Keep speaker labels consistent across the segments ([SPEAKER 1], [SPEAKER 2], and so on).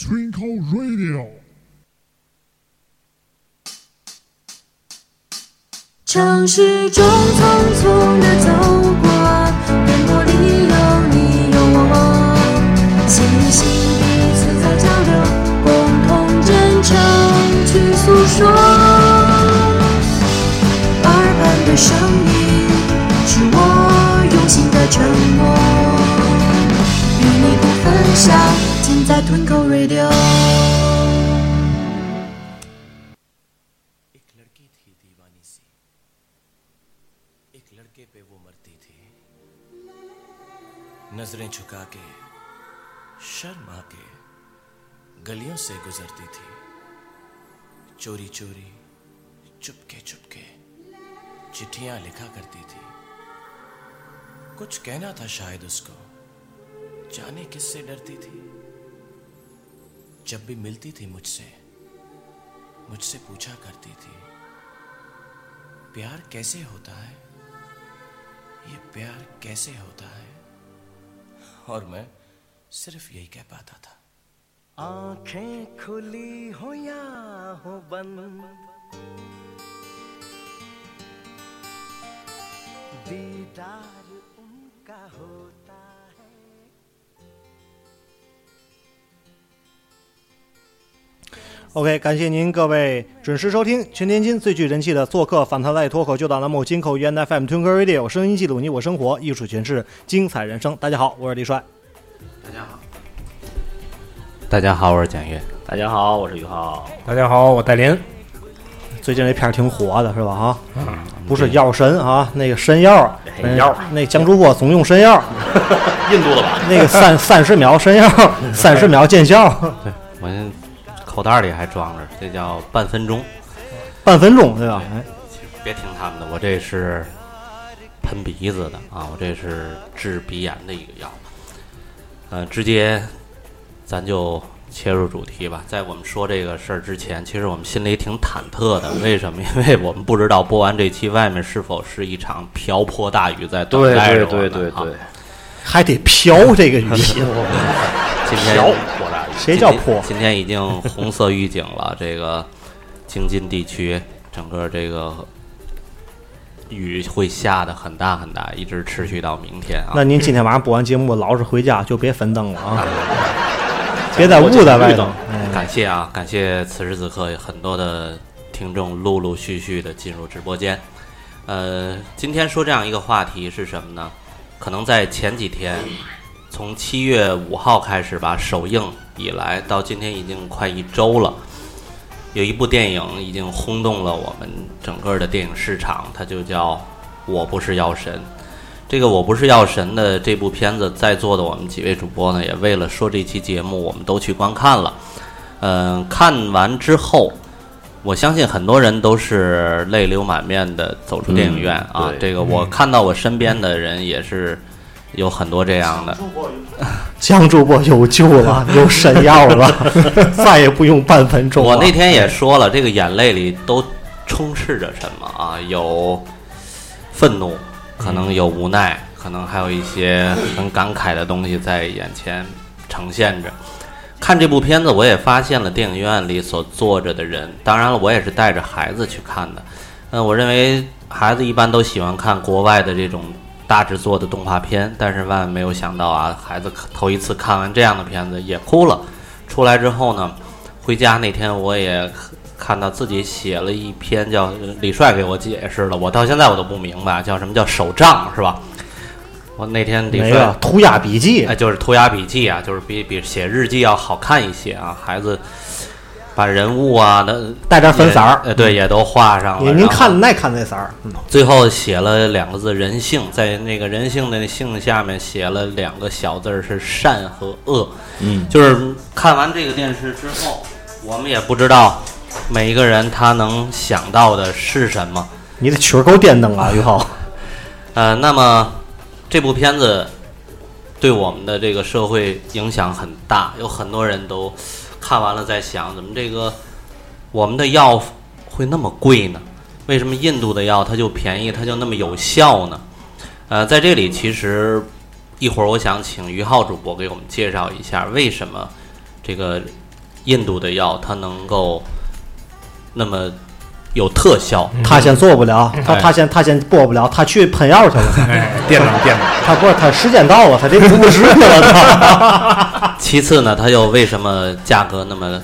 [SPEAKER 1] Twinkle Radio.
[SPEAKER 2] 城市中匆匆地走过，烟波里有你有我，心与心彼此在交流，共同真诚去诉说。耳畔的声音是我用心的承诺，与你不分享，尽在吞口 radio。
[SPEAKER 3] एक लड़की थी दीवानी सी एक लड़के पे वो मरती थी नजरें झुका के शर्म आ के गलियों से गुजरती थी चोरी चोरी चुपके चुपके चिट्ठियां लिखा करती थी कुछ कहना था शायद उसको जाने किससे डरती थी जब भी मिलती थी मुझसे मुझसे पूछा करती थी प्यार कैसे होता है ये प्यार कैसे होता है और मैं सिर्फ यही कह पाता था
[SPEAKER 4] आंखें खुली हो या हो बंद दीदार उनका होता है
[SPEAKER 5] ，OK，感谢您各位准时收听全天津最具人气的做客反弹类脱口秀大栏目《金口语言 FM Twinkle Radio》，声音记录你我生活，艺术诠释精彩人生。大家好，我是李帅。
[SPEAKER 3] 大家好，我是蒋越。
[SPEAKER 6] 大家好，我是于浩。
[SPEAKER 3] हाँ।
[SPEAKER 7] 大家好，我戴林。
[SPEAKER 5] 最近这片儿挺火的是吧？哈，不是药神啊，那个神药，
[SPEAKER 6] 嗯哎药
[SPEAKER 5] 嗯那江主播总用神药，
[SPEAKER 6] 印度的吧？嗯
[SPEAKER 5] 那个三三十秒神药，三十秒见效，
[SPEAKER 6] 哎
[SPEAKER 3] 对我现在口袋里还装着，这叫半分钟。
[SPEAKER 5] 半分钟对吧？
[SPEAKER 6] 嗯
[SPEAKER 5] 哎，
[SPEAKER 3] 别听他们的，我这是喷鼻子的啊，我这是治鼻炎的一个药。呃，直接咱就切入主题吧。在我们说这个事儿之前，其实我们心里挺忐忑的。为什么？因为我们不知道播完这期，外面是否是一场瓢泼大雨在等
[SPEAKER 6] 对
[SPEAKER 3] 待着
[SPEAKER 6] 对
[SPEAKER 3] 我们
[SPEAKER 6] 对对
[SPEAKER 3] 啊
[SPEAKER 6] 对，
[SPEAKER 5] 还得飘这个语 气，
[SPEAKER 3] 今天
[SPEAKER 6] 瓢泼大雨。
[SPEAKER 5] 谁叫泼？
[SPEAKER 3] 今天今天已经红色预警了，这个京津地区整个这个雨会下的很大很大，一直持续到明天啊。
[SPEAKER 5] 那您今天晚上播完节目，老实回家就别分灯了啊，别再雾在外头。哎，
[SPEAKER 3] 感谢啊，感谢此时此刻有很多的听众陆陆续续的进入直播间。呃，今天说这样一个话题是什么呢？可能在前几天，从七月五号开始吧，首映以来到今天已经快一周了。有一部电影已经轰动了我们整个的电影市场，它就叫《我不是药神》。这个《我不是药神》的这部片子，在座的我们几位主播呢，也为了说这期节目，我们都去观看了。嗯，看完之后，我相信很多人都是泪流满面的走出电影院
[SPEAKER 6] 嗯
[SPEAKER 3] 啊。
[SPEAKER 6] 对
[SPEAKER 3] 这个我看到我身边的人也是有很多这样的，
[SPEAKER 6] 嗯
[SPEAKER 5] 江主播有救了，
[SPEAKER 6] 啊
[SPEAKER 5] 有神药 了，再也不用半分钟了。
[SPEAKER 3] 我那天也说了，这个眼泪里都充斥着什么啊？有愤怒，可能有无奈，可能还有一些很感慨的东西在眼前呈现着。看这部片子，我也发现了电影院里所坐着的人，当然了，我也是带着孩子去看的。嗯，我认为孩子一般都喜欢看国外的这种大制作的动画片，但是万万没有想到啊，孩子头一次看完这样的片子也哭了。出来之后呢，回家那天我也看到自己写了一篇叫李帅给我解释了，我到现在我都不明白叫什么叫手账是吧？我那天李
[SPEAKER 5] 没
[SPEAKER 3] 帅
[SPEAKER 5] 有涂鸦笔记
[SPEAKER 3] 哎，，就是涂鸦笔记啊，就是比比写日记要好看一些啊。孩子把人物啊，那
[SPEAKER 5] 带点粉色儿
[SPEAKER 3] 呃，对，也都画上了。
[SPEAKER 5] 您您
[SPEAKER 3] 然后
[SPEAKER 5] 看耐看那色儿，嗯
[SPEAKER 3] 最后写了两个字“人性”，在那个“人性”的那“性”下面写了两个小字儿是“善”和“恶”。
[SPEAKER 6] 嗯，
[SPEAKER 3] 就是看完这个电视之后，我们也不知道每一个人他能想到的是什么。
[SPEAKER 5] 你的曲儿够颠灯啊，于浩。
[SPEAKER 3] 呃，那么这部片子对我们的这个社会影响很大，有很多人都看完了在想，怎么这个我们的药会那么贵呢？为什么印度的药它就便宜，它就那么有效呢？呃，在这里其实一会儿我想请于浩主播给我们介绍一下，为什么这个印度的药它能够那么有特效？
[SPEAKER 6] 嗯
[SPEAKER 5] 他先做不了，他
[SPEAKER 3] 哎
[SPEAKER 5] 他先他先播不了，他去喷药去 了。
[SPEAKER 7] 哎，电脑电脑，
[SPEAKER 5] 他不是他时间到了，他得不是 了。
[SPEAKER 3] 啊其次呢，它又为什么价格那么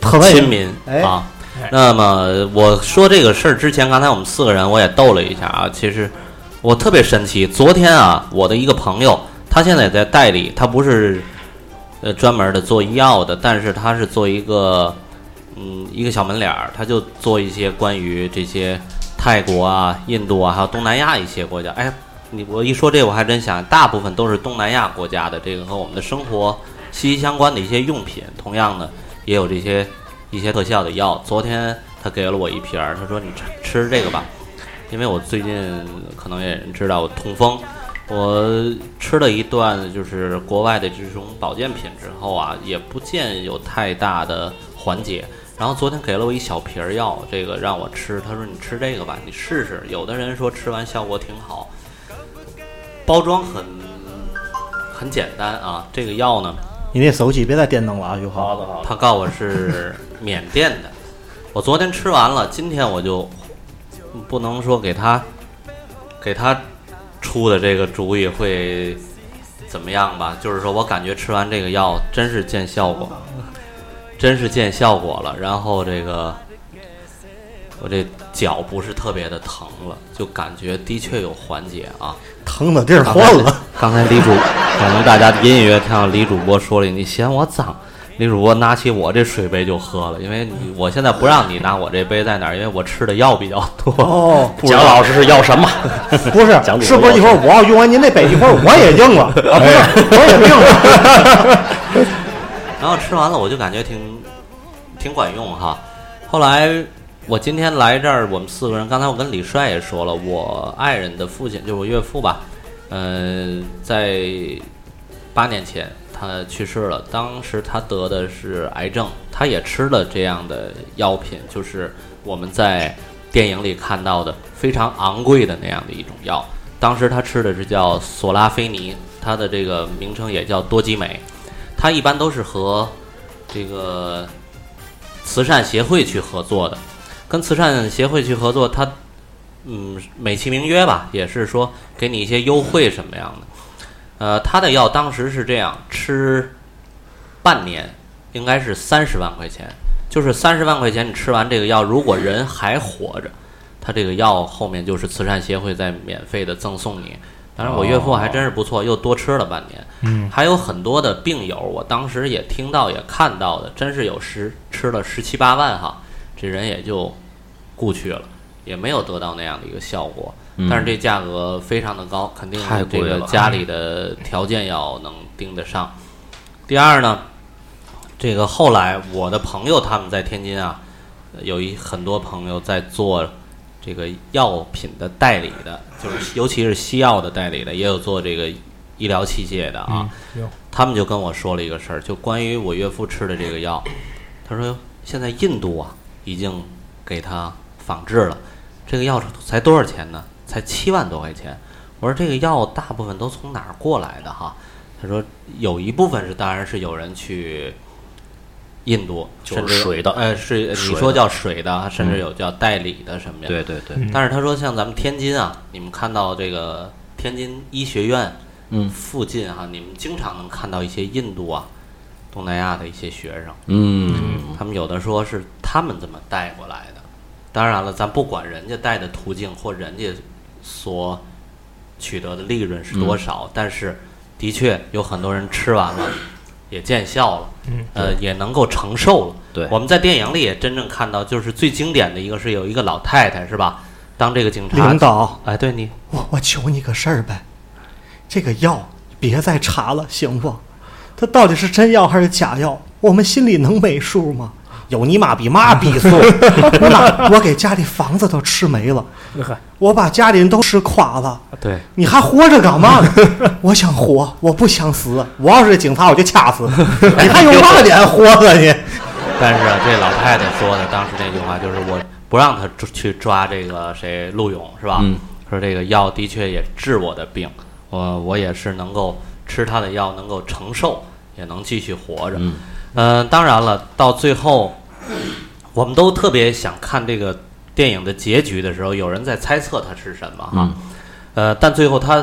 [SPEAKER 5] 他为
[SPEAKER 3] 亲民
[SPEAKER 5] 哎
[SPEAKER 3] 啊
[SPEAKER 7] 哎。
[SPEAKER 3] 那么我说这个事儿之前，刚才我们四个人我也逗了一下啊。其实我特别神奇，昨天啊，我的一个朋友，他现在也在代理，他不是呃专门的做医药的，但是他是做一个嗯一个小门脸儿，他就做一些关于这些泰国啊、印度啊，还有东南亚一些国家。哎，你我一说这，我还真想，大部分都是东南亚国家的这个和我们的生活息息相关的一些用品，同样的也有这些一些特效的药。昨天他给了我一瓶儿，他说你吃吃这个吧，因为我最近可能也有人知道我痛风，我吃了一段就是国外的这种保健品之后啊，也不见有太大的缓解。然后昨天给了我一小瓶儿药，这个让我吃，他说你吃这个吧，你试试。有的人说吃完效果挺好，包装很很简单啊。这个药呢，
[SPEAKER 5] 你那手机别再电灯了啊，于浩。
[SPEAKER 6] 的好的，
[SPEAKER 3] 他告我是缅甸的，我昨天吃完了，今天我就不能说给他给他出的这个主意会怎么样吧，就是说我感觉吃完这个药真是见效果，真是见效果了，然后这个我这脚不是特别的疼了，就感觉的确有缓解啊。
[SPEAKER 5] 疼的地儿
[SPEAKER 3] 刚
[SPEAKER 5] 换
[SPEAKER 3] 才
[SPEAKER 5] 了，
[SPEAKER 3] 刚才李主，可能大家隐隐约听到李主播说了：“你嫌我脏。”李主播拿起我这水杯就喝了，因为你我现在不让你拿我这杯在哪儿，因为我吃的药比较多。
[SPEAKER 5] 哦，
[SPEAKER 3] 不知
[SPEAKER 6] 蒋
[SPEAKER 3] 道
[SPEAKER 6] 老师是要什么？
[SPEAKER 5] 不是
[SPEAKER 6] 讲，理
[SPEAKER 5] 是不是一会儿我要用完您那杯，一会儿我也硬了啊？不是，
[SPEAKER 6] 哎
[SPEAKER 5] 我也硬了。
[SPEAKER 3] 然后吃完了，我就感觉挺挺管用哈。后来我今天来这儿，我们四个人，刚才我跟李帅也说了，我爱人的父亲就是我岳父吧，呃，在八年前他去世了，当时他得的是癌症，他也吃了这样的药品，就是我们在电影里看到的非常昂贵的那样的一种药。当时他吃的是叫索拉非尼，它的这个名称也叫多吉美。它一般都是和这个慈善协会去合作的，跟慈善协会去合作，它嗯美其名曰吧，也是说给你一些优惠什么样的。呃，它的药当时是这样，吃半年应该是三十万块钱，就是三十万块钱你吃完这个药，如果人还活着，它这个药后面就是慈善协会在免费的赠送你。当然，我岳父还真是不错，又多吃了半年。
[SPEAKER 7] 嗯，
[SPEAKER 3] 还有很多的病友，我当时也听到也看到的，真是有十吃了十七八万哈，这人也就故去了，也没有得到那样的一个效果。
[SPEAKER 6] 嗯
[SPEAKER 3] 但是这价格非常的高，肯定
[SPEAKER 6] 太
[SPEAKER 3] 这
[SPEAKER 6] 贵
[SPEAKER 3] 个
[SPEAKER 6] 了
[SPEAKER 3] 家里的条件要能盯得上。第二呢，这个后来我的朋友他们在天津啊，有一很多朋友在做这个药品的代理的，就是尤其是西药的代理的，也有做这个医疗器械的啊。
[SPEAKER 7] 有
[SPEAKER 3] 他们就跟我说了一个事儿，就关于我岳父吃的这个药，他说现在印度啊已经给他仿制了，这个药才多少钱呢？才七万多块钱。我说这个药大部分都从哪儿过来的哈？他说有一部分是当然是有人去印度，
[SPEAKER 6] 就
[SPEAKER 3] 甚至
[SPEAKER 6] 水的
[SPEAKER 3] 呃，是你
[SPEAKER 6] 水的
[SPEAKER 3] 说叫水的，甚至有叫代理的什么呀？
[SPEAKER 6] 对对对，
[SPEAKER 7] 嗯
[SPEAKER 3] 但是他说，像咱们天津啊，你们看到这个天津医学院，
[SPEAKER 6] 嗯
[SPEAKER 3] 附近哈、你们经常能看到一些印度啊，东南亚的一些学生，
[SPEAKER 6] 嗯，
[SPEAKER 3] 他们有的说是他们这么带过来的。当然了，咱不管人家带的途径或人家所取得的利润是多
[SPEAKER 6] 嗯
[SPEAKER 3] 少，但是的确有很多人吃完 了也见效了，
[SPEAKER 5] 嗯
[SPEAKER 3] 呃，也能够承受了。
[SPEAKER 6] 对
[SPEAKER 3] 我们在电影里也真正看到，就是最经典的一个是有一个老太太是吧？当这个警察
[SPEAKER 5] 领，导，
[SPEAKER 3] 哎，对你
[SPEAKER 5] 我我求你个事儿呗，这个药别再查了，行不？它到底是真药还是假药？我们心里能没数吗？有你妈逼嘛逼数！ 我哪我给家里房子都吃没了，我把家里人都吃垮了，
[SPEAKER 3] 啊对，
[SPEAKER 5] 你还活着干嘛呢？ 我想活，我不想死。我要是警察，我就掐死。 你还有嘛脸活着你？
[SPEAKER 3] 但是啊，这老太太说的当时那句话就是我不让他抓去抓这个谁陆勇是吧？
[SPEAKER 6] 嗯
[SPEAKER 3] 说这个药的确也治我的病，我我也是能够吃他的药，能够承受，也能继续活着。
[SPEAKER 6] 嗯
[SPEAKER 3] 呃当然了，到最后，我们都特别想看这个电影的结局的时候，有人在猜测它是什么哈。
[SPEAKER 6] 嗯
[SPEAKER 3] 呃，但最后它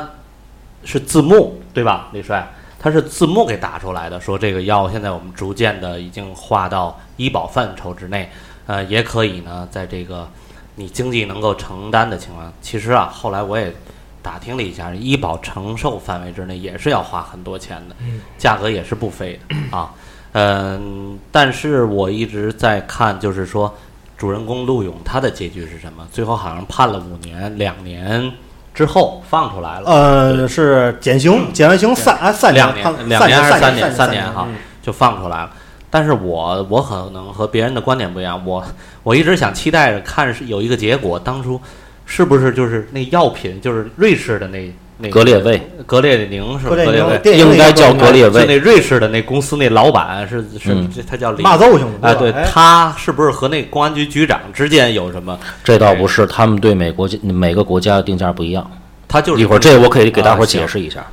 [SPEAKER 3] 是字幕对吧，李帅？它是字幕给打出来的，说这个药现在我们逐渐的已经划到医保范畴之内，呃，也可以呢，在这个你经济能够承担的情况，其实啊，后来我也打听了一下，医保承受范围之内也是要花很多钱的，价格也是不菲的啊。嗯，但是我一直在看，就是说主人公陆勇他的结局是什么？最后好像判了五年，两年之后放出来了。
[SPEAKER 5] 呃，是减刑，减完刑三啊三
[SPEAKER 3] 两
[SPEAKER 5] 年，判
[SPEAKER 3] 两年还是
[SPEAKER 5] 三
[SPEAKER 3] 年？
[SPEAKER 5] 三
[SPEAKER 3] 年哈
[SPEAKER 5] 嗯，
[SPEAKER 3] 就放出来了。但是我我可能和别人的观点不一样，我我一直想期待着看是有一个结果，当初是不是就是那药品，就是瑞士的那那
[SPEAKER 6] 格列卫
[SPEAKER 3] 格列宁是吧？
[SPEAKER 5] 格列
[SPEAKER 3] 格列
[SPEAKER 5] 宁
[SPEAKER 3] 卫
[SPEAKER 5] 电影里
[SPEAKER 6] 应该叫
[SPEAKER 5] 有
[SPEAKER 6] 格列
[SPEAKER 3] 就
[SPEAKER 6] 卫，
[SPEAKER 3] 那瑞士的那公司那老板是是
[SPEAKER 6] 嗯
[SPEAKER 3] 这他叫李
[SPEAKER 5] 骂揍性的
[SPEAKER 3] 哎，对他是不是和那公安局局长之间有什么？
[SPEAKER 6] 这倒不是，他们对美国每个国家的定价不一样。
[SPEAKER 3] 他就是
[SPEAKER 6] 一会儿这我可以给大伙
[SPEAKER 3] 啊
[SPEAKER 6] 儿
[SPEAKER 3] 行
[SPEAKER 6] 解释一下。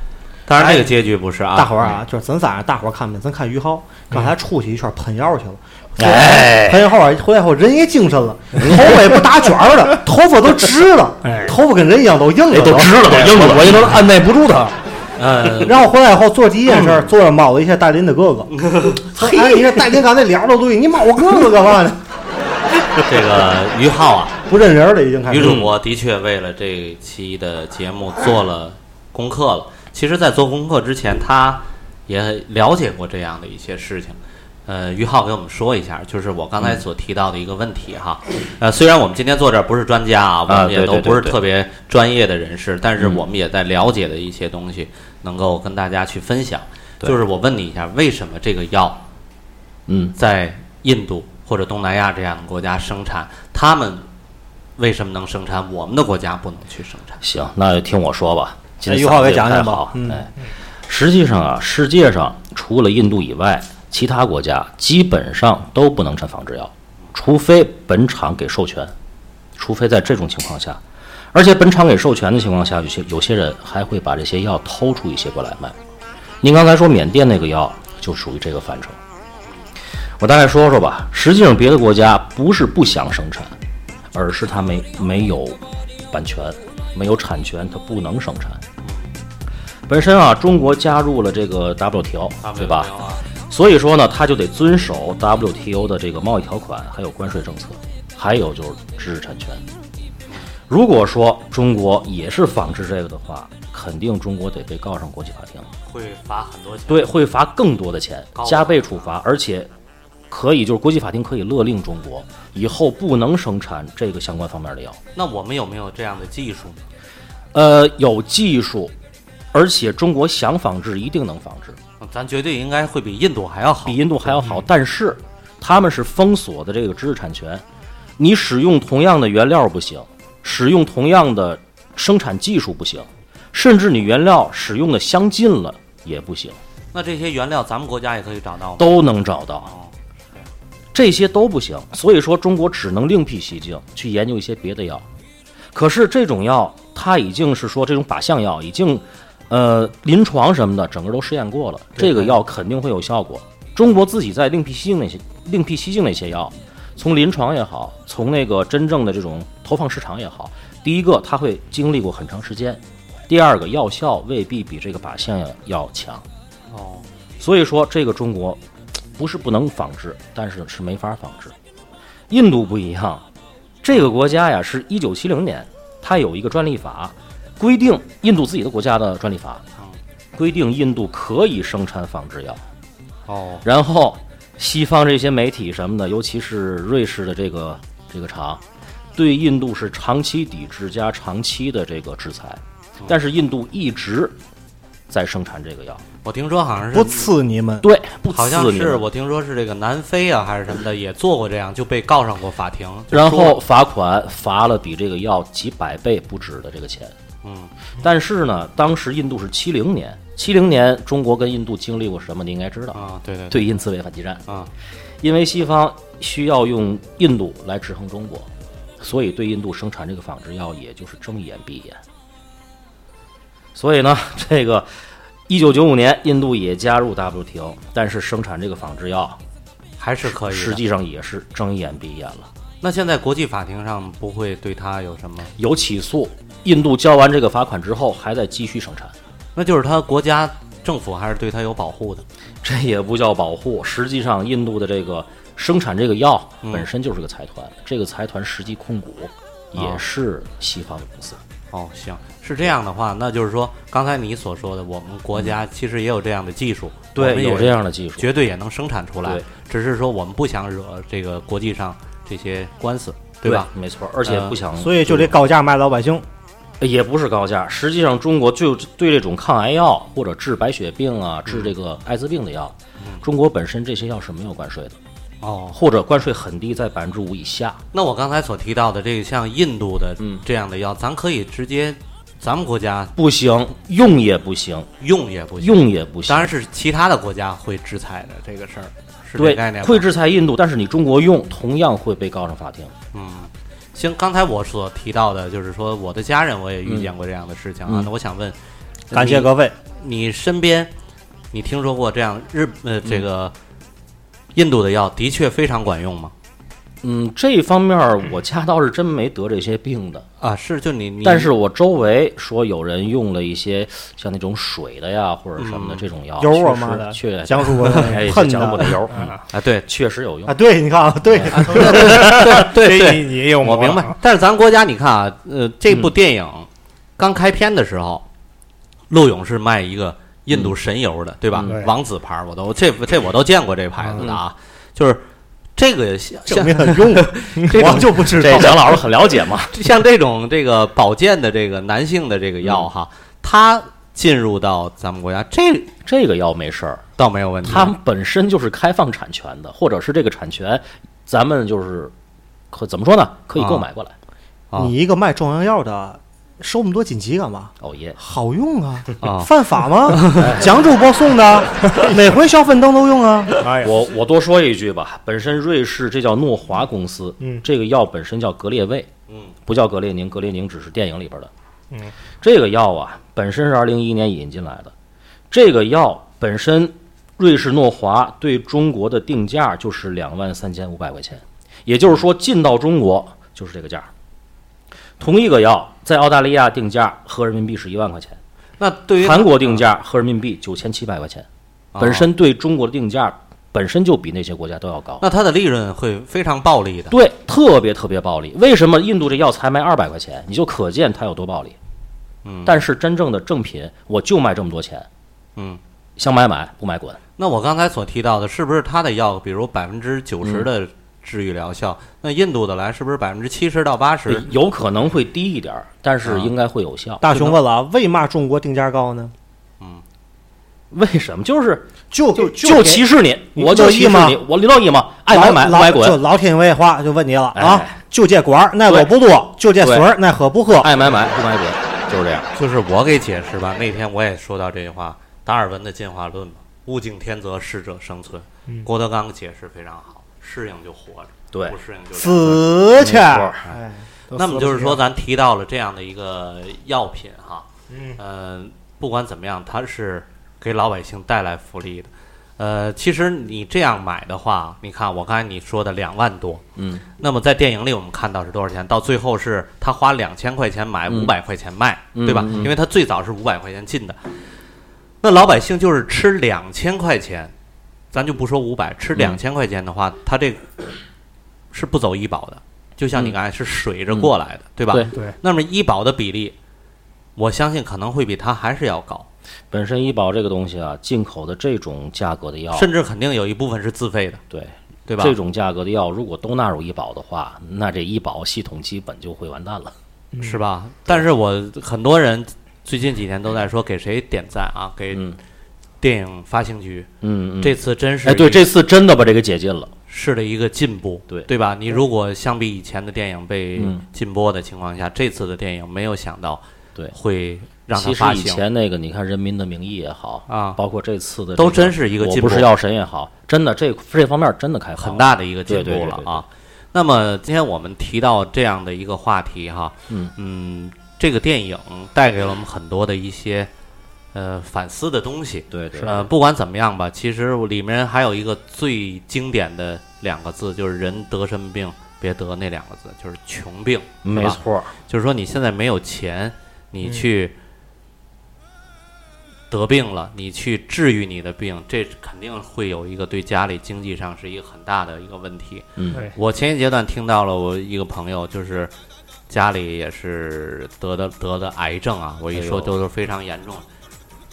[SPEAKER 3] 当然这个结局不是啊，
[SPEAKER 5] 大伙儿啊，就是咱仨人，大伙儿看没？咱看于浩刚才出去一圈喷药去了，
[SPEAKER 6] 哎
[SPEAKER 5] 喷后啊，回来以后人也精神了，头发也不打卷儿了，头发都直了，头发跟人一样都哎硬了，
[SPEAKER 6] 都直了，都硬了，我也都
[SPEAKER 5] 啊
[SPEAKER 6] 按耐不住他。
[SPEAKER 3] 嗯，
[SPEAKER 5] 然后回来以后做第一件事，坐着猫了一下戴林的哥哥，嘿，哎你看戴林刚才聊了对，你猫我哥哥干嘛呢？
[SPEAKER 3] 这个于浩啊，
[SPEAKER 5] 不认人了，已经开
[SPEAKER 3] 女
[SPEAKER 5] 始。
[SPEAKER 6] 嗯
[SPEAKER 3] 主播的确为了这一期的节目做了功课了。其实，在做功课之前，她也了解过这样的一些事情。呃，于浩给我们说一下，就是我刚才所提到的一个问题哈。呃，虽然我们今天坐这儿不是专家啊，我
[SPEAKER 6] 嗯啊
[SPEAKER 3] 们也
[SPEAKER 6] 对
[SPEAKER 3] 都
[SPEAKER 6] 对对
[SPEAKER 3] 不是
[SPEAKER 6] 对
[SPEAKER 3] 特别专业的人士，但是
[SPEAKER 6] 嗯
[SPEAKER 3] 我们也在了解的一些东西，能够跟大家去分享。
[SPEAKER 6] 对
[SPEAKER 3] 就是我问你一下，为什么这个药
[SPEAKER 6] 嗯，
[SPEAKER 3] 在印度或者东南亚这样的国家生产，他们为什么能生产，我们的国家不能去生产？
[SPEAKER 6] 行，那就听我说吧。今天
[SPEAKER 5] 哎于浩
[SPEAKER 6] 嗓子
[SPEAKER 5] 给讲
[SPEAKER 6] 也
[SPEAKER 5] 讲
[SPEAKER 6] 不太
[SPEAKER 5] 吧
[SPEAKER 6] 好
[SPEAKER 5] 嗯
[SPEAKER 6] 哎，实际上啊，世界上除了印度以外，其他国家基本上都不能产仿制药，除非本厂给授权，除非在这种情况下，而且本厂给授权的情况下，有些有些人还会把这些药偷出一些过来卖。您刚才说缅甸那个药就属于这个范畴。我大概说说吧，实际上别的国家不是不想生产，而是它没没有版权，没有产权，它不能生产。本身啊，中国加入了这个 WTO，对
[SPEAKER 3] 啊
[SPEAKER 6] 吧？所以说呢，它就得遵守 WTO 的这个贸易条款，还有关税政策，还有就是知识产权。如果说中国也是仿制这个的话，肯定中国得被告上国际法庭。
[SPEAKER 3] 会罚很多钱。
[SPEAKER 6] 对，会罚更多的钱
[SPEAKER 3] 高，
[SPEAKER 6] 加倍处罚，而且可以就是国际法庭可以勒令中国以后不能生产这个相关方面的药。
[SPEAKER 3] 那我们有没有这样的技术呢？
[SPEAKER 6] 呃，有技术，而且中国想仿制一定能仿制，
[SPEAKER 3] 咱绝对应该会比印度还要好嗯
[SPEAKER 6] 比。印度还要好，但是他们是封锁的这个知识产权，你使用同样的原料不行，使用同样的生产技术不行，甚至你原料使用的相近了也不行。
[SPEAKER 3] 那这些原料咱们国家也可以找到吗？
[SPEAKER 6] 都能找到
[SPEAKER 3] 哦。
[SPEAKER 6] 这些都不行，所以说中国只能另辟蹊径去研究一些别的药。可是这种药，它已经是说这种靶向药已经，呃，临床什么的整个都试验过了，这个药肯定会有效果。中国自己在另辟蹊径那些另辟蹊径那些药，从临床也好，从那个真正的这种投放市场也好，第一个它会经历过很长时间，第二个药效未必比这个靶向药强。
[SPEAKER 3] 哦，
[SPEAKER 6] 所以说，这个中国不是不能仿制，但是是没法仿制。印度不一样，这个国家呀，是一九七零年，它有一个专利法，规定印度自己的国家的专利法，
[SPEAKER 3] 啊
[SPEAKER 6] 规定印度可以生产仿制药。
[SPEAKER 3] 哦，
[SPEAKER 6] 然后西方这些媒体什么的，尤其是瑞士的这个这个厂，对印度是长期抵制加长期的这个制裁，
[SPEAKER 3] 哦
[SPEAKER 6] 但是印度一直在生产这个药。
[SPEAKER 3] 我听说好像
[SPEAKER 5] 不
[SPEAKER 3] 是，
[SPEAKER 5] 刺你们，
[SPEAKER 6] 对，不
[SPEAKER 3] 好像
[SPEAKER 6] 刺你
[SPEAKER 3] 是
[SPEAKER 6] 们
[SPEAKER 3] 我听说是这个南非啊还是什么的也做过这样，就被告上过法庭。就
[SPEAKER 6] 然
[SPEAKER 3] 说
[SPEAKER 6] 后罚款罚了比这个药几百倍不止的这个钱。
[SPEAKER 3] 嗯，
[SPEAKER 6] 但是呢，当时印度是七零年，七零年中国跟印度经历过什么？你应该知道，
[SPEAKER 3] 啊，对对
[SPEAKER 6] 对印次位反击战。
[SPEAKER 3] 啊，
[SPEAKER 6] 因为西方需要用印度来制衡中国，所以对印度生产这个仿制药，也就是睁眼闭眼。所以呢， 这个一九九五年，印度也加入 WTO，但是生产这个仿制药，
[SPEAKER 3] 还是可以的。
[SPEAKER 6] 实际上也是睁眼闭眼了。
[SPEAKER 3] 那现在国际法庭上不会对他有什么？
[SPEAKER 6] 有起诉，印度交完这个罚款之后，还在继续生产，
[SPEAKER 3] 那就是他国家政府还是对他有保护的。
[SPEAKER 6] 这也不叫保护。实际上，印度的这个生产这个药
[SPEAKER 3] 嗯
[SPEAKER 6] 本身就是个财团，这个财团实际控股也是西方的公司。
[SPEAKER 3] 哦，行，是这样的话，那就是说刚才你所说的，我们国家其实也有这样的技术，我们
[SPEAKER 6] 对，
[SPEAKER 3] 也
[SPEAKER 6] 有这样的技术。
[SPEAKER 3] 绝对也能生产出来
[SPEAKER 6] 对，
[SPEAKER 3] 只是说我们不想惹这个国际上这些官司，
[SPEAKER 6] 对
[SPEAKER 3] 吧？？
[SPEAKER 6] 没错，而且
[SPEAKER 3] 呃
[SPEAKER 6] 不想，哎
[SPEAKER 5] 所以就得高价卖老百姓。
[SPEAKER 6] 也不是高价。实际上，中国就对这种抗癌药或者治白血病
[SPEAKER 3] 嗯
[SPEAKER 6] 啊、治这个艾滋病的药，中国本身这些药是没有关税的，
[SPEAKER 3] 哦，
[SPEAKER 6] 或者关税很低，在百分之五以下。
[SPEAKER 3] 那我刚才所提到的这个像印度的
[SPEAKER 6] 嗯
[SPEAKER 3] 这样的药，咱可以直接，咱们国家
[SPEAKER 6] 不行，用也不行，
[SPEAKER 3] 用也不行，
[SPEAKER 6] 用也不行。
[SPEAKER 3] 当然是其他的国家会制裁的这个事儿，是这
[SPEAKER 6] 对
[SPEAKER 3] 概念，吗？
[SPEAKER 6] 会制裁印度，但是你中国用同样会被告上法庭。
[SPEAKER 3] 嗯，行，刚才我所提到的，就是说我的家人我也遇见过这样的事情啊。
[SPEAKER 6] 嗯
[SPEAKER 3] 那我想问，
[SPEAKER 5] 感谢
[SPEAKER 3] 你
[SPEAKER 5] 各位，
[SPEAKER 3] 你身边，你听说过这样日呃这个印度的药的确非常管用吗？
[SPEAKER 6] 嗯，这方面儿我家倒是真没得这些病的，
[SPEAKER 5] 嗯
[SPEAKER 3] 啊，是，就你你，
[SPEAKER 6] 但是我周围说有人用了一些像那种水的呀或者什么的
[SPEAKER 3] 嗯
[SPEAKER 6] 这种药，
[SPEAKER 5] 油我
[SPEAKER 6] 确
[SPEAKER 5] 妈
[SPEAKER 6] 实
[SPEAKER 5] 的
[SPEAKER 6] 确
[SPEAKER 5] 江主播
[SPEAKER 6] 哎也
[SPEAKER 5] 恨
[SPEAKER 6] 是江主播
[SPEAKER 5] 的
[SPEAKER 6] 的油，嗯
[SPEAKER 3] 啊，对
[SPEAKER 6] 确实有用
[SPEAKER 5] 啊！。对，你看啊，对，
[SPEAKER 3] 对
[SPEAKER 5] 这
[SPEAKER 3] 对，啊
[SPEAKER 5] 你你也有
[SPEAKER 3] 我
[SPEAKER 5] 魔
[SPEAKER 3] 明
[SPEAKER 6] 啊
[SPEAKER 3] 白。但是咱国家你看啊，呃，这
[SPEAKER 6] 嗯
[SPEAKER 3] 部电影刚开篇的时候，陆勇是卖一个印度神油的，对吧
[SPEAKER 5] 嗯？
[SPEAKER 3] 王子牌，我都这这我都见过这牌子的
[SPEAKER 6] 嗯
[SPEAKER 3] 啊，就是这个像
[SPEAKER 5] 证
[SPEAKER 3] 像
[SPEAKER 5] 明很用，
[SPEAKER 3] 这种
[SPEAKER 5] 我就不知
[SPEAKER 6] 这
[SPEAKER 5] 道。
[SPEAKER 6] 蒋老师很了解嘛？
[SPEAKER 3] 像这种这个保健的这个男性的这个
[SPEAKER 6] 嗯
[SPEAKER 3] 药哈，它进入到咱们国家，这
[SPEAKER 6] 这个药没事儿，
[SPEAKER 3] 倒没有问题。
[SPEAKER 6] 它本身就是开放产权的，或者是这个产权，咱们就是可怎么说呢？可以购买过来。
[SPEAKER 3] 啊
[SPEAKER 5] 你一个卖壮阳药的，收那么多锦旗干嘛？
[SPEAKER 6] 哦耶，
[SPEAKER 5] 好用啊
[SPEAKER 3] 啊！
[SPEAKER 5] 犯法 吗？蒋主播送 的，每回小粉灯都用啊。
[SPEAKER 6] 我我多说一句吧，本身瑞士这叫诺华公司，
[SPEAKER 5] 嗯
[SPEAKER 6] 这个药本身叫格列卫，
[SPEAKER 3] 嗯，
[SPEAKER 6] 不叫格列宁，格列宁只是电影里边的，嗯，这个药啊，本身是二零一一年引进来的，这个药本身，瑞士诺华对中国的定价就是两万三千五百块钱，也就是说进到中国就是这个价儿，同一个药在澳大利亚定价合人民币是一万块钱，
[SPEAKER 3] 那对于
[SPEAKER 6] 韩国定价合人民币九千七百块钱。
[SPEAKER 3] 啊
[SPEAKER 6] 本身对中国的定价本身就比那些国家都要高。
[SPEAKER 3] 那它的利润会非常暴利的。
[SPEAKER 6] 对，特别特别暴利。为什么印度这药才卖二百块钱？你就可见它有多暴利。
[SPEAKER 3] 嗯
[SPEAKER 6] 但是真正的正品，我就卖这么多钱，
[SPEAKER 3] 嗯，
[SPEAKER 6] 想买买，不买滚。
[SPEAKER 3] 那我刚才所提到的，是不是它的药，比如百分之九十的治愈疗效，那印度的来是不是百分之七十到八十？
[SPEAKER 6] 有可能会低一点儿，但是
[SPEAKER 3] 啊
[SPEAKER 6] 应该会有效。
[SPEAKER 5] 大熊问了啊，为嘛中国定价高呢？
[SPEAKER 6] 为什么？就是
[SPEAKER 5] 就
[SPEAKER 6] 就
[SPEAKER 5] 就
[SPEAKER 6] 歧视你，
[SPEAKER 5] 你
[SPEAKER 6] 我
[SPEAKER 5] 不乐
[SPEAKER 6] 就
[SPEAKER 5] 意
[SPEAKER 6] 歧视
[SPEAKER 5] 吗
[SPEAKER 6] 你，我乐意吗？爱买买，不
[SPEAKER 5] 老
[SPEAKER 6] 买
[SPEAKER 5] 就
[SPEAKER 6] 滚。
[SPEAKER 5] 老天爷话就问你了啊
[SPEAKER 6] 哎，
[SPEAKER 5] 就这管儿奈落不落，就这水儿奈喝不喝。
[SPEAKER 6] 爱买买，不买滚，就是这样。
[SPEAKER 3] 就是我给解释吧。那天我也说到这句话，达尔文的进化论嘛，物竞天择，适者生存。郭德纲解释非常好，适应就活着，
[SPEAKER 6] 对
[SPEAKER 3] 不适应就两个人
[SPEAKER 5] 死去！
[SPEAKER 6] 哎
[SPEAKER 3] 那么就是说，，咱提到了这样的一个药品哈，嗯，呃，不管怎么样，它是给老百姓带来福利的。呃，其实你这样买的话，你看我刚才你说的两万多，
[SPEAKER 6] 嗯，
[SPEAKER 3] 那么在电影里我们看到是多少钱？到最后是他花两千块钱买，
[SPEAKER 6] 嗯
[SPEAKER 3] 五百块钱卖，
[SPEAKER 6] 嗯
[SPEAKER 3] 对吧？
[SPEAKER 6] 嗯
[SPEAKER 3] 因
[SPEAKER 6] 嗯
[SPEAKER 3] 为他最早是五百块钱进的，那老百姓就是吃两千块钱咱就不说五百，吃
[SPEAKER 6] 嗯
[SPEAKER 3] 两千块钱的话，它这个是不走医保的，就像你刚才是水着过来的，对吧？
[SPEAKER 6] 嗯对
[SPEAKER 5] 对，
[SPEAKER 3] 那么医保的比例，我相信可能会比它还是要高，
[SPEAKER 6] 本身医保这个东西啊，进口的这种价格的药，
[SPEAKER 3] 甚至肯定有一部分是自费的，
[SPEAKER 6] 对
[SPEAKER 3] 对吧？
[SPEAKER 6] 这种价格的药，如果都纳入医保的话，那这医保系统基本就会完蛋了。
[SPEAKER 3] 是吧？但是我很多人最近几年都在说给谁点赞啊，给
[SPEAKER 6] 嗯
[SPEAKER 3] 电影发行局，
[SPEAKER 6] 嗯嗯，
[SPEAKER 3] 这次真是
[SPEAKER 6] 哎，对，
[SPEAKER 3] 一
[SPEAKER 6] 这次真的把这个解禁了。
[SPEAKER 3] 是的一个进步，
[SPEAKER 6] 对
[SPEAKER 3] 对吧？你如果相比以前的电影被
[SPEAKER 6] 嗯
[SPEAKER 3] 禁播的情况下，这次的电影没有想到
[SPEAKER 6] 对，
[SPEAKER 3] 会让它
[SPEAKER 6] 其实
[SPEAKER 3] 发
[SPEAKER 6] 以
[SPEAKER 3] 行，
[SPEAKER 6] 前那个，你看《人民的名义》也好
[SPEAKER 3] 啊
[SPEAKER 6] 包括这次的、
[SPEAKER 3] 都真是一个
[SPEAKER 6] 我
[SPEAKER 3] 进
[SPEAKER 6] 不
[SPEAKER 3] 步
[SPEAKER 6] 是药神也好，真的这这方面真的开放
[SPEAKER 3] 很大的一个进步
[SPEAKER 6] 对对对
[SPEAKER 3] 了
[SPEAKER 6] 对对
[SPEAKER 3] 啊。那么今天我们提到这样的一个话题哈，
[SPEAKER 6] 嗯
[SPEAKER 3] 这个电影带给了我们很多的一些呃反思的东西。
[SPEAKER 6] 对对
[SPEAKER 3] 呃，不管怎么样吧，其实里面还有一个最经典的两个字，就是“人得什么病别得”那两个字，就是穷病，
[SPEAKER 6] 没
[SPEAKER 3] 是吧
[SPEAKER 6] 错，
[SPEAKER 3] 就是说你现在没有钱，你去得病了，你去治愈你的病，这肯定会有一个对家里经济上是一个很大的一个问题。
[SPEAKER 6] 嗯
[SPEAKER 5] 对
[SPEAKER 3] 我前一阶段听到了我一个朋友，就是家里也是得的得的癌症啊，我一说
[SPEAKER 6] 哎呦
[SPEAKER 3] 都是非常严重。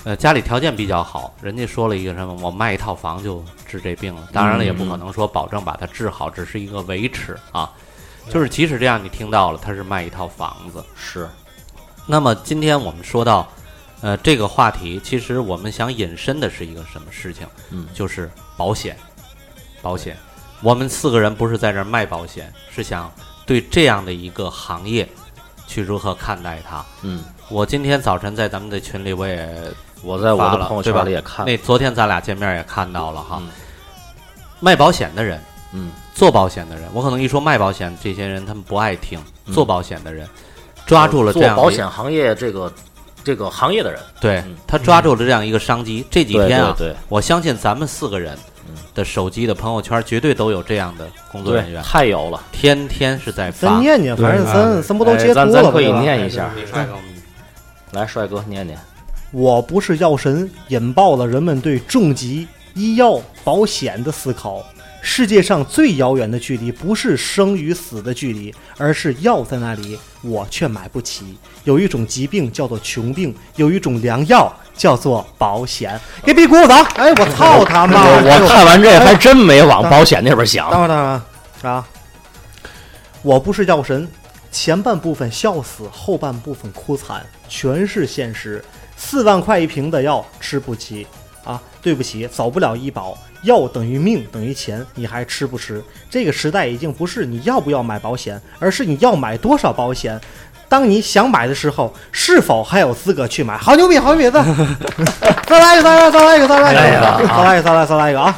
[SPEAKER 3] 呃，家里条件比较好，人家说了一个什么，我卖一套房就治这病了。当然了，也
[SPEAKER 6] 嗯
[SPEAKER 3] 不可能说保证把它治好，只是一个维持啊。就是即使这样，你听到了，他是卖一套房子。
[SPEAKER 6] 是
[SPEAKER 3] 那么今天我们说到，呃，这个话题，其实我们想引申的是一个什么事情？
[SPEAKER 6] 嗯
[SPEAKER 3] 就是保险。保险，我们四个人不是在这儿卖保险，是想对这样的一个行业去如何看待它。
[SPEAKER 6] 嗯，
[SPEAKER 3] 我今天早晨在咱们的群里，我也
[SPEAKER 6] 我在我
[SPEAKER 3] 发
[SPEAKER 6] 的
[SPEAKER 3] 了
[SPEAKER 6] 朋友
[SPEAKER 3] 对吧
[SPEAKER 6] 圈里也看
[SPEAKER 3] 那昨天咱俩见面也看到了哈，
[SPEAKER 6] 嗯
[SPEAKER 3] 卖保险的人，
[SPEAKER 6] 嗯，
[SPEAKER 3] 做保险的人，我可能一说卖保险，这些人他们不爱听。
[SPEAKER 6] 嗯
[SPEAKER 3] 做保险的人，抓住了这
[SPEAKER 6] 做
[SPEAKER 3] 样的一
[SPEAKER 6] 保险行业这个这个行业的人，
[SPEAKER 3] 对
[SPEAKER 6] 嗯
[SPEAKER 3] 他抓住了这样一个商机。这几天啊，
[SPEAKER 6] 对对对嗯
[SPEAKER 3] 我相信咱们四个人的手机的朋友圈绝对都有这样的工作人员，
[SPEAKER 6] 太有了。
[SPEAKER 3] 天天是在
[SPEAKER 5] 咱
[SPEAKER 3] 发。
[SPEAKER 5] 念念，反正咱咱不都
[SPEAKER 6] 哎
[SPEAKER 5] 截图
[SPEAKER 6] 咱
[SPEAKER 5] 了
[SPEAKER 6] 咱
[SPEAKER 5] 吗
[SPEAKER 6] 可以
[SPEAKER 5] 对吧
[SPEAKER 6] 念一下，
[SPEAKER 3] 帅哥，
[SPEAKER 6] 来，帅哥念念。
[SPEAKER 5] 我不是药神引爆了人们对重疾、医药、保险的思考。世界上最遥远的距离，不是生与死的距离，而是药在那里，我却买不起。有一种疾病叫做穷病，有一种良药叫做保险。给逼鼓鼓掌！哎，我操他妈！
[SPEAKER 6] 我我看完这还真没往
[SPEAKER 5] 哎
[SPEAKER 6] 保险那边想。
[SPEAKER 5] 等会儿等会儿等会儿啊！我不是药神，前半部分笑死，后半部分哭惨，全是现实。四万块一瓶的药吃不起啊！对不起，走不了医保，药等于命等于钱，你还吃不吃？这个时代已经不是你要不要买保险，而是你要买多少保险。当你想买的时候，是否还有资格去买？好牛逼，好牛逼！再再来一个，再来一个，再来一个，再来
[SPEAKER 6] 哎
[SPEAKER 5] 一
[SPEAKER 6] 呀
[SPEAKER 5] 个，再来一个，再来一个，再来一个啊！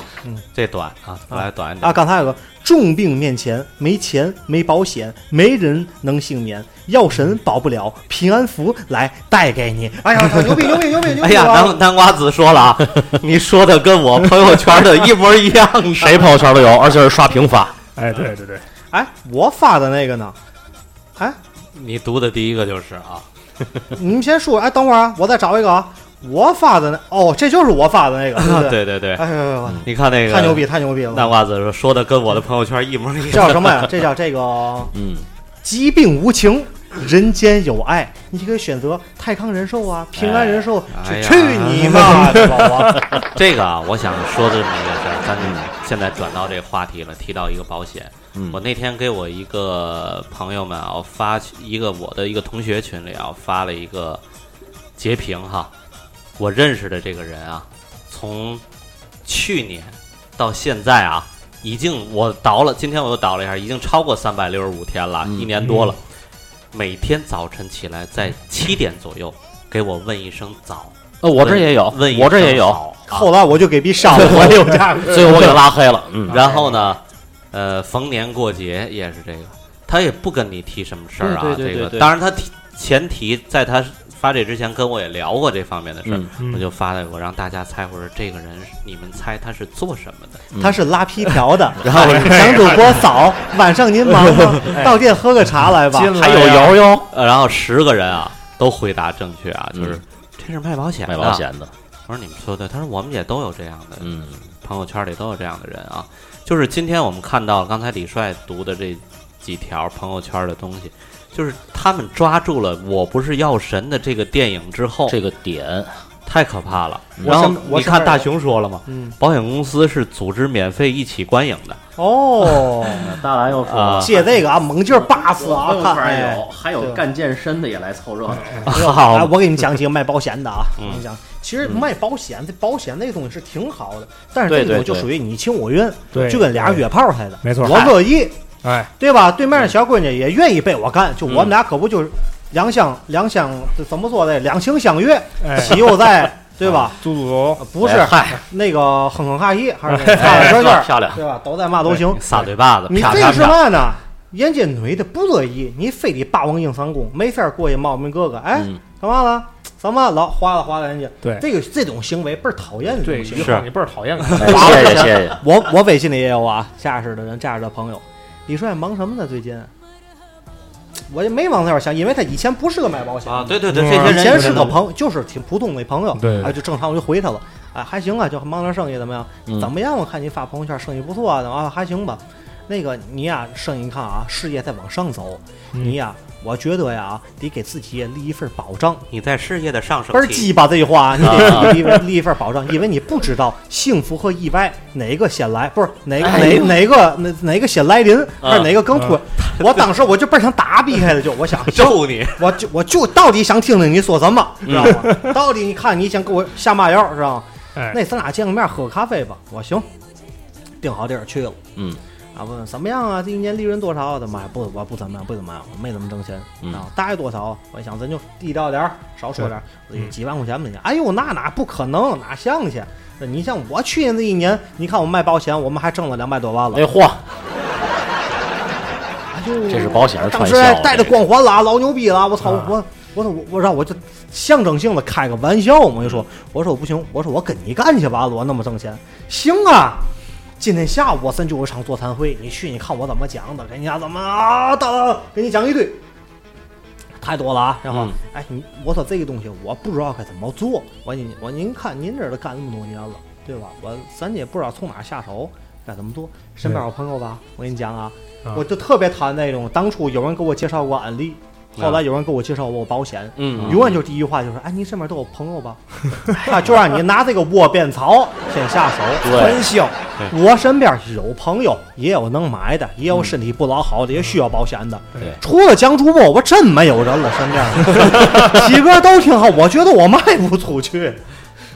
[SPEAKER 3] 这短啊，来短一点
[SPEAKER 5] 啊，。刚才有个重病面前没钱没保险，没人能幸免，药神保不了，平安符来带给你。哎呀，牛逼牛逼牛逼 牛逼！
[SPEAKER 3] 哎呀，
[SPEAKER 5] 啊
[SPEAKER 3] 南南瓜子说了 啊，你说的跟我朋友圈的一模一样。啊
[SPEAKER 6] 谁朋友圈都有，而且是刷屏发。
[SPEAKER 7] 哎，对对对，
[SPEAKER 5] 哎，我发的那个呢？哎，
[SPEAKER 3] 你读的第一个就是啊，
[SPEAKER 5] 你们先说。哎，等会儿啊，我再找一个啊。我发的那哦，这就是我发的那个，对不对？
[SPEAKER 3] 对对对，
[SPEAKER 5] 哎呦呦呦，
[SPEAKER 3] 你看那个
[SPEAKER 5] 太牛逼，太牛逼
[SPEAKER 3] 南
[SPEAKER 5] 了！
[SPEAKER 3] 瓜子说说的跟我的朋友圈一模一
[SPEAKER 5] 这
[SPEAKER 3] 样。
[SPEAKER 5] 叫什么呀？这叫这个
[SPEAKER 6] 嗯，
[SPEAKER 5] 疾病无情，人间有爱。你可以选择太康人寿啊，平安人寿。
[SPEAKER 3] 哎
[SPEAKER 5] 去
[SPEAKER 3] 呀
[SPEAKER 5] 去你妈的吧！我
[SPEAKER 3] 这个啊，我想说的这么一个事儿，咱就现在转到这个话题了，提到一个保险。
[SPEAKER 6] 嗯
[SPEAKER 3] 我那天给我一个朋友们啊，我发一个我的一个同学群里啊，我发了一个截屏哈，我认识的这个人啊，从去年到现在啊，已经我倒了，今天我又倒了一下，已经超过三百六十五天了，
[SPEAKER 6] 嗯
[SPEAKER 3] 一年多了。每天早晨起来在七点左右给我问一声早，
[SPEAKER 6] 呃，我这也有，
[SPEAKER 3] 问一
[SPEAKER 6] 我这
[SPEAKER 3] 声
[SPEAKER 6] 也有，
[SPEAKER 3] 好啊
[SPEAKER 5] 后来我就给 逼杀了，我有家
[SPEAKER 6] 所以我给拉黑了。嗯，
[SPEAKER 3] 然后呢，呃，逢年过节也是这个，他也不跟你提什么事儿啊。
[SPEAKER 6] 对对对对
[SPEAKER 3] 这个
[SPEAKER 6] 对
[SPEAKER 3] 当然他提前提在他发这之前跟我也聊过这方面的事儿，
[SPEAKER 7] 嗯
[SPEAKER 3] 我就发了我让大家猜，我说这个人是你们猜他是做什么的？
[SPEAKER 5] 他是拉皮条的。
[SPEAKER 3] 然后我
[SPEAKER 5] 男主播嫂，晚上您忙吗？到店喝个茶来吧。
[SPEAKER 6] 还有瑶
[SPEAKER 5] 啊
[SPEAKER 6] 瑶
[SPEAKER 3] 呃，然后十个人啊都回答正确啊，就是、
[SPEAKER 6] 嗯
[SPEAKER 3] 这是卖保险的。
[SPEAKER 6] 卖保。险的，
[SPEAKER 3] 我说你们说的，他说我们也都有这样的，
[SPEAKER 6] 嗯，
[SPEAKER 3] 朋友圈里都有这样的人啊。就是今天我们看到刚才李帅读的这几条朋友圈的东西，就是他们抓住了“我不是药神”的这个电影之后，
[SPEAKER 6] 这个点，
[SPEAKER 3] 太可怕了。
[SPEAKER 5] 我
[SPEAKER 3] 然后
[SPEAKER 5] 想我
[SPEAKER 3] 你
[SPEAKER 5] 想
[SPEAKER 3] 看
[SPEAKER 5] 到
[SPEAKER 3] 大熊说了嘛，
[SPEAKER 5] 嗯，
[SPEAKER 3] 保险公司是组织免费一起观影的，
[SPEAKER 5] 哦，
[SPEAKER 6] 呃大兰又说
[SPEAKER 3] 啊
[SPEAKER 5] 借这个啊，猛劲儿 buff 啊，看，哎
[SPEAKER 6] 还
[SPEAKER 5] 对
[SPEAKER 6] 有干健身的也来凑热闹。
[SPEAKER 5] 哎，
[SPEAKER 3] 好，
[SPEAKER 5] 我给你们讲几个卖保险的啊，
[SPEAKER 3] 嗯
[SPEAKER 5] 我给你讲，其实卖保险，这保险那东西是挺好的，但是
[SPEAKER 6] 对
[SPEAKER 5] 这种
[SPEAKER 6] 对
[SPEAKER 5] 就
[SPEAKER 6] 对
[SPEAKER 5] 属于你情我愿，
[SPEAKER 7] 对
[SPEAKER 5] 就跟俩约炮似的，
[SPEAKER 7] 没错
[SPEAKER 5] 我乐意，
[SPEAKER 7] 哎，
[SPEAKER 5] 对吧？对面小闺女也愿意被我干，就我们俩可不就是两相两相这怎么说呢？两情相悦，
[SPEAKER 7] 哎
[SPEAKER 5] 岂又在对吧？
[SPEAKER 7] 猪猪头，
[SPEAKER 5] 不是
[SPEAKER 6] 哎嗨，
[SPEAKER 5] 那个哼哼哈嘿，还是那个哈哈圈
[SPEAKER 6] 哎
[SPEAKER 5] 圈，
[SPEAKER 6] 漂亮
[SPEAKER 5] 对吧？都在嘛都行。
[SPEAKER 3] 撒嘴巴子，
[SPEAKER 5] 你
[SPEAKER 3] 啪
[SPEAKER 5] 这
[SPEAKER 3] 啪
[SPEAKER 5] 是
[SPEAKER 3] 啪，
[SPEAKER 5] 嘛呢？人家女的不乐意，你非得霸王硬上弓，没事儿过去冒我们哥哥，哎，
[SPEAKER 6] 嗯
[SPEAKER 5] 干嘛了？怎么老划拉划拉人家？
[SPEAKER 7] 对
[SPEAKER 5] 这个这种行为倍儿讨厌的
[SPEAKER 7] 对，
[SPEAKER 5] 东
[SPEAKER 7] 于
[SPEAKER 5] 西。
[SPEAKER 7] 浩你倍儿讨厌他，
[SPEAKER 6] 哎谢谢谢 谢，
[SPEAKER 5] 我我微信里也有啊，驾驶的人，驾驶的朋友，李帅忙什么呢？最近我也没往那边想，因为他以前不是个卖保险的
[SPEAKER 3] 啊，对对对，这
[SPEAKER 7] 嗯
[SPEAKER 3] 些
[SPEAKER 5] 以
[SPEAKER 3] 人
[SPEAKER 5] 前
[SPEAKER 3] 就是这么
[SPEAKER 5] 个朋友，就是挺普通的朋友，
[SPEAKER 7] 对
[SPEAKER 5] 哎，就正常我就回他了，哎，还行啊，就忙点生意怎么样？
[SPEAKER 6] 嗯
[SPEAKER 5] 怎么样？我看你发朋友圈生意不错啊，怎么啊还行吧？那个你呀，生意你看啊，事业在往上走，你呀，我觉得呀，得给自己也立一份保障。
[SPEAKER 3] 你在事业的上升
[SPEAKER 5] 倍儿
[SPEAKER 3] 期，
[SPEAKER 5] 鸡巴这句话啊，你
[SPEAKER 6] 啊
[SPEAKER 5] 得立一份立一份保障，因为你不知道幸福和意外哪个先来，不是哪个
[SPEAKER 3] 哎
[SPEAKER 5] 哪哪个哪哪个先来临，
[SPEAKER 3] 啊
[SPEAKER 5] 还是哪个更突然。我当时我就倍儿想打避开了，就我想 行
[SPEAKER 3] 咒 你，
[SPEAKER 5] 我就我就到底想听听你说什么，知道吗？到底你看你想给我下嘛药，知道吗？
[SPEAKER 7] 哎，
[SPEAKER 5] 那咱俩见个面喝个咖啡吧。我行，定好地儿去了。
[SPEAKER 6] 嗯，
[SPEAKER 5] 啊，问怎么样啊？这一年利润多少啊？他妈呀，不，我不怎么样，不怎么样，我没怎么挣钱。
[SPEAKER 6] 嗯
[SPEAKER 5] 啊，大概多少啊？我一想咱就低调点儿，少说点儿，
[SPEAKER 7] 嗯
[SPEAKER 5] 几万块钱吧。你哎呦，那哪不可能，哪像去？那你像我去年这一年，你看我卖保险，我们还挣了两百多万了
[SPEAKER 6] 哎。嚯，
[SPEAKER 5] 哎呦，
[SPEAKER 6] 这是保险是
[SPEAKER 5] 当
[SPEAKER 6] 传
[SPEAKER 5] 时
[SPEAKER 6] 销
[SPEAKER 5] 还
[SPEAKER 6] 的，
[SPEAKER 5] 带着光环了啊，老牛逼了啊！我操，
[SPEAKER 7] 啊
[SPEAKER 5] 我我我我让我就象征性的开个玩笑嘛，我就说，我说我不行，我说我跟你干去吧，我那么挣钱，行啊。今天下午咱就有场座谈会，你去你看我怎么讲的，给你家怎么啊，哒哒，给你讲一堆，太多了啊。然后，
[SPEAKER 6] 嗯
[SPEAKER 5] 哎，你我说这个东西我不知道该怎么做，我您我您看您这都干那么多年了，对吧？我咱也不知道从哪儿下手，该怎么做。身边有朋友吧，我跟你讲啊，
[SPEAKER 7] 啊
[SPEAKER 5] 我就特别讨厌那种当初有人给我介绍过安利，
[SPEAKER 3] 啊
[SPEAKER 5] 后来有人给我介绍过保险，
[SPEAKER 6] 嗯，
[SPEAKER 5] 永远就第一句话就是：“哎，您身边都有朋友吧？” 那就让你拿这个窝边草先下手，
[SPEAKER 6] 对嗯
[SPEAKER 5] 分销。
[SPEAKER 3] 对
[SPEAKER 5] 我身边有朋友，也有能买的，也有身体不老好的，也需要保险的。
[SPEAKER 6] 对
[SPEAKER 5] 除了江主播，我真没有人了，身边 几个都挺好，我觉得我卖不出去。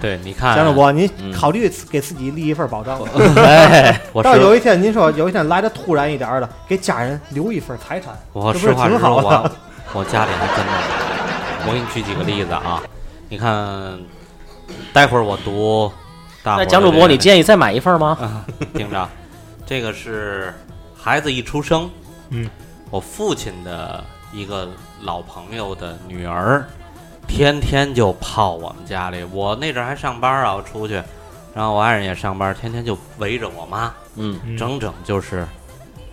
[SPEAKER 3] 对，你看，啊
[SPEAKER 5] 江主播，您
[SPEAKER 6] 嗯
[SPEAKER 5] 考虑给自己立一份保障吧。
[SPEAKER 3] 哎，我
[SPEAKER 5] 到
[SPEAKER 3] 是
[SPEAKER 5] 有一天，您说有一天来的突然一点儿的，给家人留一份财产，
[SPEAKER 3] 我
[SPEAKER 5] 这不
[SPEAKER 3] 实
[SPEAKER 5] 是
[SPEAKER 3] 话
[SPEAKER 5] 挺
[SPEAKER 3] 实说，
[SPEAKER 5] 好啊的
[SPEAKER 3] 我？我家里还真的有，我给你举几个例子啊。你看，待会儿我读大伙
[SPEAKER 6] 那
[SPEAKER 3] 儿的这个。
[SPEAKER 6] 蒋主播，你建议再买一份吗？
[SPEAKER 3] 听着，这个是孩子一出生，
[SPEAKER 7] 嗯，
[SPEAKER 3] 我父亲的一个老朋友的女儿，天天就泡我们家里。我那阵儿还上班啊，我出去，然后我爱人也上班，天天就围着我妈。
[SPEAKER 6] 嗯，
[SPEAKER 7] 嗯
[SPEAKER 3] 整整就是，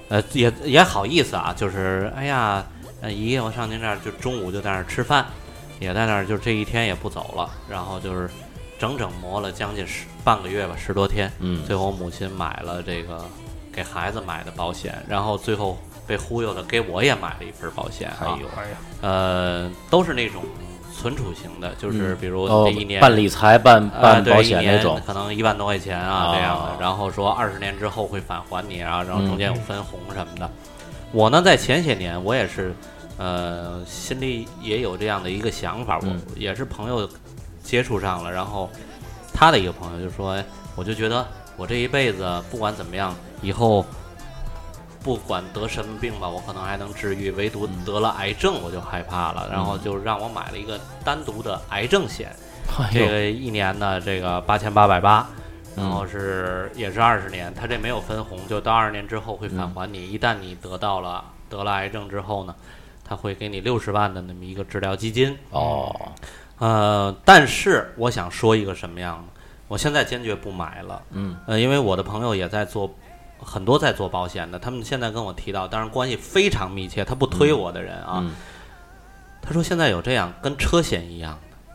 [SPEAKER 3] 呃，也也好意思啊，就是哎呀，呃姨，我上您这儿就中午就在那儿吃饭，也在那儿就这一天也不走了，然后就是整整磨了将近十半个月吧，十多天，
[SPEAKER 6] 嗯
[SPEAKER 3] 最后母亲买了这个给孩子买的保险，然后最后被忽悠的给我也买了一份保险啊，
[SPEAKER 7] 哎呀，
[SPEAKER 3] 呃，都是那种存储型的，就是比如
[SPEAKER 6] 哦
[SPEAKER 3] 这一年、
[SPEAKER 6] 办理财、办
[SPEAKER 3] 呃，
[SPEAKER 6] 办
[SPEAKER 3] 对，
[SPEAKER 6] 保
[SPEAKER 3] 一
[SPEAKER 6] 险
[SPEAKER 3] 年
[SPEAKER 6] 那种，
[SPEAKER 3] 可能一万多块钱啊
[SPEAKER 6] 哦
[SPEAKER 3] 这样的。然后说二十年之后会返还你啊，然后中间有
[SPEAKER 6] 嗯
[SPEAKER 3] 分红什么的。我呢，在前些年我也是，呃，心里也有这样的一个想法，我
[SPEAKER 6] 嗯
[SPEAKER 3] 也是朋友接触上了，然后他的一个朋友就说，哎，我就觉得我这一辈子不管怎么样，以后。不管得什么病吧，我可能还能治愈，唯独
[SPEAKER 6] 嗯
[SPEAKER 3] 得了癌症我就害怕了，然后就让我买了一个单独的癌症险，
[SPEAKER 6] 哎
[SPEAKER 3] 这
[SPEAKER 6] 呦，
[SPEAKER 3] 个一年呢，这个八千八百八，
[SPEAKER 6] 嗯
[SPEAKER 3] 然后是也是二十年，它这没有分红，就到二十年之后会返还你。一旦你得到了得了癌症之后呢，他会给你六十万的那么一个治疗基金。
[SPEAKER 6] 哦，
[SPEAKER 3] 呃，但是我想说一个什么样的，我现在坚决不买了。
[SPEAKER 6] 嗯，
[SPEAKER 3] 呃，因为我的朋友也在做，很多在做保险的，他们现在跟我提到，当然关系非常密切，他不推我的人啊，
[SPEAKER 6] 嗯
[SPEAKER 3] 他说现在有这样跟车险一样的，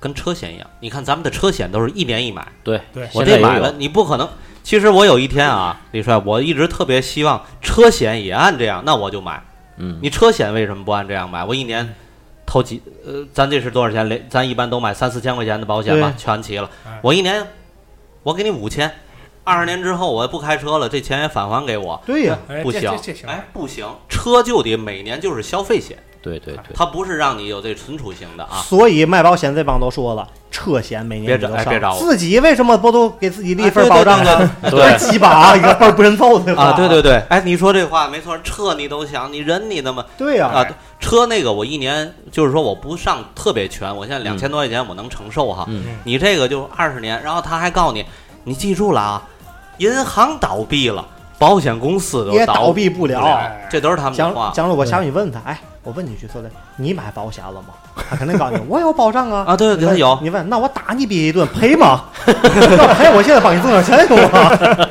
[SPEAKER 3] 跟车险一样，你看咱们的车险都是一年一买，
[SPEAKER 6] 对
[SPEAKER 5] 对
[SPEAKER 3] 我
[SPEAKER 6] 现在
[SPEAKER 3] 这
[SPEAKER 6] 也
[SPEAKER 3] 买
[SPEAKER 6] 有
[SPEAKER 3] 了，你不可能。其实我有一天啊，李帅，我一直特别希望车险也按这样，那我就买。
[SPEAKER 6] 嗯，
[SPEAKER 3] 你车险为什么不按这样买？我一年投几呃，咱这是多少钱？连咱一般都买三四千块钱的保险吧，全齐了
[SPEAKER 5] 哎。
[SPEAKER 3] 我一年我给你五千，二十年之后我不开车了，这钱也返还给我，
[SPEAKER 5] 对呀、
[SPEAKER 7] 哎
[SPEAKER 3] 不
[SPEAKER 7] 这
[SPEAKER 3] 行
[SPEAKER 7] 这这行，
[SPEAKER 3] 哎，不行，车就得每年就是消费险，
[SPEAKER 6] 对对对，
[SPEAKER 3] 它不是让你有这存储型的啊。
[SPEAKER 5] 所以卖保险这帮都说了，撤险每
[SPEAKER 3] 别
[SPEAKER 5] 年
[SPEAKER 3] 找
[SPEAKER 5] 你就上，
[SPEAKER 3] 哎别找我
[SPEAKER 5] 自己为什么不都给自己立一份保障
[SPEAKER 3] 啊对对对
[SPEAKER 5] 啊？
[SPEAKER 6] 对对
[SPEAKER 5] 这鸡巴啊，一个倍儿不认揍对 吧？
[SPEAKER 3] 啊，对对对，哎，你说这话没错，车你都想，你人你那么
[SPEAKER 5] 对呀、
[SPEAKER 3] 啊，车那个我一年就是说我不上特别全，我现在两千多块钱我能承受哈。
[SPEAKER 6] 嗯
[SPEAKER 3] 你这个就二十年，然后他还告你，你记住了啊，银行倒闭了，保险公司
[SPEAKER 5] 也
[SPEAKER 3] 都
[SPEAKER 5] 倒
[SPEAKER 3] 闭，
[SPEAKER 5] 闭不了。
[SPEAKER 3] 这都是他们的话嗯
[SPEAKER 5] 蒋蒋主播，下回你问他，哎，我问你一句，说的，你买保险了吗？他肯定告诉你，我 有保障啊。
[SPEAKER 3] 啊。对对，他有
[SPEAKER 5] 你问，那我打你逼一顿赔吗？要赔，我现在帮你挣点钱行吗？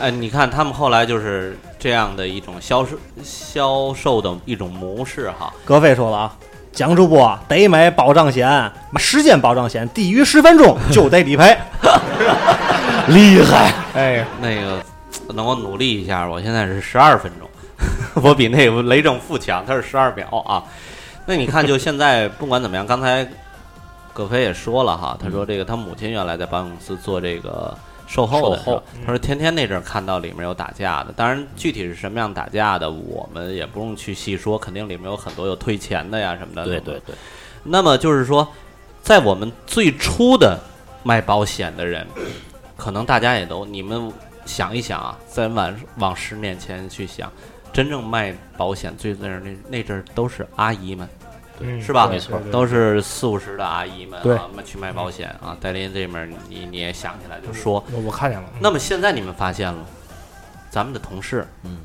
[SPEAKER 3] 哎，你看他们后来就是这样的一种销售销售的一种模式哈。
[SPEAKER 5] 葛飞说了啊，蒋主播得买保障险，妈时间保障险低于十分钟就得理赔，厉害。
[SPEAKER 7] 哎，
[SPEAKER 3] 那个，那我努力一下，我现在是十二分钟， 我比那个雷政富强，他是十二秒啊。那你看，就现在不管怎么样，刚才葛飞也说了哈，他说这个他母亲原来在保险公司做这个售后的
[SPEAKER 6] 售
[SPEAKER 3] 时候，
[SPEAKER 6] 后嗯
[SPEAKER 3] 他说天天那阵儿看到里面有打架的，当然具体是什么样打架的，我们也不用去细说，肯定里面有很多有退钱的呀什么的。
[SPEAKER 6] 对对对，
[SPEAKER 3] 那么就是说，在我们最初的卖保险的人，可能大家也都，你们想一想啊，再往往十年前去想，真正卖保险最那阵儿那那阵儿都是阿姨们，
[SPEAKER 7] 嗯
[SPEAKER 3] 是吧
[SPEAKER 7] 对
[SPEAKER 6] 没错
[SPEAKER 7] 对对
[SPEAKER 3] 都是四五十的阿姨们
[SPEAKER 7] 对
[SPEAKER 3] 啊，去卖保险啊。戴林这面儿你你也想起来就说，
[SPEAKER 7] 我我看见了，嗯
[SPEAKER 3] 那么现在你们发现了，咱们的同事，
[SPEAKER 6] 嗯，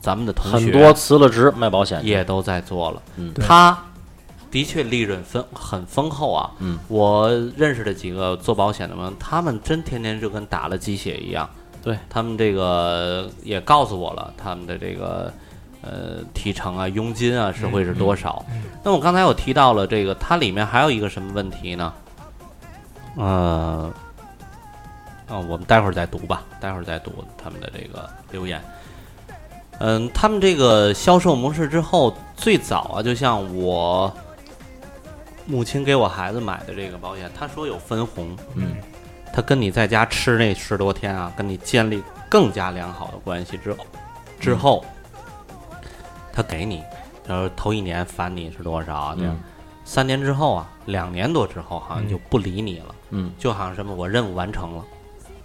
[SPEAKER 3] 咱们的同学
[SPEAKER 6] 很多辞了职卖保险去，
[SPEAKER 3] 也都在做了。
[SPEAKER 6] 嗯
[SPEAKER 7] 对
[SPEAKER 3] 他的确利润丰很丰厚啊。
[SPEAKER 6] 嗯，
[SPEAKER 3] 我认识的几个做保险的们，他们真天天就跟打了鸡血一样。
[SPEAKER 6] 对
[SPEAKER 3] 他们这个也告诉我了，他们的这个呃提成啊、佣金啊是会是多少？那我刚才我提到了这个，它里面还有一个什么问题呢？呃，啊、我们待会儿再读吧，待会儿再读他们的这个留言。嗯，他们这个销售模式之后，最早啊，就像我母亲给我孩子买的这个保险，她说有分红，
[SPEAKER 6] 嗯，
[SPEAKER 3] 她跟你在家吃那十多天啊，跟你建立更加良好的关系之后，之后，她给你，然后头一年返你是多少啊？这样，
[SPEAKER 6] 嗯
[SPEAKER 3] 三年之后啊，两年多之后好像就不理你了，
[SPEAKER 6] 嗯，
[SPEAKER 3] 就好像什么我任务完成了，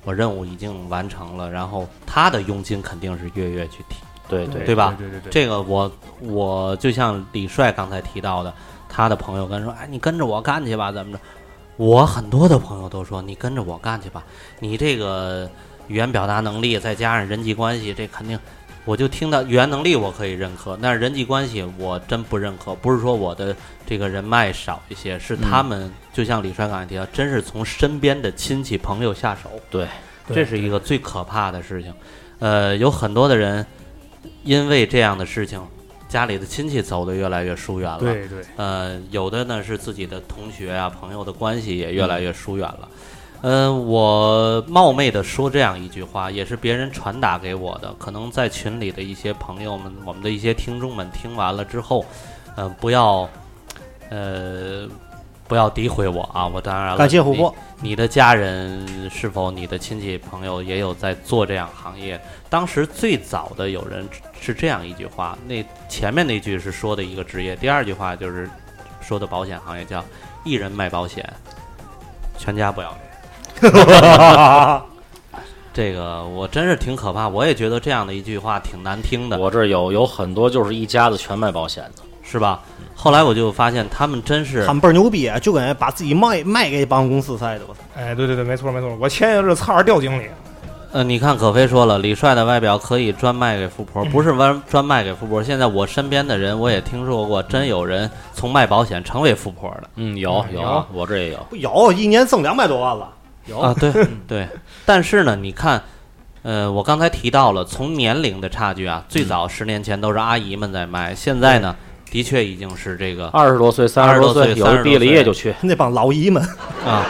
[SPEAKER 3] 我任务已经完成了，然后他的佣金肯定是月月去提。
[SPEAKER 6] 对对
[SPEAKER 3] 对吧
[SPEAKER 7] 对对对，
[SPEAKER 3] 这个我我就像李帅刚才提到的，他的朋友跟说：“哎，你跟着我干去吧，怎么着？”我很多的朋友都说：“你跟着我干去吧，你这个语言表达能力再加上人际关系，这肯定。”我就听到语言能力我可以认可，但是人际关系我真不认可。不是说我的这个人脉少一些，是他们、就像李帅刚才提到，真是从身边的亲戚朋友下手。
[SPEAKER 6] 对，
[SPEAKER 3] 这是一个最可怕的事情。呃，有很多的人因为这样的事情，家里的亲戚走得越来越疏远了。
[SPEAKER 7] 对对，
[SPEAKER 3] 呃，有的呢是自己的同学啊、朋友的关系也越来越疏远了。呃，我冒昧的说这样一句话，也是别人传达给我的，可能在群里的一些朋友们、我们的一些听众们听完了之后，呃，不要，呃，不要诋毁我啊！我当然了
[SPEAKER 5] 感谢琥
[SPEAKER 3] 你
[SPEAKER 5] 珀，
[SPEAKER 3] 你的家人是否你的亲戚朋友也有在做这样行业？当时最早的有人是这样一句话，那前面那句是说的一个职业，第二句话就是说的保险行业叫一人卖保险，全家不要脸。 这个我真是挺可怕，我也觉得这样的一句话挺难听的。
[SPEAKER 6] 我这儿有有很多就是一家子全卖保险的，
[SPEAKER 3] 是吧？后来我就发现他们真是
[SPEAKER 5] 他们倍儿牛逼，就跟把自己卖卖给保险公司似的。我操
[SPEAKER 7] 哎，对对对，没错没错，我前一阵差点掉井里，
[SPEAKER 3] 呃，你看，可飞说了，李帅的外表可以专卖给富婆，不是专专卖给富婆。现在我身边的人，我也听说过，真有人从卖保险成为富婆的
[SPEAKER 6] 嗯，有
[SPEAKER 5] 哎
[SPEAKER 7] 嗯
[SPEAKER 6] 有
[SPEAKER 7] 有
[SPEAKER 6] 啊，我这也有，
[SPEAKER 5] 不有一年挣两百多万了，有
[SPEAKER 3] 啊。对对，但是呢，你看，呃，我刚才提到了，从年龄的差距啊，最早十年前都是阿姨们在卖，现在呢，的确已经是这个
[SPEAKER 6] 二十多岁、三十多
[SPEAKER 3] 20
[SPEAKER 6] 岁，
[SPEAKER 3] 多岁
[SPEAKER 6] 有的毕
[SPEAKER 3] 30多
[SPEAKER 6] 了
[SPEAKER 3] 岁
[SPEAKER 6] 业就去，
[SPEAKER 5] 那帮老姨们，
[SPEAKER 3] 啊，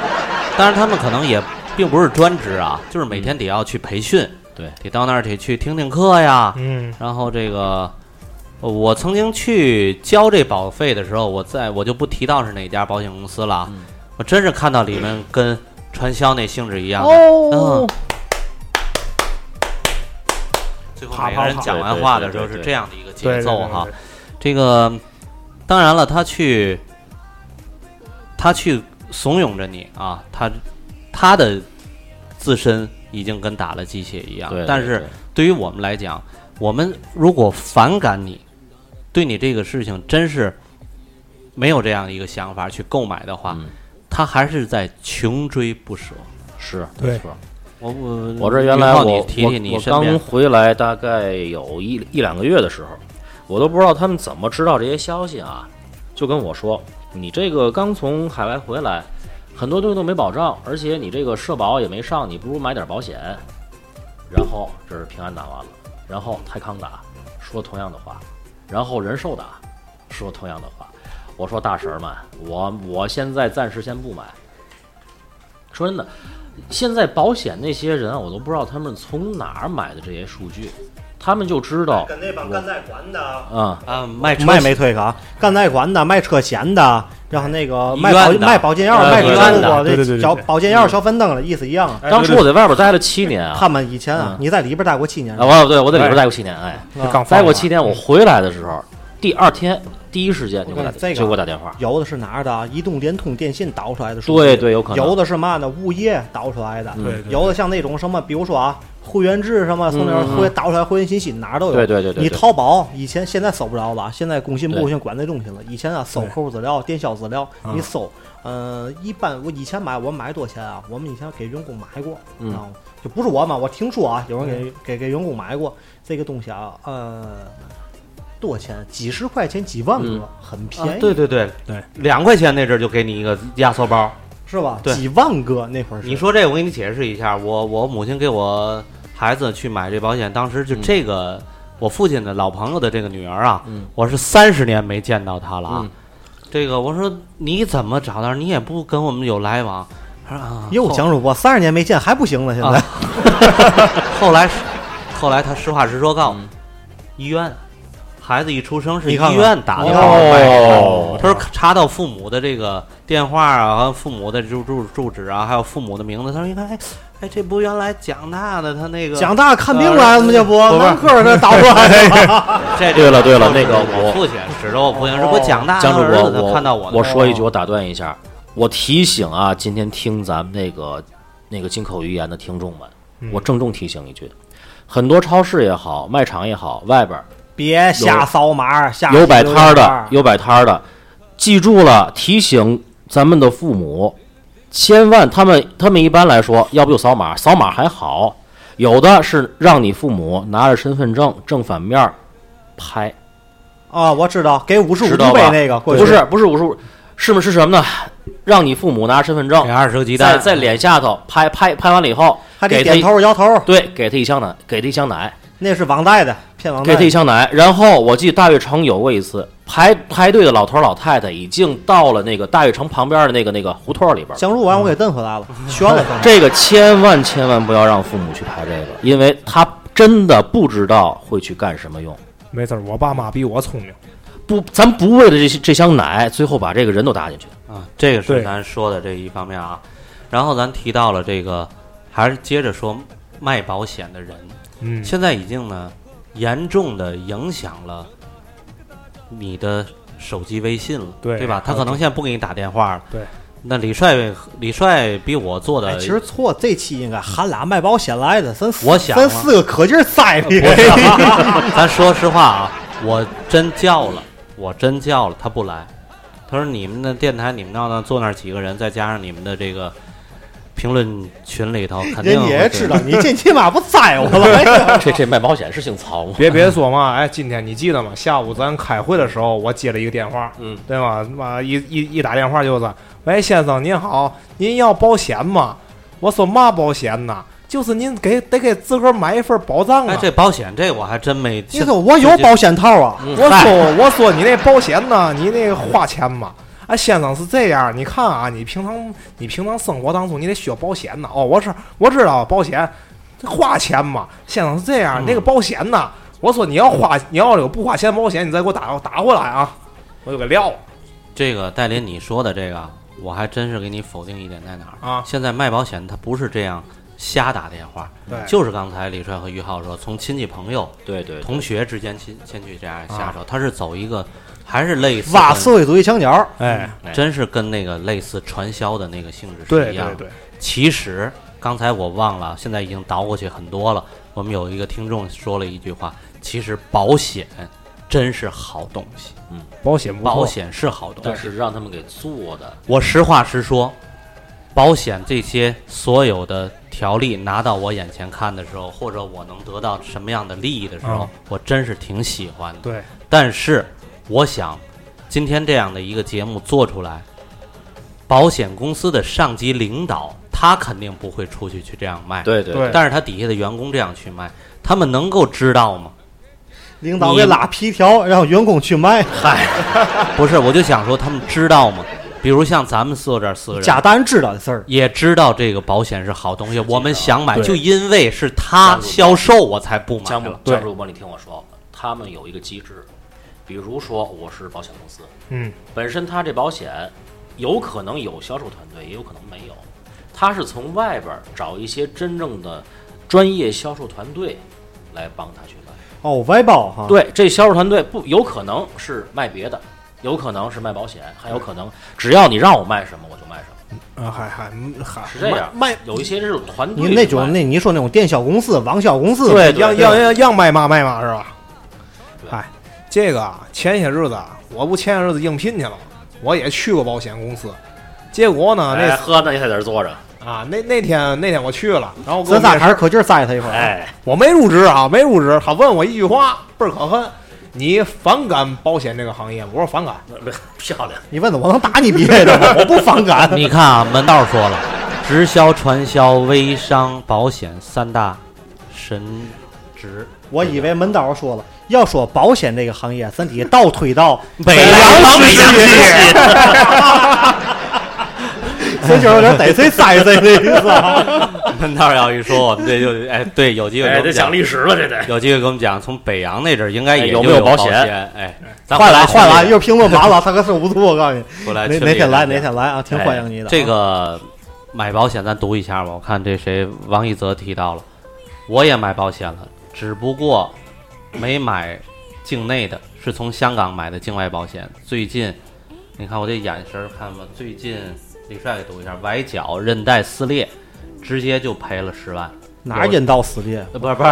[SPEAKER 3] 当然他们可能也并不是专职啊，就是每天得要去培训，
[SPEAKER 6] 对，
[SPEAKER 3] 得到那儿去去听听课呀。
[SPEAKER 7] 嗯，
[SPEAKER 3] 然后这个，呃我曾经去交这保费的时候，我在我就不提到是哪家保险公司了啊，我真是看到里面跟传销那性质一样的。哦，最后每个人讲完话的时候是这样的一个
[SPEAKER 7] 对
[SPEAKER 3] 节
[SPEAKER 7] 对
[SPEAKER 3] 奏
[SPEAKER 7] 对
[SPEAKER 3] 哈。
[SPEAKER 7] 对
[SPEAKER 3] 这个，当然了，他去，他去怂恿着你啊，他他的自身已经跟打了鸡血一样
[SPEAKER 6] 对，，
[SPEAKER 3] 但是对于我们来讲，我们如果反感你，对你这个事情真是没有这样一个想法去购买的话，
[SPEAKER 6] 嗯
[SPEAKER 3] 他还是在穷追不舍。
[SPEAKER 6] 是
[SPEAKER 7] 对
[SPEAKER 6] 没错。
[SPEAKER 3] 我我
[SPEAKER 6] 我这原来
[SPEAKER 3] 嗯宇浩
[SPEAKER 6] 我
[SPEAKER 3] 你提提
[SPEAKER 6] 我
[SPEAKER 3] 你
[SPEAKER 6] 我
[SPEAKER 3] 身边
[SPEAKER 6] 刚回来大概有一一两个月的时候，我都不知道他们怎么知道这些消息啊，就跟我说你这个刚从海外回来，很多东西都没保障，而且你这个社保也没上，你不如买点保险。然后这是平安打完了，然后泰康打说同样的话，然后人寿打说同样的话。我说大婶儿们，我我现在暂时先不买。说真的，现在保险那些人啊，我都不知道他们从哪儿买的这些数据，他们就知道
[SPEAKER 7] 哎
[SPEAKER 5] 跟那帮干贷款的、
[SPEAKER 6] 啊、
[SPEAKER 3] 啊卖车
[SPEAKER 5] 卖没退个啊，干贷款的、卖车险的，然后那个卖
[SPEAKER 3] 医
[SPEAKER 5] 保
[SPEAKER 3] 院的
[SPEAKER 5] 卖保健药、
[SPEAKER 6] 呃
[SPEAKER 5] 卖
[SPEAKER 6] 对
[SPEAKER 5] 给
[SPEAKER 6] 对
[SPEAKER 5] 我
[SPEAKER 7] 对对对
[SPEAKER 5] 这
[SPEAKER 7] 对
[SPEAKER 5] 小
[SPEAKER 7] 对
[SPEAKER 5] 保健药、小粉灯的意思一样。
[SPEAKER 7] 哎
[SPEAKER 6] 当时
[SPEAKER 7] 对
[SPEAKER 6] 我在外边待了七年啊，
[SPEAKER 5] 他们以前啊
[SPEAKER 6] 嗯，
[SPEAKER 5] 你在里边待过七年
[SPEAKER 6] 啊，，我对我在里边待过七年，哎，
[SPEAKER 7] 对刚
[SPEAKER 6] 待
[SPEAKER 7] 放
[SPEAKER 6] 过
[SPEAKER 7] 了
[SPEAKER 6] 七天，我回来的时候，第二天第一时间就给我打
[SPEAKER 5] 我跟你
[SPEAKER 6] 就给我打电话，
[SPEAKER 5] 有的是哪儿的啊？移动、联通、电信导出来的数据，
[SPEAKER 6] 对对，有可能
[SPEAKER 5] 有的是嘛呢？物业导出来的，
[SPEAKER 6] 嗯
[SPEAKER 7] 对对对
[SPEAKER 5] 有的像那种什么，比如说啊，会员制什么，从那儿
[SPEAKER 6] 嗯嗯嗯
[SPEAKER 5] 会导出来会员信息，哪儿都有。
[SPEAKER 6] 对对对对对
[SPEAKER 5] 你淘宝以前现在搜不着了，现在工信部
[SPEAKER 6] 对
[SPEAKER 5] 现在管那东西了。以前啊，搜
[SPEAKER 7] 对
[SPEAKER 5] 客户资料、电销资料，
[SPEAKER 7] 嗯
[SPEAKER 5] 你搜，呃，一般我以前买我买多少钱啊？我们以前给员工买过，
[SPEAKER 6] 嗯
[SPEAKER 5] 啊，就不是我买，我听说啊，有人给给给员工买过这个东西啊，呃。多少钱？几十块钱，几万个，
[SPEAKER 6] 嗯
[SPEAKER 5] 很便宜、
[SPEAKER 3] 啊对对对
[SPEAKER 7] 对，
[SPEAKER 3] 两块钱那阵儿就给你一个压缩包。
[SPEAKER 5] 是吧？
[SPEAKER 3] 对
[SPEAKER 5] 几万个那会儿是，
[SPEAKER 3] 你说这，我给你解释一下，我我母亲给我孩子去买这保险，当时就
[SPEAKER 5] 嗯
[SPEAKER 3] 这个、我父亲的老朋友的这个女儿啊，
[SPEAKER 6] 嗯
[SPEAKER 3] 我是三十年没见到她了啊。
[SPEAKER 6] 嗯
[SPEAKER 3] 这个我说你怎么找到？你也不跟我们有来往。她说啊，
[SPEAKER 5] 又
[SPEAKER 3] 后
[SPEAKER 5] 想说，我三十年没见还不行了，现在、
[SPEAKER 3] 啊 后来，后来他实话实说告诉我，
[SPEAKER 6] 嗯
[SPEAKER 3] 医院，孩子一出生是
[SPEAKER 5] 你
[SPEAKER 3] 医
[SPEAKER 5] 看看
[SPEAKER 3] 院打的
[SPEAKER 5] 哦
[SPEAKER 3] 电话
[SPEAKER 6] 哦
[SPEAKER 3] 他说查到父母的这个电话啊，还有父母的住住住址啊，还有父母的名字。他说：“你看，哎，哎，这不原来蒋大的他那个呃
[SPEAKER 5] 蒋大看病来了吗？这不，
[SPEAKER 3] 不是
[SPEAKER 5] 男科这倒出来了。
[SPEAKER 3] 这
[SPEAKER 6] 对了对了那个
[SPEAKER 3] 我
[SPEAKER 6] 我
[SPEAKER 3] 父亲指着我父亲
[SPEAKER 5] 哦
[SPEAKER 3] 说：‘我蒋大
[SPEAKER 6] 江主
[SPEAKER 3] 的啊儿
[SPEAKER 6] 播，
[SPEAKER 3] 子，他
[SPEAKER 6] 我
[SPEAKER 3] 看到我哦
[SPEAKER 6] 我
[SPEAKER 3] 的时候
[SPEAKER 6] 说一句，我打断一下，我提醒啊，今天听咱们那个那个金口玉言的听众们，我郑重提醒一句，很多超市也好，卖场也好，外边儿
[SPEAKER 5] 别瞎扫码，瞎
[SPEAKER 3] 啊
[SPEAKER 6] 有摆摊儿的，
[SPEAKER 5] 有
[SPEAKER 6] 有摆摊儿的，记住了，提醒咱们的父母，千万他们他们一般来说，要不就扫码，扫码还好，有的是让你父母拿着身份证正反面儿拍，
[SPEAKER 5] 啊，我知道，给五十五
[SPEAKER 6] 知道
[SPEAKER 5] 度呗
[SPEAKER 6] 吧
[SPEAKER 5] 那个，过去
[SPEAKER 6] 不是不是五十五，是吗？是什么呢？让你父母拿身份证
[SPEAKER 3] 给，二十个鸡
[SPEAKER 6] 在
[SPEAKER 3] 蛋，
[SPEAKER 6] 在脸下头拍拍拍完了以后，
[SPEAKER 5] 哎还得
[SPEAKER 6] 给
[SPEAKER 5] 点
[SPEAKER 6] 他
[SPEAKER 5] 头摇头，
[SPEAKER 6] 对，给他一箱奶，给他一箱奶，
[SPEAKER 5] 那是网贷的，骗网贷
[SPEAKER 6] 给他
[SPEAKER 5] 的
[SPEAKER 6] 一。箱奶。然后我记得大悦城有过一次排排队的老头老太太已经到了那个大悦城旁边的那个那个胡同里边儿。嗯
[SPEAKER 5] 想入完我给蹬回来了，悬 了他。
[SPEAKER 6] 这个千万千万不要让父母去排这个，因为他真的不知道会去干什么用。
[SPEAKER 7] 没事儿，我爸妈比我聪明，
[SPEAKER 6] 不，咱不为了这些这箱奶，最后把这个人都搭进去。
[SPEAKER 3] 啊，这个是
[SPEAKER 7] 对
[SPEAKER 3] 咱说的这一方面啊。然后咱提到了这个，还是接着说卖保险的人，
[SPEAKER 7] 嗯，
[SPEAKER 3] 现在已经呢严重的影响了你的手机微信了，
[SPEAKER 7] 对
[SPEAKER 3] 吧？他可能现在不给你打电话了。
[SPEAKER 7] 对，
[SPEAKER 3] 那李帅李帅比我做的，
[SPEAKER 5] 哎，其实错，这期应该喊俩卖保险来的，咱四
[SPEAKER 3] 我想
[SPEAKER 5] 咱
[SPEAKER 3] 了
[SPEAKER 5] 四个可劲儿栽逼。
[SPEAKER 3] 咱说实话啊，我真叫了，我真叫了，他不来。他说你们的电台，你们闹闹坐那儿几个人，再加上你们的这个评论群里头，肯定
[SPEAKER 5] 人家也
[SPEAKER 3] 会
[SPEAKER 5] 知 道你这起码不栽我了。
[SPEAKER 6] 这这卖保险是姓曹吗？
[SPEAKER 7] 别别说嘛，哎，今天你记得吗？下午咱开会的时候，我接了一个电话，
[SPEAKER 6] 嗯，
[SPEAKER 7] 对吧？妈一一一打电话就是，喂，先生您好，您要保险吗？我说嘛保险呐？就是您给得给自个儿买一份保障啊。
[SPEAKER 3] 哎，这保险这我还真没。
[SPEAKER 5] 你说我有保险套啊，
[SPEAKER 3] 嗯
[SPEAKER 7] 我
[SPEAKER 3] 嗨
[SPEAKER 7] 说我说你那保险呢？ 你那个花钱嘛？啊，先生是这样，你看啊，你平常你平常生活当中你得需要保险呢。哦，我是我知道保险这花钱嘛。先生是
[SPEAKER 3] 嗯
[SPEAKER 7] 这样，那个保险呢，我说你要花你要有不花钱保险，你再给我打打过来啊，我就给撂了
[SPEAKER 3] 这个戴林你说的这个，我还真是给你否定一点在哪儿？
[SPEAKER 7] 啊。
[SPEAKER 3] 现在卖保险它不是这样瞎打电话，
[SPEAKER 7] 对，
[SPEAKER 3] 就是刚才李帅和于浩说，从亲戚朋友、
[SPEAKER 6] 对对
[SPEAKER 3] 同学之间先先去这
[SPEAKER 7] 啊
[SPEAKER 3] 样下手，他是走一个还是类似
[SPEAKER 5] 挖
[SPEAKER 3] 跟
[SPEAKER 5] 刺猬族一墙角儿，
[SPEAKER 7] 哎，
[SPEAKER 3] 真是跟那个类似传销的那个性质是
[SPEAKER 7] 对
[SPEAKER 3] 一样的。
[SPEAKER 7] 对对，
[SPEAKER 3] 其实刚才我忘了，现在已经倒过去很多了。我们有一个听众说了一句话：“其实保险真是好东西，
[SPEAKER 7] 保险不错
[SPEAKER 3] 保，险是好东
[SPEAKER 6] 但
[SPEAKER 3] 西。
[SPEAKER 6] 是让他们给做的，”
[SPEAKER 3] 我实话实说，保险这些所有的条例拿到我眼前看的时候，或者我能得到什么样的利益的时候，
[SPEAKER 7] 嗯
[SPEAKER 3] 我真是挺喜欢的。
[SPEAKER 7] 对，
[SPEAKER 3] 但是我想，今天这样的一个节目做出来，保险公司的上级领导他肯定不会出去去这样卖，
[SPEAKER 6] 对对
[SPEAKER 7] 对
[SPEAKER 3] 但是他底下的员工这样去卖，他们能够知道吗？
[SPEAKER 5] 领导给拉皮条，让员工去卖，
[SPEAKER 3] 不是，我就想说他们知道吗？比如像咱们坐这儿四个
[SPEAKER 5] 贾
[SPEAKER 3] 人。
[SPEAKER 5] 丹知道的事儿。
[SPEAKER 3] 也知道这个保险是好东西，我们想买，
[SPEAKER 7] 对
[SPEAKER 3] 就因为是他销售，我才不买
[SPEAKER 6] 江主
[SPEAKER 3] 了。
[SPEAKER 7] 对
[SPEAKER 6] 江主播，你听我说，他们有一个机制，比如说我是保险公司，
[SPEAKER 7] 嗯，
[SPEAKER 6] 本身他这保险有可能有销售团队，也有可能没有，他是从外边儿找一些真正的专业销售团队来帮他去卖。
[SPEAKER 5] 哦，歪包
[SPEAKER 7] 啊
[SPEAKER 5] 哈，
[SPEAKER 6] 对，这销售团队不有可能是卖别的，有可能是卖保险，还有可能只要你让我卖什么我就卖什么，
[SPEAKER 7] 啊，还还还
[SPEAKER 6] 是这样。
[SPEAKER 7] 卖
[SPEAKER 6] 有一些是团
[SPEAKER 5] 你
[SPEAKER 6] 队去卖，
[SPEAKER 5] 那种那你说那种电销公司、网销公司，
[SPEAKER 6] 对
[SPEAKER 7] 要
[SPEAKER 6] 对
[SPEAKER 7] 要要要卖嘛卖嘛是吧
[SPEAKER 6] 对？
[SPEAKER 7] 哎，这个啊，前些日子啊，我不前些日子应聘去了吗，我也去过保险公司，结果呢，
[SPEAKER 6] 哎
[SPEAKER 7] 那
[SPEAKER 6] 喝那你还在这儿坐着，
[SPEAKER 7] 啊那那天那天我去了，然后给我
[SPEAKER 5] 咱仨
[SPEAKER 7] 面
[SPEAKER 5] 还
[SPEAKER 7] 试，
[SPEAKER 5] 是可劲儿塞他一会儿。，
[SPEAKER 6] 哎，
[SPEAKER 7] 我没入职啊，没入职，他问我一句话，倍儿可恨。你反感保险这个行业吗？我说反感，
[SPEAKER 6] 漂亮。
[SPEAKER 5] 你问的我能打你别的吗？我不 反感。
[SPEAKER 3] 你看啊，门道说了，直销、传销、微商、保险三大神职，
[SPEAKER 5] 我以为门道说了，要说保险这个行业，咱得倒推到
[SPEAKER 3] 北
[SPEAKER 5] 洋
[SPEAKER 3] 时期。
[SPEAKER 5] 这就是有点逮谁塞谁的意思啊。
[SPEAKER 3] 门道要一说，我们这就哎，对，有机会给
[SPEAKER 6] 哎，
[SPEAKER 3] 我
[SPEAKER 6] 这
[SPEAKER 3] 们
[SPEAKER 6] 讲
[SPEAKER 3] 讲，
[SPEAKER 6] 历史了，这得。
[SPEAKER 3] 有机会给我们讲，从北洋那阵儿应该
[SPEAKER 6] 哎
[SPEAKER 3] 也
[SPEAKER 6] 有
[SPEAKER 3] 就
[SPEAKER 6] 没有
[SPEAKER 3] 有
[SPEAKER 6] 保
[SPEAKER 3] 险？
[SPEAKER 6] 险
[SPEAKER 3] 哎，咱
[SPEAKER 5] 坏
[SPEAKER 3] 回
[SPEAKER 5] 了
[SPEAKER 3] 来啊
[SPEAKER 5] 坏了，又评论麻了，他可受不住。我告诉你，
[SPEAKER 3] 回来
[SPEAKER 5] 哪
[SPEAKER 3] 群里
[SPEAKER 5] 哪天
[SPEAKER 3] 再
[SPEAKER 5] 来哪
[SPEAKER 3] 讲
[SPEAKER 5] 天来啊，挺欢迎你的啊。
[SPEAKER 3] 哎这个买保险，咱读一下吧。我看这谁王一泽提到了，我也买保险了，只不过没买境内的，是从香港买的境外保险。最近，你看我这眼神儿看吧，最近李帅给读一下，崴脚韧带撕裂，直接就赔了十万。
[SPEAKER 5] 哪儿引到死地？
[SPEAKER 3] 呃不是不是，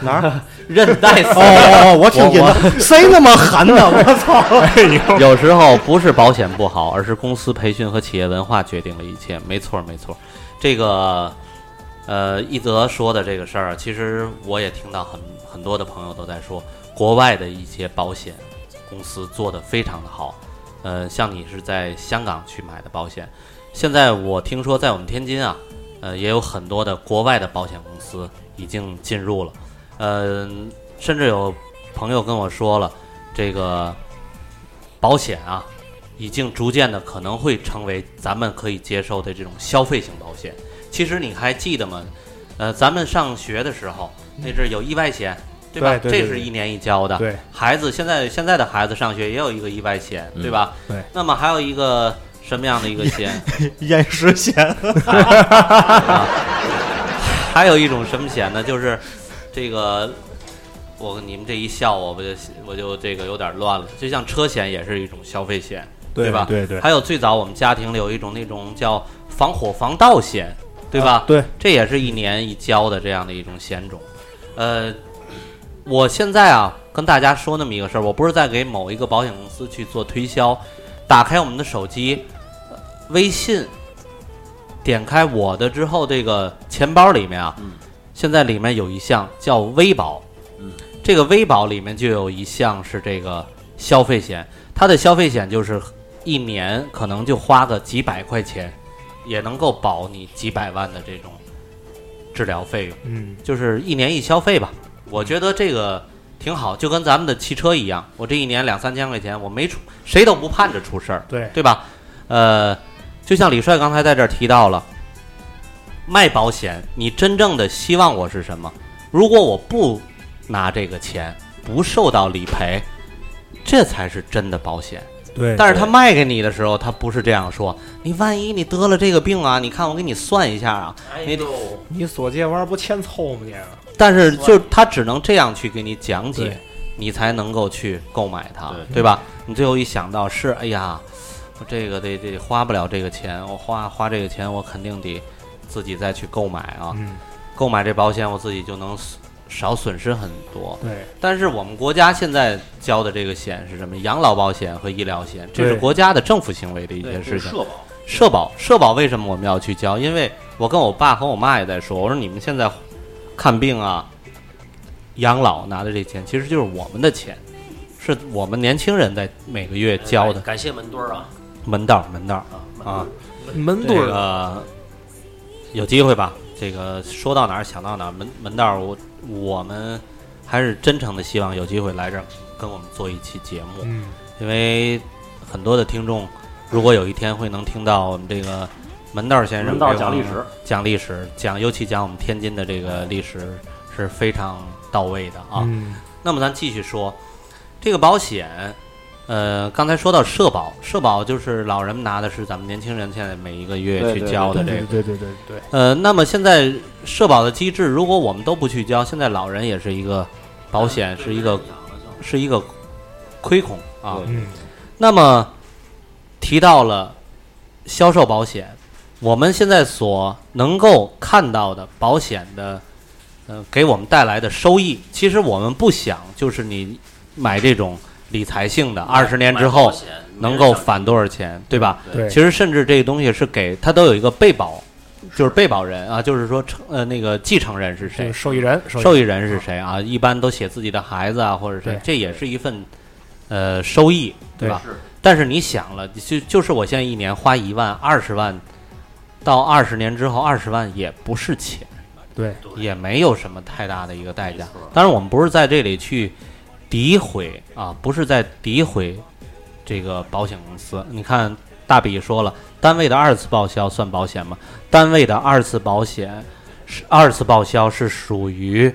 [SPEAKER 5] 哪儿？哦
[SPEAKER 3] 韧带撕
[SPEAKER 5] 哦
[SPEAKER 3] 裂。
[SPEAKER 5] 哦， 我听引到，谁那么狠呢？我操！
[SPEAKER 3] 哎有时候不是保险不好，而是公司培训和企业文化决定了一切。没错，没错。这个，呃，一泽说的这个事儿，其实我也听到很很多的朋友都在说，国外的一些保险公司做的非常的好。呃，像你是在香港去买的保险，现在我听说在我们天津啊，呃，也有很多的国外的保险公司已经进入了。呃，甚至有朋友跟我说了，这个保险啊，已经逐渐的可能会成为咱们可以接受的这种消费型保险。其实你还记得吗？呃，咱们上学的时候那阵儿有意外险，对吧？
[SPEAKER 7] 对对对
[SPEAKER 3] 这是一年一交的。
[SPEAKER 7] 对，
[SPEAKER 3] 孩子现在现在的孩子上学也有一个意外险，对吧？
[SPEAKER 7] 嗯对。
[SPEAKER 3] 那么还有一个什么样的一个 险？
[SPEAKER 5] 饮食险，
[SPEAKER 3] 还有一种什么险呢？就是这个，我你们这一笑，我不就我就这个有点乱了。就像车险也是一种消费险，
[SPEAKER 7] 对
[SPEAKER 3] 吧？
[SPEAKER 7] 对对
[SPEAKER 3] 还有最早我们家庭里有一种那种叫防火防盗险，对吧？
[SPEAKER 7] 对，
[SPEAKER 3] 这也是一年一交的这样的一种险种。呃，我现在啊跟大家说那么一个事儿，我不是在给某一个保险公司去做推销，打开我们的手机、呃微信，点开我的之后，这个钱包里面啊，现在里面有一项叫微保，
[SPEAKER 6] 嗯，
[SPEAKER 3] 这个微保里面就有一项是这个消费险，它的消费险就是一年可能就花个几百块钱，也能够保你几百万的这种治疗费用，
[SPEAKER 7] 嗯，
[SPEAKER 3] 就是一年一消费吧。我觉得这个挺好，就跟咱们的汽车一样，我这一年两三千块钱，我没出，谁都不盼着出事儿，
[SPEAKER 7] 对，
[SPEAKER 3] 对吧？呃，就像李帅刚才在这儿提到了，卖保险，你真正的希望我是什么？如果我不拿这个钱，不受到理赔，这才是真的保险。
[SPEAKER 7] 对
[SPEAKER 3] 但是他卖给你的时候，他不是这样说。你万一你得了这个病啊，你看我给你算一下啊。你得
[SPEAKER 7] 你所这玩意儿不欠凑吗？你啊这个
[SPEAKER 3] 但是就是他只能这样去给你讲解
[SPEAKER 7] 对，
[SPEAKER 3] 你才能够去购买它，
[SPEAKER 6] 对
[SPEAKER 3] 对吧？你最后一想到是，哎呀，我这个得得花不了这个钱，我花花这个钱，我肯定得自己再去购买啊。
[SPEAKER 7] 嗯
[SPEAKER 3] 购买这保险，我自己就能损少损失很多。
[SPEAKER 7] 对
[SPEAKER 3] 但是我们国家现在交的这个险是什么？养老保险和医疗险，这是
[SPEAKER 7] 对
[SPEAKER 3] 国家的政府行为的一件事
[SPEAKER 6] 是
[SPEAKER 3] 情。
[SPEAKER 6] 社保，
[SPEAKER 3] 社保，社保为什么我们要去交？因为我跟我爸和我妈也在说，我说你们现在看病啊、养老拿的这钱，其实就是我们的钱，是我们年轻人在每个月交
[SPEAKER 7] 哎
[SPEAKER 3] 的
[SPEAKER 6] 感谢门墩儿啊
[SPEAKER 3] 门道儿门道儿
[SPEAKER 6] 啊
[SPEAKER 3] 啊。
[SPEAKER 7] 门
[SPEAKER 3] 这
[SPEAKER 7] 墩儿
[SPEAKER 3] 个有机会吧，这个说到哪儿想到哪儿，门门道儿我我们还是真诚的希望有机会来这儿跟我们做一期节目。
[SPEAKER 7] 嗯，
[SPEAKER 3] 因为很多的听众，如果有一天会能听到我们这个门道先生
[SPEAKER 6] 门道
[SPEAKER 3] 给我们
[SPEAKER 6] 讲历史，
[SPEAKER 3] 讲历史，讲尤其讲我们天津的这个历史是非常到位的啊。
[SPEAKER 7] 嗯
[SPEAKER 3] 那么咱继续说这个保险，呃，刚才说到社保，社保就是老人们拿的是咱们年轻人现在每一个月
[SPEAKER 6] 对
[SPEAKER 3] 去
[SPEAKER 6] 对
[SPEAKER 3] 交的这个。
[SPEAKER 7] 对对对对，
[SPEAKER 3] 呃，那么现在社保的机制，如果我们都不去交，现在老人也是一个保
[SPEAKER 6] 啊
[SPEAKER 3] 险是一个是一个亏空啊。
[SPEAKER 6] 对
[SPEAKER 7] 嗯
[SPEAKER 3] 那么提到了销售保险，我们现在所能够看到的保险的，呃，给我们带来的收益，其实我们不想就是你买这种理财性的，二十年之后能够返多少钱，对吧？
[SPEAKER 7] 对，
[SPEAKER 3] 其实甚至这个东西是给它都有一个被保，就是被保人啊，就是说承呃那个继承人是
[SPEAKER 7] 这
[SPEAKER 3] 谁
[SPEAKER 7] 个，受益人
[SPEAKER 3] 受益
[SPEAKER 7] 益
[SPEAKER 3] 人是谁啊？一般都写自己的孩子啊，或者是
[SPEAKER 7] 对
[SPEAKER 3] 这也是一份呃收益，对
[SPEAKER 7] 对
[SPEAKER 3] 吧？但是你想了，就就是我现在一年花一万、二十万，到二十年之后，二十万也不是钱，
[SPEAKER 7] 对
[SPEAKER 3] 也没有什么太大的一个代价。当然，我们不是在这里去诋毁啊，不是在诋毁这个保险公司。你看，大笔说了，单位的二次报销算保险吗？单位的二次保险是二次报销是属于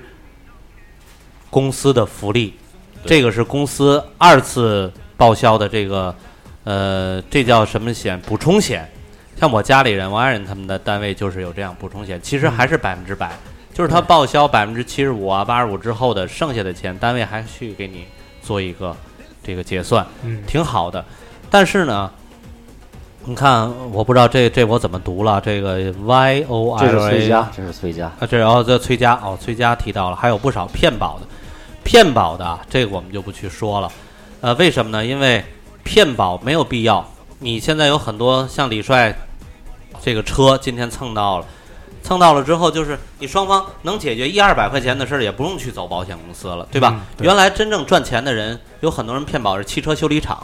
[SPEAKER 3] 公司的福利，这个是公司二次报销的这个呃，这叫什么险？补充险。像我家里人，我爱人他们的单位就是有这样补充险，其实
[SPEAKER 6] 嗯
[SPEAKER 3] 还是百分之百，就是他报销百分之七十五啊、八十五之后的剩下的钱，单位还去给你做一个这个结算。
[SPEAKER 7] 嗯
[SPEAKER 3] 挺好的。但是呢，你看，我不知道这这我怎么读了，这个 Y O
[SPEAKER 6] 这
[SPEAKER 3] L
[SPEAKER 6] 是
[SPEAKER 3] A
[SPEAKER 6] 崔家，这是崔家，
[SPEAKER 3] 啊，这然后这崔家哦，崔家提到了，还有不少骗保的，骗保的啊这个我们就不去说了。呃，为什么呢？因为骗保没有必要。你现在有很多像李帅这个车，今天蹭到了，蹭到了之后，就是你双方能解决一二百块钱的事儿，也不用去走保险公司了，对吧？
[SPEAKER 7] 嗯对
[SPEAKER 3] 原来真正赚钱的人，有很多人骗保是汽车修理厂，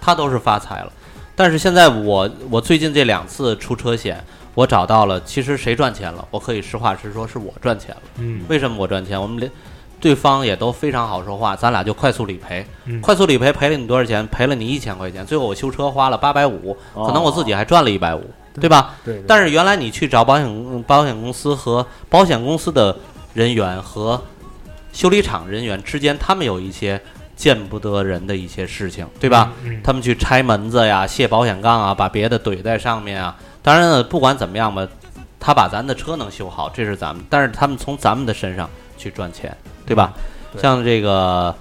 [SPEAKER 3] 他都是发财了。但是现在我我最近这两次出车险，我找到了，其实谁赚钱了，我可以实话实说，是我赚钱了。
[SPEAKER 7] 嗯
[SPEAKER 3] 为什么我赚钱？我们连对方也都非常好说话，咱俩就快速理赔。
[SPEAKER 7] 嗯
[SPEAKER 3] 快速理赔赔了你多少钱？赔了你一千块钱。最后我修车花了八百五，可能我自己还赚了一百五，对吧？
[SPEAKER 7] 哦对，对
[SPEAKER 3] 但是原来你去找保险公保险公司和保险公司的人员和修理厂人员之间，他们有一些见不得人的一些事情，对吧？
[SPEAKER 7] 嗯
[SPEAKER 3] 他们去拆门子呀、卸保险杠啊，把别的怼在上面啊。当然了，不管怎么样吧，他把咱的车能修好，这是咱们，但是他们从咱们的身上去赚钱，对吧？
[SPEAKER 7] 嗯对
[SPEAKER 3] 像这个，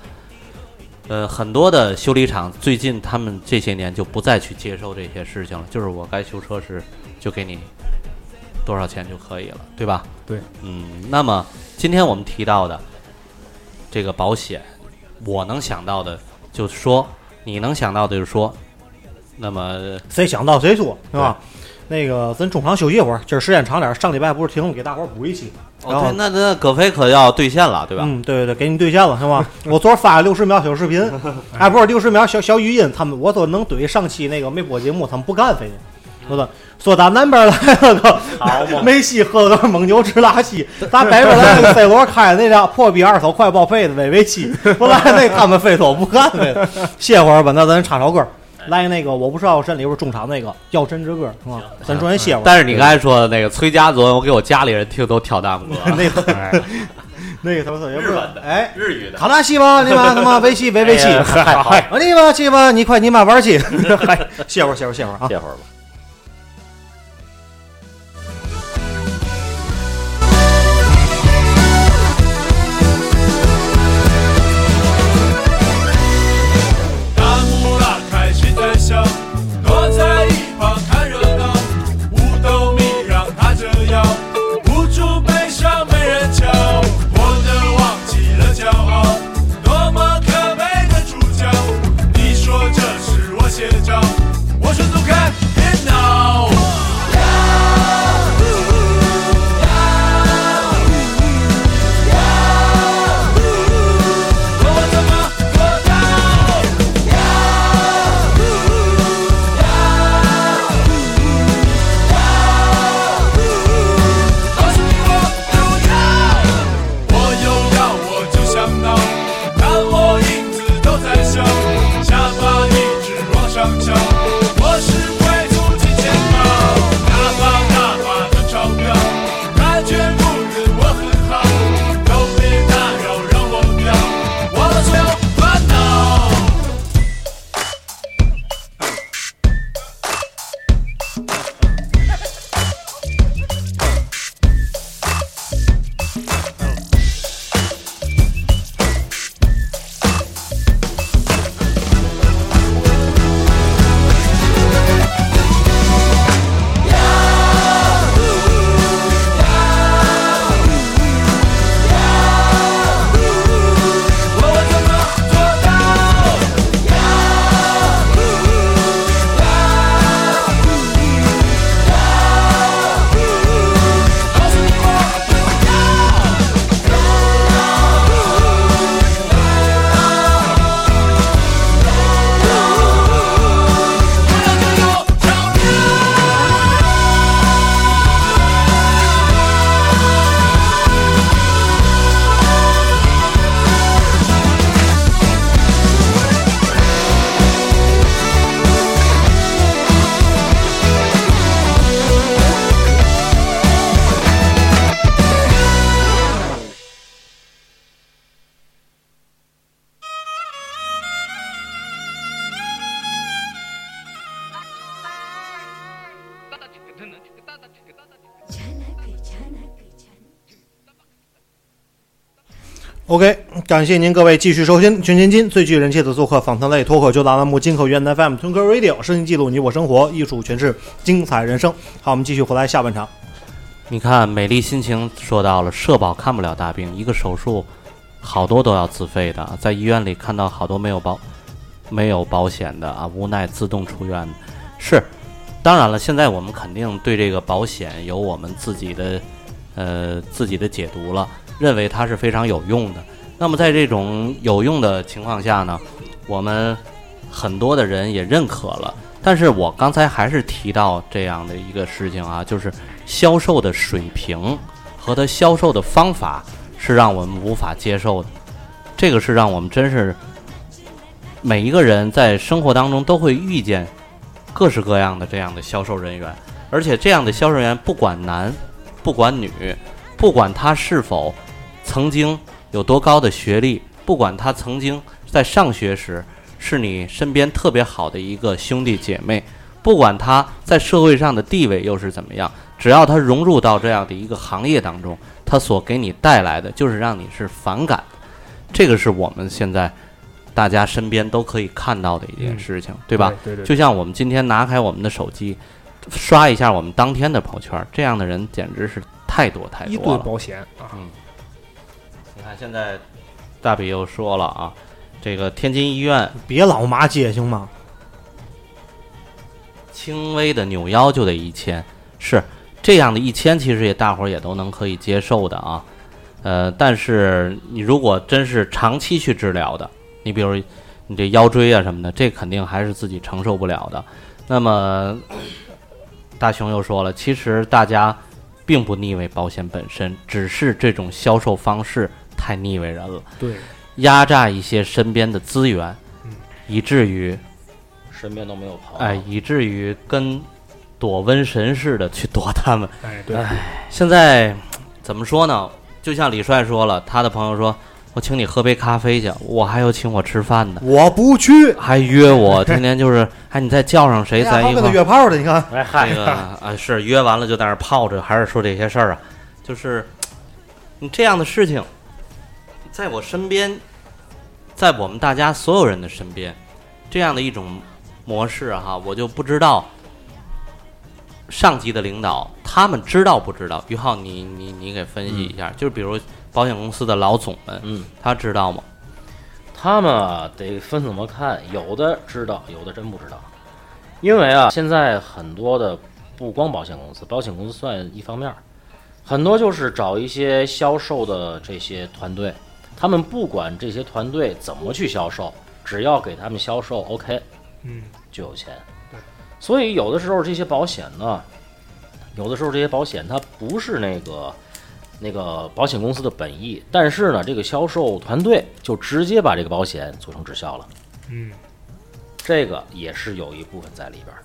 [SPEAKER 3] 呃，很多的修理厂最近他们这些年就不再去接受这些事情了，就是我该修车时就给你多少钱就可以了，对吧？
[SPEAKER 7] 对，
[SPEAKER 3] 嗯，那么今天我们提到的这个保险，我能想到的就是说，你能想到的就是说，那么
[SPEAKER 5] 谁想到谁说，是吧？那个，咱中场休息一会儿，今儿时间长点儿。上礼拜不是停了，给大伙儿补一期，然
[SPEAKER 3] 哦，
[SPEAKER 5] 后
[SPEAKER 3] 对，那那葛飞可要兑现了，对吧？
[SPEAKER 5] 嗯，对对对，给你兑现了，是吧？我昨儿发了六十秒小视频，哎，不是六十秒小小语音，他们我都能怼上期那个没播节目，他们不干，非得。我说坐咱南边来了个
[SPEAKER 3] 好嘛，
[SPEAKER 5] 梅西喝了个蒙牛直拉稀，咱北边来个 C 罗开的那辆破逼二手快报废的威维七，不来那他们非说不干呗。歇会儿吧，那咱插首歌，来那个我不是药神里边中场那个药神之歌是吧？咱中间歇会儿。
[SPEAKER 3] 嗯但是你刚才说的那个崔家昨天我给我家里人听都跳弹幕了，
[SPEAKER 5] 那个那个他们特别不是哎。
[SPEAKER 3] 哎日 语的
[SPEAKER 5] 卡纳西吧，你妈他妈维西维维西，
[SPEAKER 6] 哎
[SPEAKER 5] 嗨
[SPEAKER 6] 呀好
[SPEAKER 5] 我你妈去吧，你快你妈玩 去，嗨，歇会儿歇会儿歇会儿啊。
[SPEAKER 6] 歇会儿吧。
[SPEAKER 8] 大幕拉开，谁在笑？躲在一旁看热闹。五斗米让他折腰，捂住悲伤没人瞧。我的忘记了骄傲，多么可悲的主角。你说这是我写照，我说走开，别闹。我怎么做到？告诉你我不要，我有要我就想闹，看我影子都在笑，下巴一直往上翘，我是快速金钱豹，大把大把的钞票，完全不忍我很好，都别打扰让我飘，忘了所有烦恼。我怎么做到？呀呼呀呼呀呼，告诉你我不要。呀呼呀呼，不要就有钞票。
[SPEAKER 5] OK，感谢您各位继续收听全天津最具人气的做客访谈类脱口秀大栏目《金口源 FM》t w i n k e Radio，声音记录你我生活，艺术诠释精彩人生。好，我们继续回来下半场。
[SPEAKER 3] 你看，美丽心情说到了，社保看不了大病，一个手术好多都要自费的，在医院里看到好多没有保没有保险的啊，无奈自动出院。是，当然了，现在我们肯定对这个保险有我们自己的呃自己的解读了，认为它是非常有用的。那么在这种有用的情况下呢，我们很多的人也认可了。但是我刚才还是提到这样的一个事情啊，就是销售的水平和它销售的方法是让我们无法接受的。这个是让我们真是每一个人在生活当中都会遇见各式各样的这样的销售人员，而且这样的销售人员不管男，不管女，不管他是否曾经有多高的学历，不管他曾经在上学时是你身边特别好的一个兄弟姐妹，不管他在社会上的地位又是怎么样，只要他融入到这样的一个行业当中，他所给你带来的就是让你是反感。这个是我们现在大家身边都可以看到的一件事情，对吧？？
[SPEAKER 7] 对对，
[SPEAKER 3] 就像我们今天拿开我们的手机，刷一下我们当天的朋友圈，这样的人简直是太多太
[SPEAKER 7] 一
[SPEAKER 3] 多
[SPEAKER 7] 堆
[SPEAKER 3] 了。
[SPEAKER 7] 保险啊，
[SPEAKER 3] 你看现在大比又说了啊，这个天津医院
[SPEAKER 5] 别老骂街行吗？
[SPEAKER 3] 轻微的扭腰就得一千，是这样的一千，其实也大伙儿也都能可以接受的啊。呃，但是你如果真是长期去治疗的，你比如你这腰椎啊什么的，这肯定还是自己承受不了的。那么大雄又说了，其实大家并不腻味保险本身，只是这种销售方式太腻味人了，
[SPEAKER 7] 对，
[SPEAKER 3] 压榨一些身边的资源，以至于
[SPEAKER 6] 身边都没有朋友。
[SPEAKER 3] 哎，以至于跟躲瘟神似的去躲他们。
[SPEAKER 7] 哎，对，
[SPEAKER 3] 现在怎么说呢？就像李帅说了，他的朋友说：“我请你喝杯咖啡去，我还有请我吃饭呢，
[SPEAKER 5] 我不去，
[SPEAKER 3] 还约我，天天 就是，哎，你再叫上谁，咱一块
[SPEAKER 5] 跟他
[SPEAKER 3] 儿
[SPEAKER 5] 约炮的，你看，
[SPEAKER 6] 哎
[SPEAKER 3] 这
[SPEAKER 6] 嗨，
[SPEAKER 3] 个啊，是约完了就在那儿泡着，还是说这些事儿啊？就是你这样的事情，在我身边，在我们大家所有人的身边，这样的一种模式哈、我就不知道上级的领导他们知道不知道？于浩，你你你给分析一下，就是比如保险公司的老总们，
[SPEAKER 6] 嗯，
[SPEAKER 3] 他知道吗？
[SPEAKER 6] 他们啊得分怎么看，有的知道，有的真不知道。因为啊，现在很多的不光保险公司，保险公司算一方面儿，很多就是找一些销售的这些团队，他们不管这些团队怎么去销售，只要给他们销售 OK，
[SPEAKER 7] 嗯，
[SPEAKER 6] 就有钱。所以有的时候这些保险呢，有的时候这些保险它不是那个那个保险公司的本意，但是呢，这个销售团队就直接把这个保险做成直销了。
[SPEAKER 7] 嗯，
[SPEAKER 6] 这个也是有一部分在里边儿。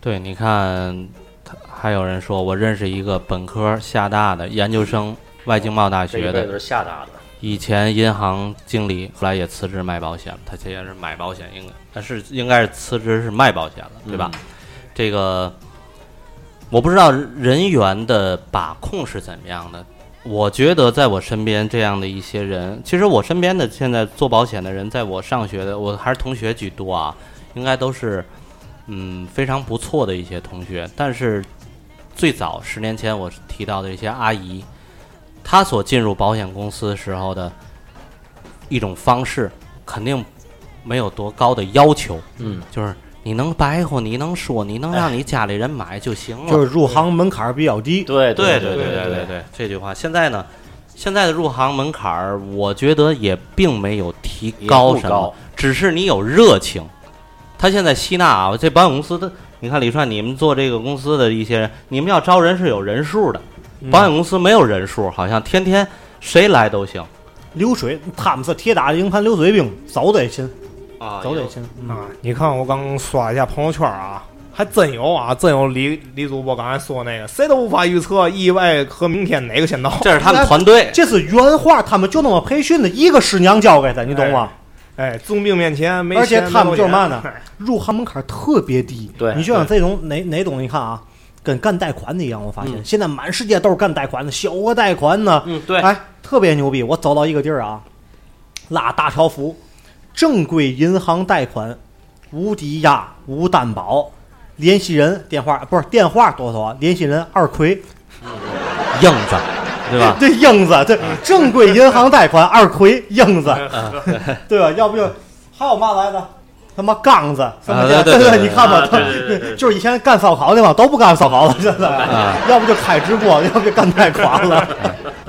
[SPEAKER 3] 对，你看，他还有人说，我认识一个本科厦大的研究生，外经贸大
[SPEAKER 6] 这一
[SPEAKER 3] 学
[SPEAKER 6] 辈
[SPEAKER 3] 的
[SPEAKER 6] 子，是厦大的，
[SPEAKER 3] 以前银行经理，后来也辞职卖保险了，他现在是买保险，应该但是应该是辞职是卖保险了，对吧？这个我不知道人员的把控是怎么样的。我觉得在我身边这样的一些人，其实我身边的现在做保险的人，在我上学的我还是同学居多啊，应该都是嗯非常不错的一些同学。但是最早十年前我提到的一些阿姨，她所进入保险公司时候的一种方式，肯定没有多高的要求，
[SPEAKER 6] 嗯，
[SPEAKER 3] 就是你能白活，你能说，你能让你家里人买就行了。
[SPEAKER 5] 就是入行门槛儿比较低，
[SPEAKER 6] 对
[SPEAKER 3] 对
[SPEAKER 6] 对
[SPEAKER 3] 对
[SPEAKER 6] 对
[SPEAKER 3] 对对，这句话。现在呢，现在的入行门槛儿，我觉得也并没有提高
[SPEAKER 6] 也
[SPEAKER 3] 什
[SPEAKER 6] 不
[SPEAKER 3] 么
[SPEAKER 6] 高，
[SPEAKER 3] 只是你有热情。他现在吸纳啊，这保险公司的，你看李帅，你们做这个公司的一些人，你们要招人是有人数的，
[SPEAKER 6] 嗯
[SPEAKER 3] 保险公司没有人数，好像天天谁来都行
[SPEAKER 5] 流水他们是铁打的营盘流水兵，早得亲，
[SPEAKER 3] 啊
[SPEAKER 5] 早得亲，嗯
[SPEAKER 7] 啊，你看我刚刷一下朋友圈啊，还真有啊，真有李李主播刚才说那个，谁都无法预测意外和明天哪个先到。
[SPEAKER 3] 这是他们团队，
[SPEAKER 5] 这是原话，他们就那么培训的，一个师娘教给的，你懂吗？
[SPEAKER 7] 哎，重病面前没钱，
[SPEAKER 5] 而且他们就是嘛呢
[SPEAKER 7] 哎？
[SPEAKER 5] 入行门槛特别低。
[SPEAKER 6] 对
[SPEAKER 5] 你就像这种哪哪种，你看啊，跟干贷款的一样，我发现、现在满世界都是干贷款的，小额贷款呢，
[SPEAKER 6] 嗯对
[SPEAKER 5] 哎，特别牛逼。我走到一个地儿啊，拉大条幅，正规银行贷款，无抵押、无担保，联系人电话不是电话多少啊？联系人二奎，
[SPEAKER 3] 硬 子，对吧？
[SPEAKER 5] 这硬子，这正规银行贷款二奎硬子， 对吧？要不就还有嘛来着？他妈杠子什么
[SPEAKER 3] 啊
[SPEAKER 5] 的，
[SPEAKER 3] 对对对对
[SPEAKER 5] 你看吧，
[SPEAKER 6] 啊
[SPEAKER 5] 他
[SPEAKER 6] 对对对对 对
[SPEAKER 5] 就是以前干烧烤的嘛，都不干烧烤了，现在， 要不就开直播， 要不就干贷款 了，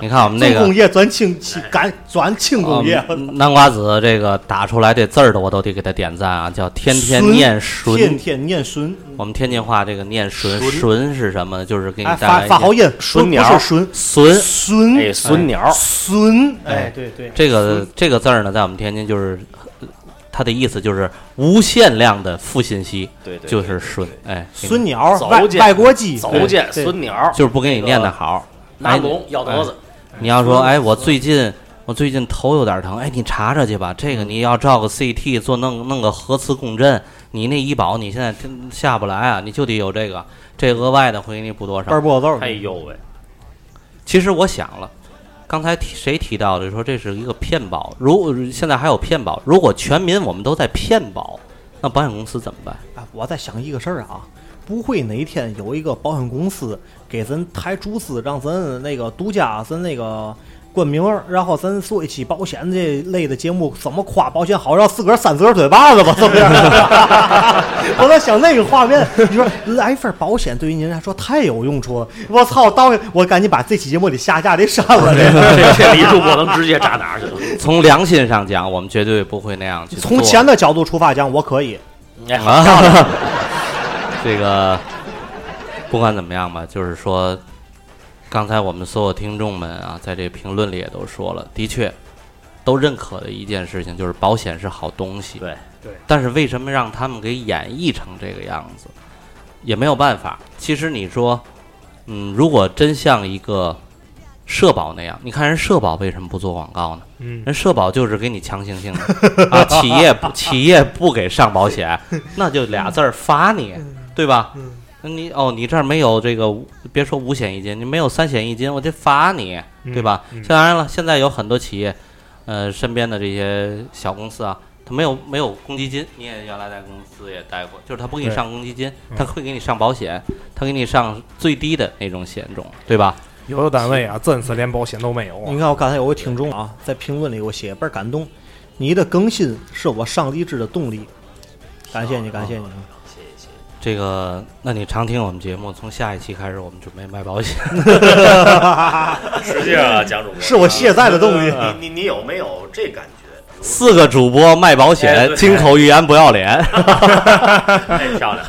[SPEAKER 3] 你看我们那
[SPEAKER 5] 重
[SPEAKER 3] 个
[SPEAKER 5] 工业转轻轻，改转轻工业
[SPEAKER 3] 啊，南瓜子这个打出来这字儿的，我都得给他点赞啊，叫天天念顺
[SPEAKER 5] 顺天天念顺，
[SPEAKER 3] 我们天津话这个念顺顺是什么呢？就是给你
[SPEAKER 5] 哎，
[SPEAKER 3] 带
[SPEAKER 5] 发
[SPEAKER 3] 来
[SPEAKER 5] 发好音，
[SPEAKER 6] 顺鸟
[SPEAKER 5] 不是顺，
[SPEAKER 3] 顺。
[SPEAKER 5] 顺
[SPEAKER 6] 哎，孙鸟儿，
[SPEAKER 5] 顺，哎，对对，
[SPEAKER 3] 这个这个字儿呢，在我们天津就是呃它的意思就是无限量的负信息，
[SPEAKER 6] 对对，
[SPEAKER 3] 就
[SPEAKER 6] 对
[SPEAKER 3] 是顺，哎，
[SPEAKER 5] 孙鸟
[SPEAKER 6] 走
[SPEAKER 5] 外
[SPEAKER 6] 见
[SPEAKER 5] 外国鸡，
[SPEAKER 6] 走见
[SPEAKER 5] 对
[SPEAKER 6] 孙鸟儿，
[SPEAKER 3] 就是不给你念的好，哎
[SPEAKER 6] 拿龙要德子，
[SPEAKER 3] 你要说，哎，我最近我最近头有点疼，哎，你查查去吧。这
[SPEAKER 5] 嗯
[SPEAKER 3] 个你要照个 CT 做弄弄个核磁共振，你那医保你现在真下不来啊，你就得有这个，这额外的会给你补多
[SPEAKER 5] 倍儿
[SPEAKER 3] 少？
[SPEAKER 5] 不好揍
[SPEAKER 6] 哎，呦喂，
[SPEAKER 3] 其实我想了，刚才提谁提到的说这是一个骗保，如现在还有骗保，如果全民我们都在骗保，那保险公司怎么办？
[SPEAKER 5] 啊，我在想一个事儿啊，不会哪天有一个保险公司给咱抬注资，让咱那个独家咱那个冠名儿，然后咱做一期保险这类的节目，怎么夸保险好，让自个儿扇自个儿嘴巴子吧，是不 是？我在想那个画面，你说来一份保险对于您来说太有用处了，我操，当我赶紧把这期节目得下架，得删了这个。
[SPEAKER 6] 这这李主播能直接炸哪儿去了？
[SPEAKER 3] 从良心上讲，我们绝对不会那样去做。
[SPEAKER 5] 从钱 的角度出发讲，我可以。
[SPEAKER 6] 哎，好
[SPEAKER 3] 啊，这个不管怎么样吧，就是说，刚才我们所有听众们啊，在这评论里也都说了，的确，都认可的一件事情就是保险是好东西。
[SPEAKER 9] 对
[SPEAKER 7] 对
[SPEAKER 3] 但是为什么让他们给演绎成这个样子，也没有办法。其实你说，嗯，如果真像一个社保那样，你看人社保为什么不做广告呢？
[SPEAKER 7] 嗯
[SPEAKER 3] 人社保就是给你强行性的啊，企业不企业不给上保险，那就俩
[SPEAKER 5] 嗯
[SPEAKER 3] 字儿罚你，对吧？那你哦，你这儿没有这个五，别说五险一金，你没有三险一金，我得罚你，
[SPEAKER 5] 嗯
[SPEAKER 3] 对吧？当然了，现在有很多企业，呃，身边的这些小公司啊，他没有没有公积金，你也原来在公司也待过，就是他不给你
[SPEAKER 7] 对
[SPEAKER 3] 上公积金，
[SPEAKER 7] 嗯
[SPEAKER 3] 他会给你上保险，他给你上最低的那种险种，对吧？
[SPEAKER 7] 有的单位啊，真是连保险都没有啊
[SPEAKER 5] 你。看，我刚才有位听众啊，在评论里给我写倍儿感动，你的更新是我上励志的动力，感谢你，感谢你。
[SPEAKER 3] 这个，那你常听我们节目，从下一期开始，我们准备卖保险。
[SPEAKER 6] 实际上啊，蒋主播
[SPEAKER 5] 是我卸载的动力
[SPEAKER 6] 你你你有没有这感觉？
[SPEAKER 3] 四个主播卖保
[SPEAKER 6] 哎
[SPEAKER 3] 险，
[SPEAKER 6] 对
[SPEAKER 3] 金口玉言不要 脸
[SPEAKER 6] 太哎漂亮了！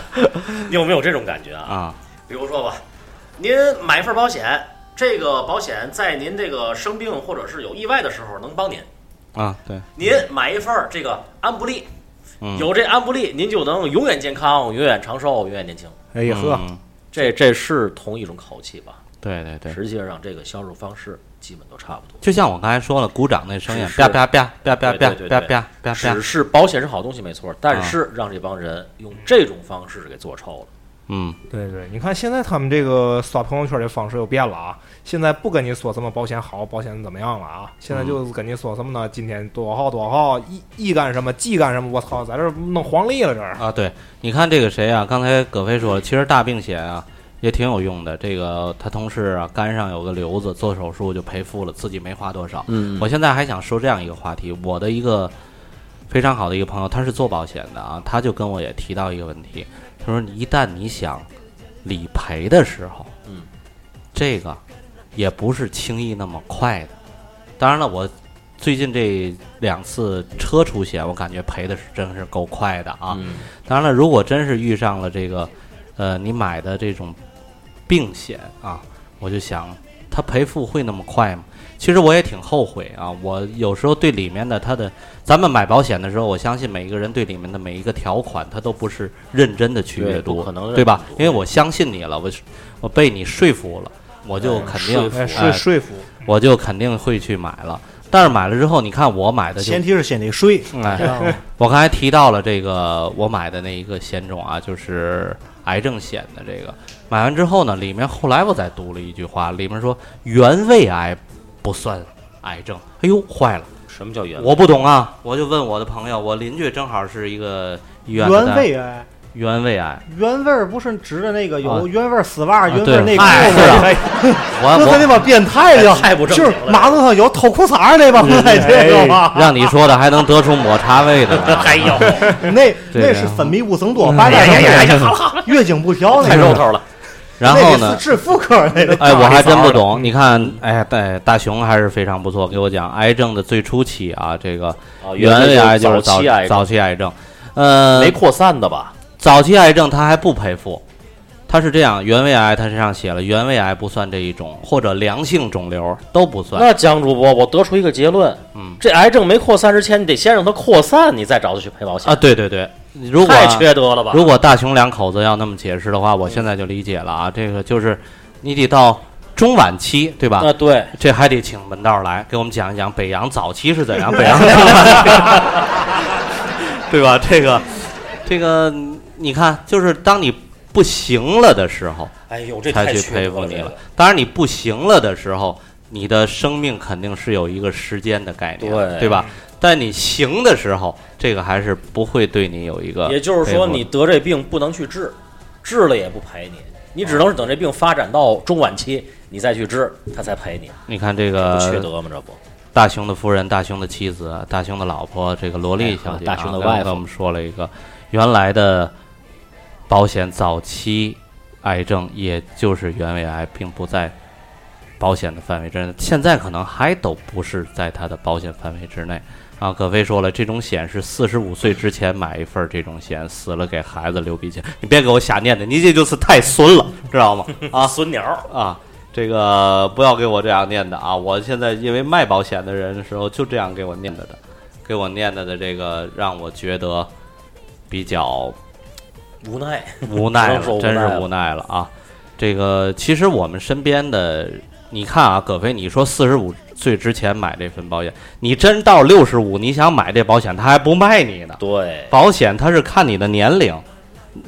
[SPEAKER 6] 你有没有这种感觉啊？
[SPEAKER 3] 啊！
[SPEAKER 6] 比如说吧，您买一份保险，这个保险在您这个生病或者是有意外的时候能帮您。
[SPEAKER 3] 啊，对，
[SPEAKER 6] 您买一份儿这个安布利，
[SPEAKER 3] 嗯
[SPEAKER 6] 有这安布利，您就能永远健康、永远长寿、永远年轻。
[SPEAKER 7] 哎呀呵，
[SPEAKER 3] 嗯
[SPEAKER 6] 这这是同一种口气吧？
[SPEAKER 3] 对对对，
[SPEAKER 6] 实际上这个销售方式基本都差不多。
[SPEAKER 3] 就像我刚才说了，鼓掌那声音，
[SPEAKER 6] 是是
[SPEAKER 3] 啪啪啪啪啪啪
[SPEAKER 6] 对对
[SPEAKER 3] 啪
[SPEAKER 6] 对啊
[SPEAKER 3] 啪啪啪
[SPEAKER 6] 只，是保险是好东西没错，但是让这帮人用这种方式给做臭了。
[SPEAKER 3] 嗯，
[SPEAKER 7] 对对，你看现在他们这个刷朋友圈的方式又变了啊！现在不跟你说什么保险好，保险怎么样了啊！
[SPEAKER 3] 嗯
[SPEAKER 7] 现在就是跟你说什么呢？今天多少号多少号，一一干什么，季干什么？我操，在这儿弄黄历了这儿。
[SPEAKER 3] 啊，对，你看这个谁啊？刚才葛飞说了，其实大病险啊也挺有用的。这个他同事啊肝上有个瘤子，做手术就赔付了，自己没花多少。
[SPEAKER 9] 嗯
[SPEAKER 3] 我现在还想说这样一个话题，我的一个非常好的一个朋友，他是做保险的啊，他就跟我也提到一个问题，他说一旦你想理赔的时候，
[SPEAKER 6] 嗯，
[SPEAKER 3] 这个也不是轻易那么快的。当然了，我最近这两次车出险，我感觉赔的是真是够快的啊。
[SPEAKER 6] 嗯
[SPEAKER 3] 当然了，如果真是遇上了这个，呃，你买的这种病险啊，我就想，它赔付会那么快吗？其实我也挺后悔啊，我有时候对里面的它的，咱们买保险的时候，我相信每一个人对里面的每一个条款，他都不是认真的去
[SPEAKER 6] 对
[SPEAKER 3] 阅
[SPEAKER 6] 不
[SPEAKER 3] 读，
[SPEAKER 6] 可能认
[SPEAKER 3] 对吧
[SPEAKER 6] 真？读
[SPEAKER 3] 因为我相信你了，我是我被你说服了，我就肯定
[SPEAKER 7] 哎，
[SPEAKER 3] 哎
[SPEAKER 7] 说说服，
[SPEAKER 3] 我就肯定会去买了。但是买了之后，你看我买的就
[SPEAKER 5] 前提是先得睡，
[SPEAKER 3] 哎
[SPEAKER 5] 知道吗
[SPEAKER 3] 我刚才提到了这个我买的那一个险种啊，就是癌症险的这个。买完之后呢，里面后来我再读了一句话，里面说原位癌不算癌症。哎呦，坏了，
[SPEAKER 6] 什么叫原
[SPEAKER 3] 我不懂啊！我就问我的朋友，我邻居正好是一个医院的
[SPEAKER 5] 原味哎，
[SPEAKER 3] 原位癌，
[SPEAKER 5] 原味儿不是指的那个
[SPEAKER 3] 啊
[SPEAKER 5] 有原味儿丝袜、
[SPEAKER 3] 啊
[SPEAKER 5] 原味
[SPEAKER 3] 对
[SPEAKER 5] 儿内裤
[SPEAKER 3] 哎是啊
[SPEAKER 5] 吗？哎
[SPEAKER 3] 我
[SPEAKER 5] 这他
[SPEAKER 3] 我
[SPEAKER 5] 那帮变态的，
[SPEAKER 6] 太不正
[SPEAKER 5] 就
[SPEAKER 6] 经
[SPEAKER 5] 是
[SPEAKER 6] 了
[SPEAKER 5] 马路上有偷裤衩儿那帮变态，知道吗？
[SPEAKER 3] 让你说的还能得出抹茶味 的 来，
[SPEAKER 5] 哎
[SPEAKER 6] 还有，
[SPEAKER 5] 那
[SPEAKER 3] 对呀
[SPEAKER 5] 那是分泌物增多，白带
[SPEAKER 6] 哎呀哎呀
[SPEAKER 5] 增多，月经不调那
[SPEAKER 6] 太肉
[SPEAKER 5] 个，
[SPEAKER 6] 头了。
[SPEAKER 3] 然后
[SPEAKER 5] 那
[SPEAKER 3] 呢
[SPEAKER 5] 得是治妇科那个。
[SPEAKER 3] 哎，我还真不懂。你看，哎，大大熊还是非常不错，给我讲癌症的最初期啊，这个
[SPEAKER 6] 啊，
[SPEAKER 3] 原位癌就是
[SPEAKER 6] 早
[SPEAKER 3] 早
[SPEAKER 6] 嗯期癌症
[SPEAKER 3] 早期癌症，呃
[SPEAKER 6] 没，扩散的吧？
[SPEAKER 3] 早期癌症它还不赔付，它是这样，原位癌它身上写了原位癌不算这一种，或者良性肿瘤都不算。
[SPEAKER 6] 那江主播，我得出一个结论，
[SPEAKER 3] 嗯
[SPEAKER 6] 这癌症没扩散之前，你得先让它扩散，你再找他去赔保险
[SPEAKER 3] 啊，。对对对，如果
[SPEAKER 6] 太缺德了吧？
[SPEAKER 3] 如果大熊两口子要那么解释的话，我现在就理解了啊，这个就是你得到中晚期，对吧？
[SPEAKER 6] 啊，对，
[SPEAKER 3] 这还得请门道来给我们讲一讲北洋早期是怎样，北 洋，对吧？这个，这个，你看，就是当你不行了的时候，
[SPEAKER 6] 哎呦，这
[SPEAKER 3] 才
[SPEAKER 6] 太
[SPEAKER 3] 去
[SPEAKER 6] 缺
[SPEAKER 3] 佩
[SPEAKER 6] 德
[SPEAKER 3] 服
[SPEAKER 6] 了，
[SPEAKER 3] 你
[SPEAKER 6] 这
[SPEAKER 3] 了
[SPEAKER 6] 个。
[SPEAKER 3] 当然，你不行了的时候，你的生命肯定是有一个时间的概念，对
[SPEAKER 6] 对
[SPEAKER 3] 吧？但你行的时候，这个还是不会对你有一个，
[SPEAKER 6] 也就是说，你，得这病不能去治，治了也不赔你，你只能是等这病发展到中晚期，你再去治，他才赔你。
[SPEAKER 3] 你看这
[SPEAKER 6] 不缺
[SPEAKER 3] 个
[SPEAKER 6] 德吗？这不，
[SPEAKER 3] 大雄的夫人、大雄的妻子、大雄的老婆，这个萝莉小姐啊，
[SPEAKER 6] 哎大雄的
[SPEAKER 3] 刚才
[SPEAKER 6] wife
[SPEAKER 3] 跟我们说了一个原来的保险早期癌症，也就是原位癌，并不在保险的范围之内，现在可能还都不是在它的保险范围之内。啊，葛飞说了，这种险是四十五岁之前买一份儿这种险，死了给孩子留笔钱。你别给我瞎念的，你这就是太孙了，知道吗？啊，
[SPEAKER 6] 孙鸟
[SPEAKER 3] 啊，这个不要给我这样念的啊！我现在因为卖保险的人的时候就这样给我念的的，给我念的的这个让我觉得比较
[SPEAKER 6] 无奈，
[SPEAKER 3] 无奈了
[SPEAKER 6] 只能说无，
[SPEAKER 3] 真
[SPEAKER 6] 奈
[SPEAKER 3] 是
[SPEAKER 6] 了
[SPEAKER 3] 无奈了啊！这个其实我们身边的，你看啊，葛飞，你说四十五岁之前买这份保险，你真到六十五，你想买这保险，他还不卖你呢。
[SPEAKER 6] 对，
[SPEAKER 3] 保险它是看你的年龄，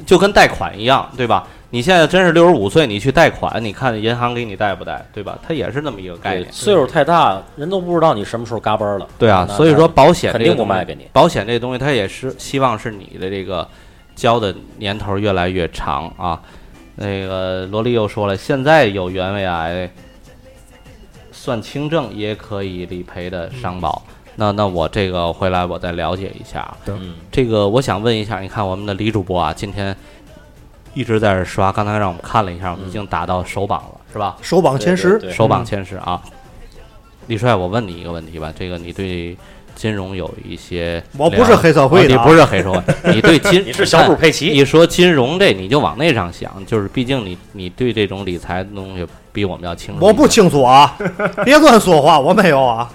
[SPEAKER 3] 就跟贷款一样，对吧？你现在真是六十五岁，你去贷款，你看银行给你贷不贷，对吧？它也是那么一个概
[SPEAKER 6] 对，
[SPEAKER 3] 念。
[SPEAKER 6] 岁数太大，人都不知道你什么时候嘎嘣儿了。
[SPEAKER 3] 对啊，
[SPEAKER 6] 那
[SPEAKER 3] 所以说保险
[SPEAKER 6] 肯
[SPEAKER 3] 这个
[SPEAKER 6] 定不
[SPEAKER 3] 东西
[SPEAKER 6] 卖给你。
[SPEAKER 3] 保险这东西，它也是希望是你的这个交的年头越来越长啊。那个罗莉又说了，现在有原位癌算轻症也可以理赔的商保。那那我这个回来我再了解一下啊。
[SPEAKER 6] 嗯
[SPEAKER 3] 这个我想问一下，你看我们的李主播啊，今天一直在这刷，刚才让我们看了一下，我们已经打到首榜了，是吧？
[SPEAKER 5] 首榜前十对对对
[SPEAKER 3] 首榜前十啊。李帅，我问你一个问题吧，这个你对金融有一些了解，
[SPEAKER 5] 我不是黑社会的啊
[SPEAKER 3] 哦你不是黑社会，你对 金，
[SPEAKER 6] 你是小虎佩奇
[SPEAKER 3] 你看一说金融这，你就往那上想，就是毕竟你你对这种理财的东西比 我们要清楚。
[SPEAKER 5] 我不清楚啊， 别乱说话，我没有啊。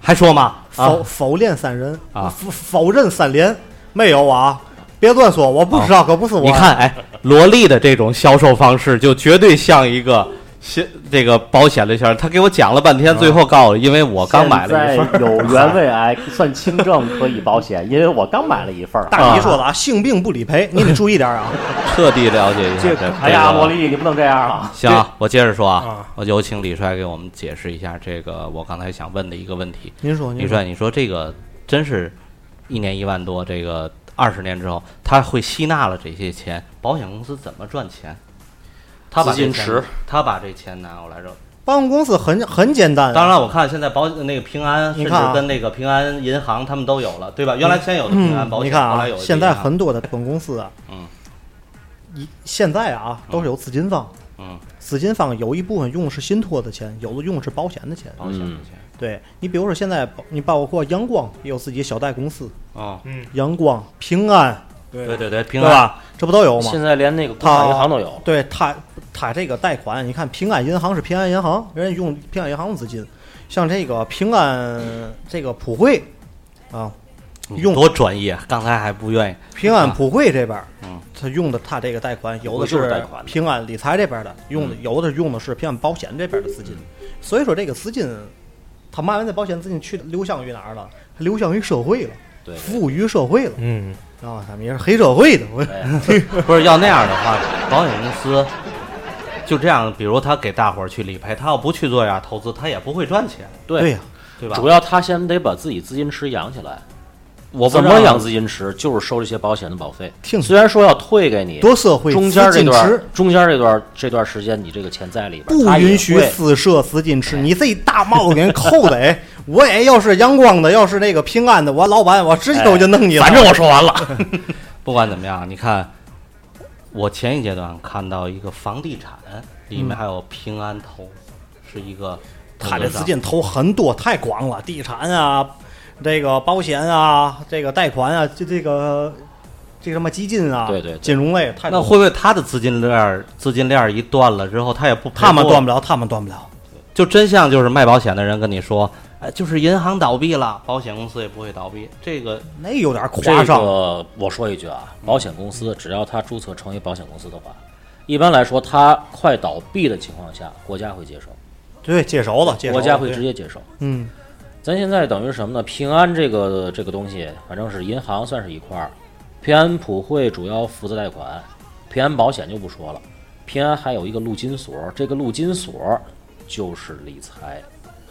[SPEAKER 3] 还说吗？啊
[SPEAKER 5] 否否认三人
[SPEAKER 3] 啊
[SPEAKER 5] 否否认三连，没有啊，别乱说，我不知道，可不是我。
[SPEAKER 3] 你看，哎，萝莉的这种销售方式就绝对像一个先这个保险的销售。他给我讲了半天，最后告诉我，因为我刚买了一份
[SPEAKER 10] 现在
[SPEAKER 3] 儿。
[SPEAKER 10] 有原啊 位癌算轻症可以保险，因为我刚买了一份儿。
[SPEAKER 5] 大姨说的啊，性病不 理赔，你得注意点啊。
[SPEAKER 3] 彻底了解一下。这
[SPEAKER 10] 哎呀，
[SPEAKER 3] 这个
[SPEAKER 10] 萝莉，你不能这样了。
[SPEAKER 3] 行啊，我接着说啊，我有请李帅给我们解释一下这个我刚才想问的一个问题。
[SPEAKER 5] 您
[SPEAKER 10] 嗯
[SPEAKER 5] 说您
[SPEAKER 3] 李帅，你说这个真是一年一万多，这个二十年之后，他会吸纳了这些钱，保险公司怎么赚钱？他把这
[SPEAKER 6] 资金
[SPEAKER 3] 钱
[SPEAKER 6] 池，
[SPEAKER 3] 他把这钱拿过来之后。
[SPEAKER 5] 保险公司很很简单啊，
[SPEAKER 3] 当然，我看现在保那个平安，甚
[SPEAKER 5] 你
[SPEAKER 3] 至
[SPEAKER 5] 看啊
[SPEAKER 3] 跟那个平安银行他们都有了，对吧？原来先有的平安保
[SPEAKER 5] 嗯你
[SPEAKER 3] 险，
[SPEAKER 5] 看
[SPEAKER 3] 后
[SPEAKER 5] 啊
[SPEAKER 3] 来有，的
[SPEAKER 5] 现
[SPEAKER 3] 平
[SPEAKER 5] 在
[SPEAKER 3] 安
[SPEAKER 5] 很多的本公司啊，
[SPEAKER 3] 嗯
[SPEAKER 5] 一现在啊都是有资金方，
[SPEAKER 3] 嗯，
[SPEAKER 5] 资金方有一部分用的是信托的钱，有的用的是保险的钱，
[SPEAKER 3] 保
[SPEAKER 6] 嗯
[SPEAKER 3] 险的钱。
[SPEAKER 5] 对你比如说现在保你包括阳光也有自己的小贷公司，
[SPEAKER 3] 哦，
[SPEAKER 7] 嗯，
[SPEAKER 5] 阳光、平安，
[SPEAKER 3] 对对对，平
[SPEAKER 5] 对
[SPEAKER 3] 安
[SPEAKER 5] 吧？这不都有吗？
[SPEAKER 6] 现在连那个工
[SPEAKER 5] 他
[SPEAKER 6] 商银行都有。
[SPEAKER 5] 对他，他这个贷款，你看平安银行是平安银行，人家用平安银行的资金，像这个平安这个普惠啊，
[SPEAKER 3] 你
[SPEAKER 5] 用
[SPEAKER 3] 多专业，刚才还不愿意。
[SPEAKER 5] 平安普惠这边儿，
[SPEAKER 3] 嗯
[SPEAKER 5] 他用的他这个贷款，有
[SPEAKER 6] 普
[SPEAKER 5] 的
[SPEAKER 6] 惠嗯就是
[SPEAKER 5] 是
[SPEAKER 6] 贷款的
[SPEAKER 5] 平安理财这边的，用的有的用的是平安保险这边的资金，
[SPEAKER 6] 嗯
[SPEAKER 5] 所以说这个资金，他慢慢的保险资金去流向于哪儿了？它流向于社会了，
[SPEAKER 6] 对
[SPEAKER 5] 服务于社会了。
[SPEAKER 7] 嗯，
[SPEAKER 5] 啊，他们也是黑社会的，我
[SPEAKER 3] 啊不是要那样的话，保险公司就这样，比如他给大伙儿去理赔，他要不去做这样投资，他也不会赚钱，
[SPEAKER 5] 对
[SPEAKER 6] 对
[SPEAKER 5] 呀、
[SPEAKER 3] 对吧？
[SPEAKER 6] 主要他先得把自己资金池养起来。我
[SPEAKER 3] 不
[SPEAKER 6] 怎
[SPEAKER 3] 知道
[SPEAKER 6] 么养资金池？就是收这些保险的保费。
[SPEAKER 5] 听
[SPEAKER 6] 虽然说要退给你，
[SPEAKER 5] 多社会
[SPEAKER 6] 中间这
[SPEAKER 5] 资金
[SPEAKER 6] 段
[SPEAKER 5] 池
[SPEAKER 6] 中间这段这段时间，你这个钱在里边，
[SPEAKER 5] 不
[SPEAKER 6] 他也
[SPEAKER 5] 允许
[SPEAKER 6] 会
[SPEAKER 5] 私设私金池，你这一大帽子给人扣的，哎， 我也要是阳光的，要是那个平安的，我老板我直接我就弄你了。
[SPEAKER 6] 哎反正我说完了，
[SPEAKER 3] 不管怎么样，你看，我前一阶段看到一个房地产里
[SPEAKER 5] 嗯
[SPEAKER 3] 面还有平安投，是一个
[SPEAKER 5] 他这资
[SPEAKER 3] 上
[SPEAKER 5] 金投很多，太广了，地产啊，这个保险啊，这个贷款啊，这这个这什么基金啊，
[SPEAKER 6] 对对对
[SPEAKER 5] 金融类太
[SPEAKER 3] 那
[SPEAKER 5] 多
[SPEAKER 3] 会不会他的资金链儿资金链儿一断了之后，他也不
[SPEAKER 5] 他们断不
[SPEAKER 3] 了？
[SPEAKER 5] 了，他们断不了。
[SPEAKER 3] 就真像就是卖保险的人跟你说，哎，就是银行倒闭了，保险公司也不会倒闭。这个
[SPEAKER 5] 那有点
[SPEAKER 6] 这
[SPEAKER 5] 夸张，
[SPEAKER 6] 个我说一句啊，保险公司只要它注册成为保险公司的话，一般来说，它快倒闭的情况下，国家会接手，
[SPEAKER 5] 对，接手了，接手
[SPEAKER 6] 国
[SPEAKER 5] 了
[SPEAKER 6] 家会直
[SPEAKER 5] 对
[SPEAKER 6] 接接手。
[SPEAKER 5] 嗯，
[SPEAKER 6] 咱现在等于什么呢？平安这个这个东西，反正是银行算是一块儿，平安普惠主要负责贷款，平安保险就不说了，平安还有一个陆金所，这个陆金所就是理财，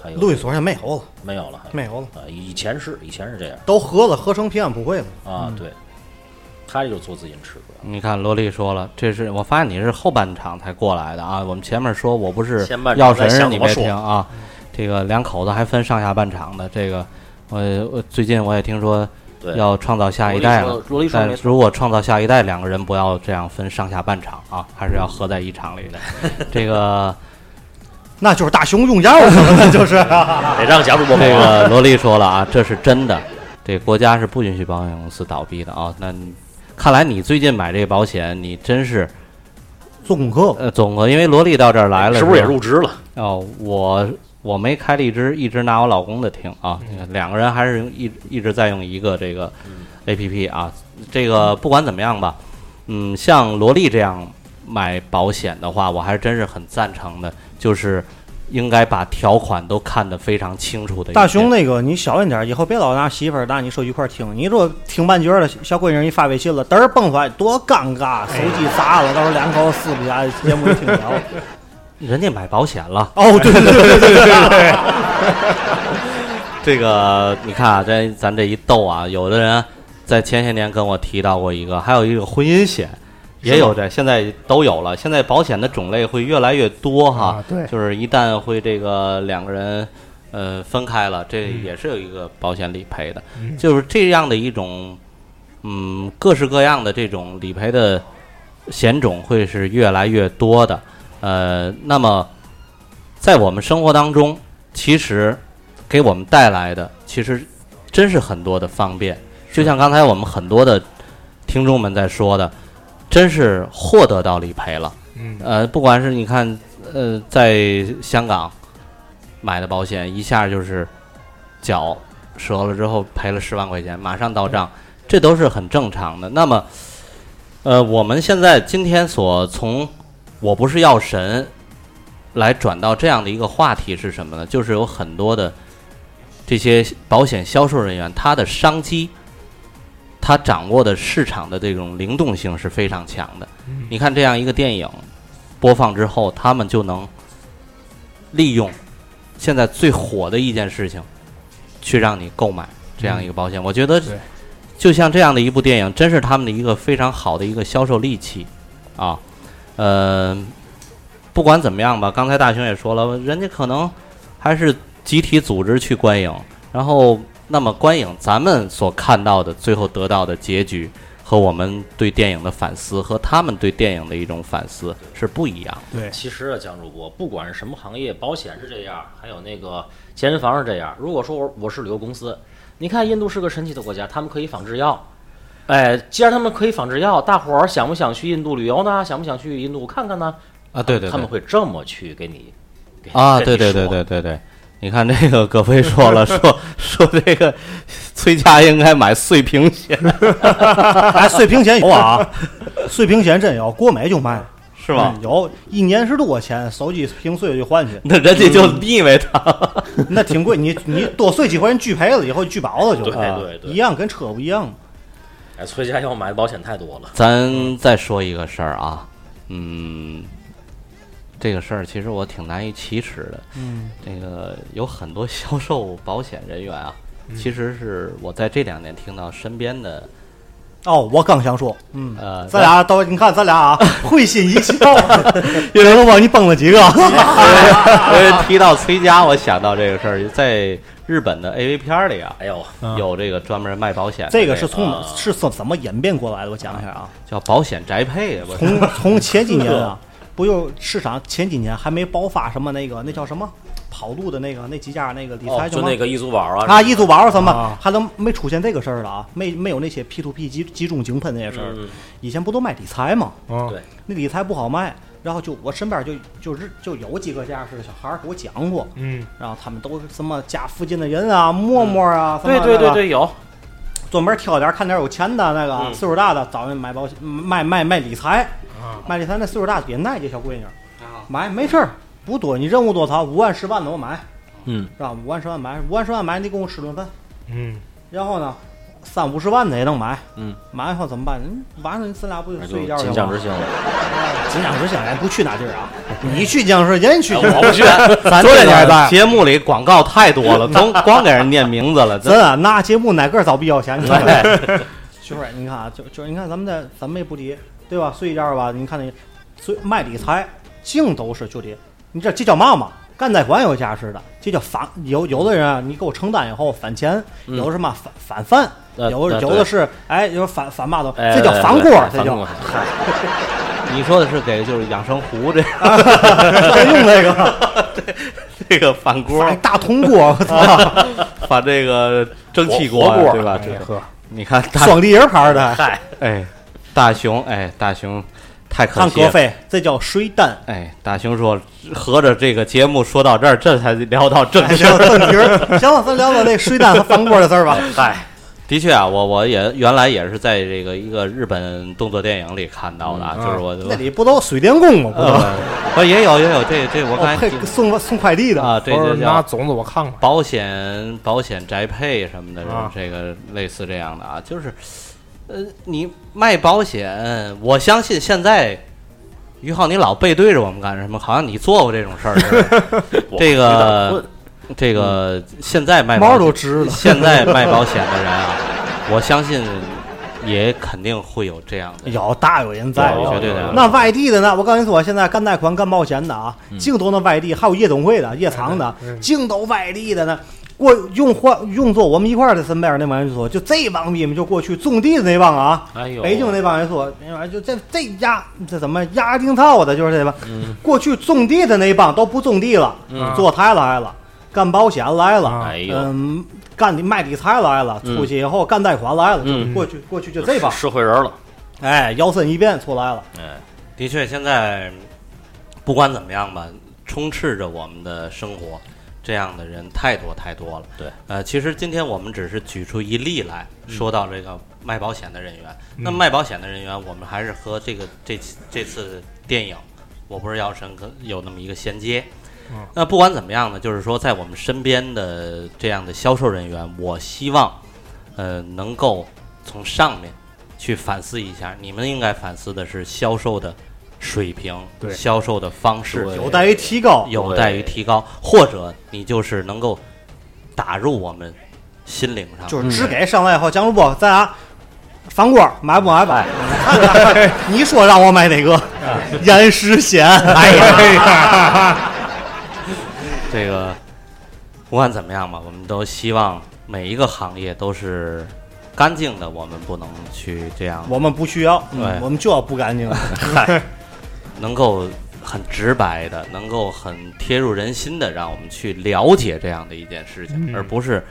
[SPEAKER 6] 还有
[SPEAKER 5] 陆易所也没有了，
[SPEAKER 6] 没有了，还
[SPEAKER 5] 没有了，
[SPEAKER 6] 啊，以前是以前是这样
[SPEAKER 5] 都合了，合成平安普惠了。
[SPEAKER 6] 啊，对，他这就做资金池主要。
[SPEAKER 3] 你看，罗莉说了，这是我发现你是后半场才过来的啊。我们前面说我不是
[SPEAKER 6] 前半
[SPEAKER 3] 药
[SPEAKER 6] 场在
[SPEAKER 3] 神，
[SPEAKER 6] 想嗯
[SPEAKER 3] 你
[SPEAKER 6] 怎么
[SPEAKER 3] 别
[SPEAKER 6] 说
[SPEAKER 3] 听啊。这个两口子还分上下半场的，这个我我最近我也听说
[SPEAKER 6] 对
[SPEAKER 3] 要创造下一代了。
[SPEAKER 6] 罗莉说罗莉说
[SPEAKER 3] 但
[SPEAKER 6] 没错
[SPEAKER 3] 如果创造下一代，两个人不 要这样分上下半场啊，还是要合在一场里的。这个
[SPEAKER 5] 那就是大熊用药去了，那就是得
[SPEAKER 6] 让贾主播
[SPEAKER 3] 那个 罗莉说了啊，这是真的，这国家是不允许保险公司倒闭的啊。那你看来你最近买这个保险，你真是
[SPEAKER 5] 做功课。
[SPEAKER 3] 呃，总和因为罗莉到这儿来了，
[SPEAKER 6] 是不是也入职了？
[SPEAKER 3] 哦，我我没开荔枝，一直拿我老公的听啊，
[SPEAKER 6] 嗯
[SPEAKER 3] 两个人还是用一一直在用一个这个 A P P 啊。这个不管怎么样吧，嗯，像罗莉这样买保险的话，我还是真是很赞成的，就是应该把条款都看得非常清楚的一些。
[SPEAKER 5] 大熊，那个你小心点儿，以后别老拿媳妇儿拿你手机一块儿听。你说听半截儿了，小闺女一发微信了，嘚儿蹦出来，多尴尬！手机砸了，到时候两口子撕不下，节目就听不 了。
[SPEAKER 3] 人家买保险了。
[SPEAKER 5] 哦对对对对对对对
[SPEAKER 3] 这个你看啊，这咱这一斗啊，有的人在前些年跟我提到过一个，还有一个婚姻险，
[SPEAKER 6] 是
[SPEAKER 3] 也有
[SPEAKER 6] 吗
[SPEAKER 3] 这，现在都有了。现在保险的种类会越来越多哈，
[SPEAKER 6] 啊对
[SPEAKER 3] 就是一旦会这个两个人呃分开了，这也是有一个保险理赔的，
[SPEAKER 6] 嗯
[SPEAKER 3] 就是这样的一种嗯各式各样的这种理赔的险种会是越来越多的。呃，那么在我们生活当中，其实给我们带来的其实真是很多的方便。就像刚才我们很多的听众们在说的，真是获得到理赔了。
[SPEAKER 7] 嗯
[SPEAKER 3] 呃，不管是你看，呃，在香港买的保险，一下就是脚折了之后赔了十万块钱，马上到账，这都是很正常的。那么，呃，我们现在今天所从我不是药神来转到这样的一个话题是什么呢？就是有很多的这些保险销售人员，他的商机，他掌握的市场的这种灵动性是非常强的。
[SPEAKER 7] 嗯
[SPEAKER 3] 你看这样一个电影播放之后，他们就能利用现在最火的一件事情，去让你购买这样一个保险。我觉得
[SPEAKER 7] 对，
[SPEAKER 3] 就像这样的一部电影，真是他们的一个非常好的一个销售利器啊。呃，不管怎么样吧，刚才大雄也说了，人家可能还是集体组织去观影，然后那么观影咱们所看到的最后得到的结局。和我们对电影的反思和他们对电影的一种反思是不一样的。
[SPEAKER 7] 对，
[SPEAKER 11] 其实啊，江主播，不管是什么行业，保险是这样，还有那个健身房是这样。如果说我我是旅游公司，你看印度是个神奇的国家，他们可以仿制药。哎，既然他们可以仿制药，大伙儿想不想去印度旅游呢？想不想去印度看看呢？
[SPEAKER 3] 啊对对对
[SPEAKER 11] 他们会这么去给你给
[SPEAKER 3] 啊，
[SPEAKER 11] 跟
[SPEAKER 3] 对
[SPEAKER 11] 你
[SPEAKER 3] 对
[SPEAKER 11] 说
[SPEAKER 3] 对对对对，你看这个葛飞说了，说说这个崔家应该买碎屏险，
[SPEAKER 5] 哎，碎屏险有啊，碎屏险真有，国美就卖，
[SPEAKER 3] 是吗
[SPEAKER 5] 嗯有一年是多少钱？手机屏碎就换去，
[SPEAKER 3] 那人家就
[SPEAKER 11] 嗯
[SPEAKER 3] 腻歪它，
[SPEAKER 5] 那挺贵。你你多碎几回，人拒赔了以后拒保了就，
[SPEAKER 11] 对对对
[SPEAKER 5] 一样跟车不一样。
[SPEAKER 11] 哎，崔家要买的保险太多了。
[SPEAKER 3] 咱再说一个事儿啊，嗯，这个事儿其实我挺难以启齿的。
[SPEAKER 11] 嗯，
[SPEAKER 3] 这个有很多销售保险人员啊，
[SPEAKER 5] 嗯
[SPEAKER 3] 其实是我在这两年听到身边的
[SPEAKER 5] 哦，我刚想说，嗯，
[SPEAKER 3] 呃，
[SPEAKER 5] 咱俩都你看咱俩啊，会心一 笑，
[SPEAKER 3] 因为
[SPEAKER 5] 我帮你崩了几个。啊
[SPEAKER 3] 因为提到崔家，我想到这个事儿，在日本的 AV 片儿里啊，
[SPEAKER 11] 哎呦，
[SPEAKER 3] 有这个专门卖保
[SPEAKER 11] 哎
[SPEAKER 3] 险的、
[SPEAKER 5] 这
[SPEAKER 3] 个啊
[SPEAKER 5] 个是从
[SPEAKER 11] 啊
[SPEAKER 5] 哪是怎怎么演变过来的？我讲一下啊，
[SPEAKER 3] 叫保险宅配啊，不是
[SPEAKER 5] 从从前几 年啊，不就市场前几年还没爆发什么那个那叫什么跑路的那个那几家那个理财
[SPEAKER 11] 哦，
[SPEAKER 5] 叫
[SPEAKER 11] 就
[SPEAKER 5] 什么
[SPEAKER 11] 那个易租宝啊
[SPEAKER 5] 啊，易租宝什么
[SPEAKER 11] 啊
[SPEAKER 5] 还都没出现这个事儿了啊，没没有那些 P to P 集集中井喷那些事儿
[SPEAKER 11] 嗯嗯，
[SPEAKER 5] 以前不都卖理财吗？
[SPEAKER 7] 嗯
[SPEAKER 11] 对，
[SPEAKER 5] 那理财不好卖，然后就我身边就就是就有几个家是小孩儿给我讲过，
[SPEAKER 7] 嗯，
[SPEAKER 5] 然后他们都是什么家附近的人啊，陌陌啊，什
[SPEAKER 11] 对
[SPEAKER 5] 么
[SPEAKER 11] 对
[SPEAKER 5] 那
[SPEAKER 11] 对
[SPEAKER 5] 个
[SPEAKER 11] 对，有。
[SPEAKER 5] 专门挑点儿看点儿有钱的那个啊
[SPEAKER 11] 嗯
[SPEAKER 5] 岁数大的，找人买保险卖卖卖理财，卖理财那岁数大别耐这小闺女儿，买没事儿不多，你任务多少五万十万的我买，
[SPEAKER 11] 嗯，
[SPEAKER 5] 是吧？五万十万买，五万十万买你给我吃顿饭，
[SPEAKER 7] 嗯，
[SPEAKER 5] 然后呢三五十万的也能买，
[SPEAKER 11] 嗯，
[SPEAKER 5] 买完以后怎么办？嗯晚上咱俩不就
[SPEAKER 11] 那就
[SPEAKER 5] 睡一觉去吗
[SPEAKER 11] 锦江之星了。
[SPEAKER 5] 锦江之星，咱不去那地儿啊，你去江之星，人
[SPEAKER 11] 啊
[SPEAKER 5] 去，，
[SPEAKER 3] 我不去 咱
[SPEAKER 5] 这
[SPEAKER 3] 这
[SPEAKER 5] 个
[SPEAKER 3] 个节目里广告太多了，总光给人念名字了，
[SPEAKER 5] 咱啊，拿节目哪个找必要钱？你看看
[SPEAKER 11] 哎
[SPEAKER 3] 对
[SPEAKER 5] 媳妇儿，你看啊，就就是你看咱们在咱们也不提，对吧？睡一觉吧，你看那所以卖理财净都是就得，你这这叫嘛嘛？干贷款有价值的，这叫返有有的人啊，你给我承担以后返钱，
[SPEAKER 11] 嗯
[SPEAKER 5] 有的是嘛返返饭，
[SPEAKER 11] 呃
[SPEAKER 5] 有
[SPEAKER 11] 对
[SPEAKER 5] 有
[SPEAKER 11] 对
[SPEAKER 5] 的是哎，有反反嘛都，
[SPEAKER 11] 哎
[SPEAKER 5] 这叫
[SPEAKER 11] 对
[SPEAKER 5] 反锅
[SPEAKER 11] 对
[SPEAKER 5] 儿，这
[SPEAKER 11] 反
[SPEAKER 5] 叫
[SPEAKER 11] 锅儿。
[SPEAKER 3] 你说的是给就是养生壶 这
[SPEAKER 5] 用这个，
[SPEAKER 3] 对， 这个反锅
[SPEAKER 5] 反哎大铜 锅我操
[SPEAKER 3] 啊反这个蒸汽锅
[SPEAKER 5] 火火锅
[SPEAKER 3] 对吧？
[SPEAKER 5] 哎
[SPEAKER 3] 这
[SPEAKER 5] 呀
[SPEAKER 3] 个你看大
[SPEAKER 5] 双立人牌的
[SPEAKER 3] 嗨，哎，大熊，哎，大熊太可
[SPEAKER 5] 看
[SPEAKER 3] 惜了
[SPEAKER 5] 葛飞，这叫水蛋。
[SPEAKER 3] 哎，大熊说，合着这个节目说到这儿，这才聊到正
[SPEAKER 5] 哎
[SPEAKER 3] 题
[SPEAKER 5] 聊
[SPEAKER 3] 儿。
[SPEAKER 5] 到正题儿行了咱聊聊这水蛋和翻锅的事儿吧
[SPEAKER 11] 哎
[SPEAKER 3] 嗨，的确啊，我我也原来也是在这个一个日本动作电影里看到的啊，
[SPEAKER 5] 嗯
[SPEAKER 3] 就是我
[SPEAKER 5] 那里不都水电工吗？不都
[SPEAKER 3] 呃，我也有也有这这我刚
[SPEAKER 5] 哦
[SPEAKER 3] 才
[SPEAKER 5] 配送送快递的
[SPEAKER 3] 啊，这
[SPEAKER 5] 就
[SPEAKER 3] 就叫
[SPEAKER 5] 拿
[SPEAKER 7] 种子我看 看
[SPEAKER 3] 保险保险宅配什么的
[SPEAKER 7] 啊，
[SPEAKER 3] 这个类似这样的啊，就是呃，你卖保险，我相信现在于浩你老背对着我们干什么？好像你做过这种事儿似 的
[SPEAKER 6] 我
[SPEAKER 3] 这
[SPEAKER 6] 知道嗯
[SPEAKER 3] 个这个现在卖
[SPEAKER 5] 毛
[SPEAKER 3] 保
[SPEAKER 5] 都
[SPEAKER 3] 险
[SPEAKER 5] 直了
[SPEAKER 3] 现在卖保险的人啊， 我相信也肯定会有这样的人，
[SPEAKER 5] 有大有人在，
[SPEAKER 3] 绝对的。
[SPEAKER 5] 那外地的呢？我告诉你说，现在干贷款、干保险的啊，
[SPEAKER 11] 嗯
[SPEAKER 5] 净都那外地，还有夜总会的、夜场的，净都外地的呢。过用换用作我们一块儿的身边那帮人说，就这帮逼们就过去种地的那帮啊，
[SPEAKER 11] 哎呦
[SPEAKER 5] 北京那帮人说，那玩意儿就这这压这怎么压惊操的，就是这帮。 过去种地的那帮都不种地了，
[SPEAKER 11] 嗯
[SPEAKER 5] 做台来了，干保险来了，
[SPEAKER 11] 哎呦
[SPEAKER 5] 嗯，干理卖理财来了，
[SPEAKER 11] 嗯
[SPEAKER 5] 出去以后干贷款来了，就是
[SPEAKER 3] 嗯
[SPEAKER 5] 过去过去就这帮。
[SPEAKER 11] 社会人了，
[SPEAKER 5] 哎，摇身一变出来了。
[SPEAKER 3] 哎，的确，现在不管怎么样吧，充斥着我们的生活，这样的人太多太多了。
[SPEAKER 11] 对，
[SPEAKER 3] 呃，其实今天我们只是举出一例来，说到这个卖保险的人员。
[SPEAKER 11] 嗯
[SPEAKER 3] 那卖保险的人员，我们还是和这个这期这次电影《我不是药神》跟有那么一个衔接。
[SPEAKER 5] 嗯
[SPEAKER 3] 那不管怎么样呢，就是说，在我们身边的这样的销售人员，我希望，呃，能够从上面去反思一下，你们应该反思的是销售的水平，
[SPEAKER 5] 对
[SPEAKER 3] 销售的方式
[SPEAKER 5] 对有待于提高
[SPEAKER 3] 有待于提高，或者你就是能够打入我们心灵上，
[SPEAKER 5] 就是只给上来以后，江主播，咱俩反锅买不买吧？ 你说让我买哪个？严师贤，哎呀，
[SPEAKER 3] 这个不管怎么样吧，我们都希望每一个行业都是干净的，我们不能去这样，
[SPEAKER 5] 我们不需要，
[SPEAKER 3] 对
[SPEAKER 5] 嗯我们就要不干净。
[SPEAKER 3] 嗨，能够很直白的，能够很贴入人心的，让我们去了解这样的一件事情，
[SPEAKER 11] 嗯
[SPEAKER 3] 而不是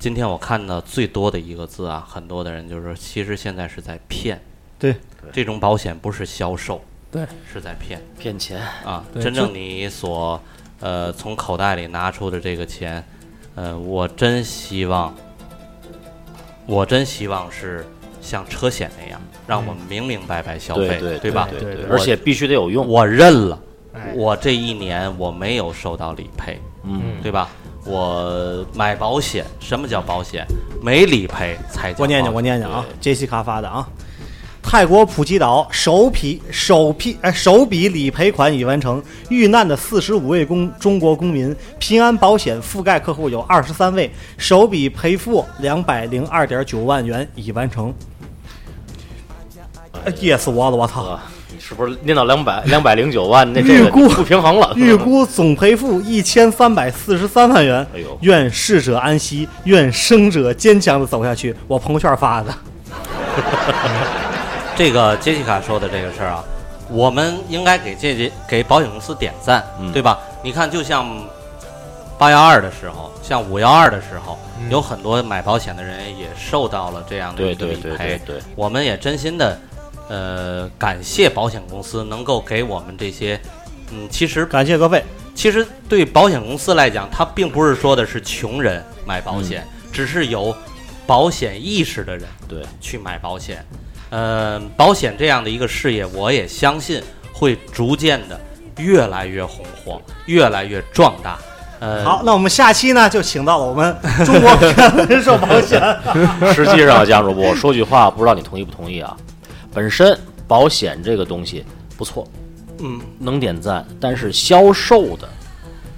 [SPEAKER 3] 今天我看到最多的一个字啊，很多的人就是说，其实现在是在骗。
[SPEAKER 5] 对，
[SPEAKER 3] 这种保险不是销售，
[SPEAKER 11] 对，
[SPEAKER 3] 是在骗
[SPEAKER 11] 骗钱
[SPEAKER 3] 啊！
[SPEAKER 11] 对
[SPEAKER 3] 真
[SPEAKER 11] 这
[SPEAKER 3] 正你所呃从口袋里拿出的这个钱，呃，我真希望，我真希望是像车险那样，让我们明明白白消
[SPEAKER 11] 嗯
[SPEAKER 3] 费，
[SPEAKER 11] 对对
[SPEAKER 3] 吧？
[SPEAKER 11] 对对对
[SPEAKER 3] 我
[SPEAKER 11] 而且必须得有用
[SPEAKER 3] 我认了
[SPEAKER 11] 哎，
[SPEAKER 3] 我这一年我没有受到理赔，
[SPEAKER 11] 嗯
[SPEAKER 3] 对吧？我买保险，什么叫保险？没理赔才叫
[SPEAKER 5] 我念念，
[SPEAKER 3] 保
[SPEAKER 5] 我念念
[SPEAKER 3] 险
[SPEAKER 5] 啊，杰西卡发的啊。泰国普吉岛首批首批哎首笔理赔款已完成，遇难的四十五位公中国公民，平安保险覆盖客户有二十三位，首笔赔付两百零二点九万元已完成。哎噎死我了，我操！
[SPEAKER 6] 啊你是不是念到两百 两百零九万？那这
[SPEAKER 5] 预
[SPEAKER 6] 个
[SPEAKER 5] 估
[SPEAKER 6] 不平衡了。
[SPEAKER 5] 预估总赔付一千三百四十三万元。
[SPEAKER 6] 哎呦
[SPEAKER 5] 愿逝者安息，愿生者坚强的走下去。我朋友圈发的，
[SPEAKER 3] 这个杰西卡说的这个事儿啊，我们应该给这这给保险公司点赞，
[SPEAKER 11] 嗯
[SPEAKER 3] 对吧？你看，就像八幺二的时候，像五幺二的时候，
[SPEAKER 11] 嗯
[SPEAKER 3] 有很多买保险的人也受到了这样的
[SPEAKER 11] 对
[SPEAKER 3] 一个
[SPEAKER 11] 对
[SPEAKER 3] 理
[SPEAKER 11] 对
[SPEAKER 3] 赔。
[SPEAKER 11] 对对
[SPEAKER 3] 我们也真心的，呃，感谢保险公司能够给我们这些，嗯，其实
[SPEAKER 5] 感谢各位。
[SPEAKER 3] 其实对保险公司来讲，它并不是说的是穷人买保险，
[SPEAKER 11] 嗯
[SPEAKER 3] 只是有保险意识的人
[SPEAKER 6] 对。
[SPEAKER 3] 去买保险。呃，保险这样的一个事业，我也相信会逐渐的越来越红火，越来越壮大。呃，
[SPEAKER 5] 好，那我们下期呢就请到了我们中国人寿保险
[SPEAKER 6] 实际上啊，江主播，我说句话，不知道你同意不同意啊？本身保险这个东西不错，
[SPEAKER 3] 嗯，
[SPEAKER 6] 能点赞，但是销售的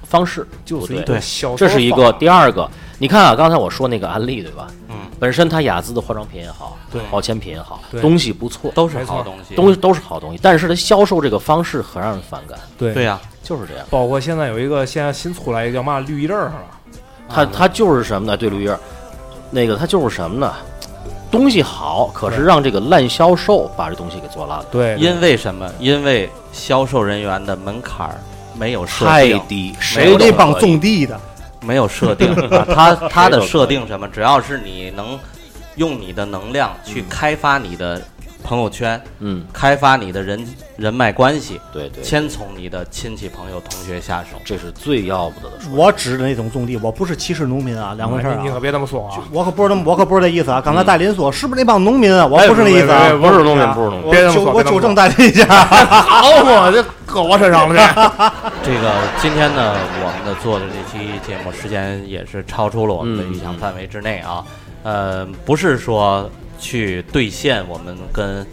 [SPEAKER 6] 方式
[SPEAKER 7] 就是
[SPEAKER 6] 不
[SPEAKER 7] 一
[SPEAKER 6] 对
[SPEAKER 7] 个销售
[SPEAKER 6] 这是一
[SPEAKER 7] 方
[SPEAKER 6] 个。
[SPEAKER 7] 法
[SPEAKER 6] 第二个，你看啊，刚才我说那个案例对吧？
[SPEAKER 3] 嗯，
[SPEAKER 6] 本身它雅姿的化妆品也好，
[SPEAKER 3] 对
[SPEAKER 6] 保健品也好，
[SPEAKER 3] 对
[SPEAKER 6] 东西不错，
[SPEAKER 3] 都是好东西
[SPEAKER 6] 东西都是好东西，但是它销售这个方式很让人反感。
[SPEAKER 7] 对
[SPEAKER 3] 对呀啊
[SPEAKER 6] 就是这样。
[SPEAKER 7] 包括现在有一个现在新出来一个叫嘛
[SPEAKER 3] 啊
[SPEAKER 7] 绿衣证儿是吧？
[SPEAKER 6] 它它就是什么呢？对，绿叶，那个它就是什么呢？
[SPEAKER 11] 东西好，可是让这个烂销售把这东西给做烂了。
[SPEAKER 7] 对
[SPEAKER 3] 因为什么？因为销售人员的门槛儿没有设
[SPEAKER 11] 太
[SPEAKER 3] 定
[SPEAKER 11] 低
[SPEAKER 3] 没有
[SPEAKER 5] 谁这帮
[SPEAKER 3] 可以
[SPEAKER 5] 种地的？
[SPEAKER 3] 没有设 定， 啊它它
[SPEAKER 5] 谁都
[SPEAKER 3] 的
[SPEAKER 5] 可以
[SPEAKER 3] 设定什么？只要是你能用你的能量去开发你的朋友圈，
[SPEAKER 11] 嗯，
[SPEAKER 3] 开发你的人人脉关系，
[SPEAKER 11] 对对
[SPEAKER 3] 先从你的亲戚朋友同学下手，
[SPEAKER 11] 这是最要不得的。
[SPEAKER 5] 我指的那种种地，我不是歧视农民啊，两回事儿、啊
[SPEAKER 7] 你可别这么说啊！
[SPEAKER 5] 我可不是那么，我可不是这意思啊！刚才大林说是不是那帮农民啊？我不是那意思啊，
[SPEAKER 7] 哎不是不是农民不是农民别这么说啊别
[SPEAKER 5] 我纠我
[SPEAKER 7] 这么
[SPEAKER 5] 纠
[SPEAKER 7] 说
[SPEAKER 5] 正大林一下。
[SPEAKER 7] 好嘛，这搁我身上了这。
[SPEAKER 3] 这个今天呢，我们的做的这期节目时间也是超出了我们的预想范围之内啊。呃，不是说去兑现我们跟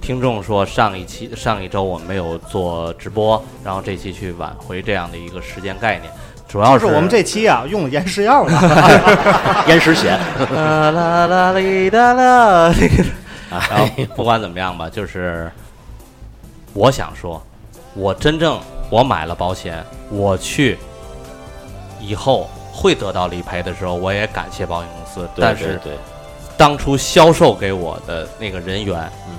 [SPEAKER 3] 听众说上一期、上一周我们没有做直播，然后这期去挽回这样的一个时间概念，主要
[SPEAKER 5] 是我们这期啊用了延时药了，
[SPEAKER 11] 延时 险
[SPEAKER 3] 啦啦啦哩哒啦，这个，然后不管怎么样吧，就是我想说，我真正我买了保险，我去以后会得到理赔的时候，我也感谢保险公司，
[SPEAKER 11] 对
[SPEAKER 3] 但
[SPEAKER 11] 对
[SPEAKER 3] 是
[SPEAKER 11] 对
[SPEAKER 3] 当初销售给我的那个人员，嗯，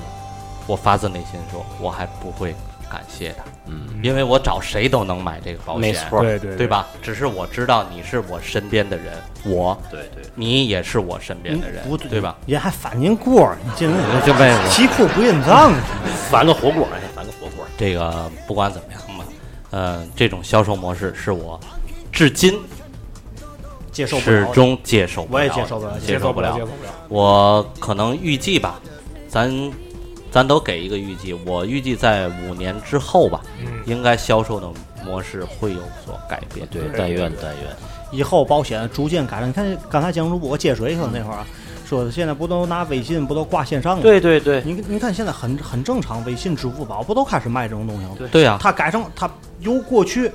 [SPEAKER 3] 我发自内心说，我还不会感谢他，
[SPEAKER 11] 嗯，
[SPEAKER 3] 因为我找谁都能买这个保险，
[SPEAKER 11] 没错对对对
[SPEAKER 3] 对吧？只是我知道你是我身边的人，我
[SPEAKER 11] 对对，
[SPEAKER 3] 你也是我身边的人，
[SPEAKER 5] 不
[SPEAKER 3] 对吧？
[SPEAKER 5] 也还反您锅儿，你真的
[SPEAKER 3] 就为我
[SPEAKER 5] 骑裤不认账。
[SPEAKER 11] 反个火锅，哎，反个火锅。
[SPEAKER 3] 这个不管怎么样吧，呃，这种销售模式是我至今
[SPEAKER 5] 接受不了
[SPEAKER 3] 始
[SPEAKER 5] 的
[SPEAKER 3] 终接受不了的，
[SPEAKER 5] 我也接受不了
[SPEAKER 3] 接受不了
[SPEAKER 7] 接受不了接受不了。
[SPEAKER 3] 我可能预计吧，咱咱都给一个预计，我预计在五年之后吧，
[SPEAKER 7] 嗯
[SPEAKER 3] 应该销售的模式会有所改变。
[SPEAKER 11] 对，但愿但愿。
[SPEAKER 5] 以后保险逐渐改善。你看刚才江主播接水去了那会儿啊，说的现在不都拿微信不都挂线上了？
[SPEAKER 11] 对对对，
[SPEAKER 5] 你你看现在很很正常，微信、支付宝不都开始卖这种东西了？
[SPEAKER 3] 对啊
[SPEAKER 5] 它改成它由过去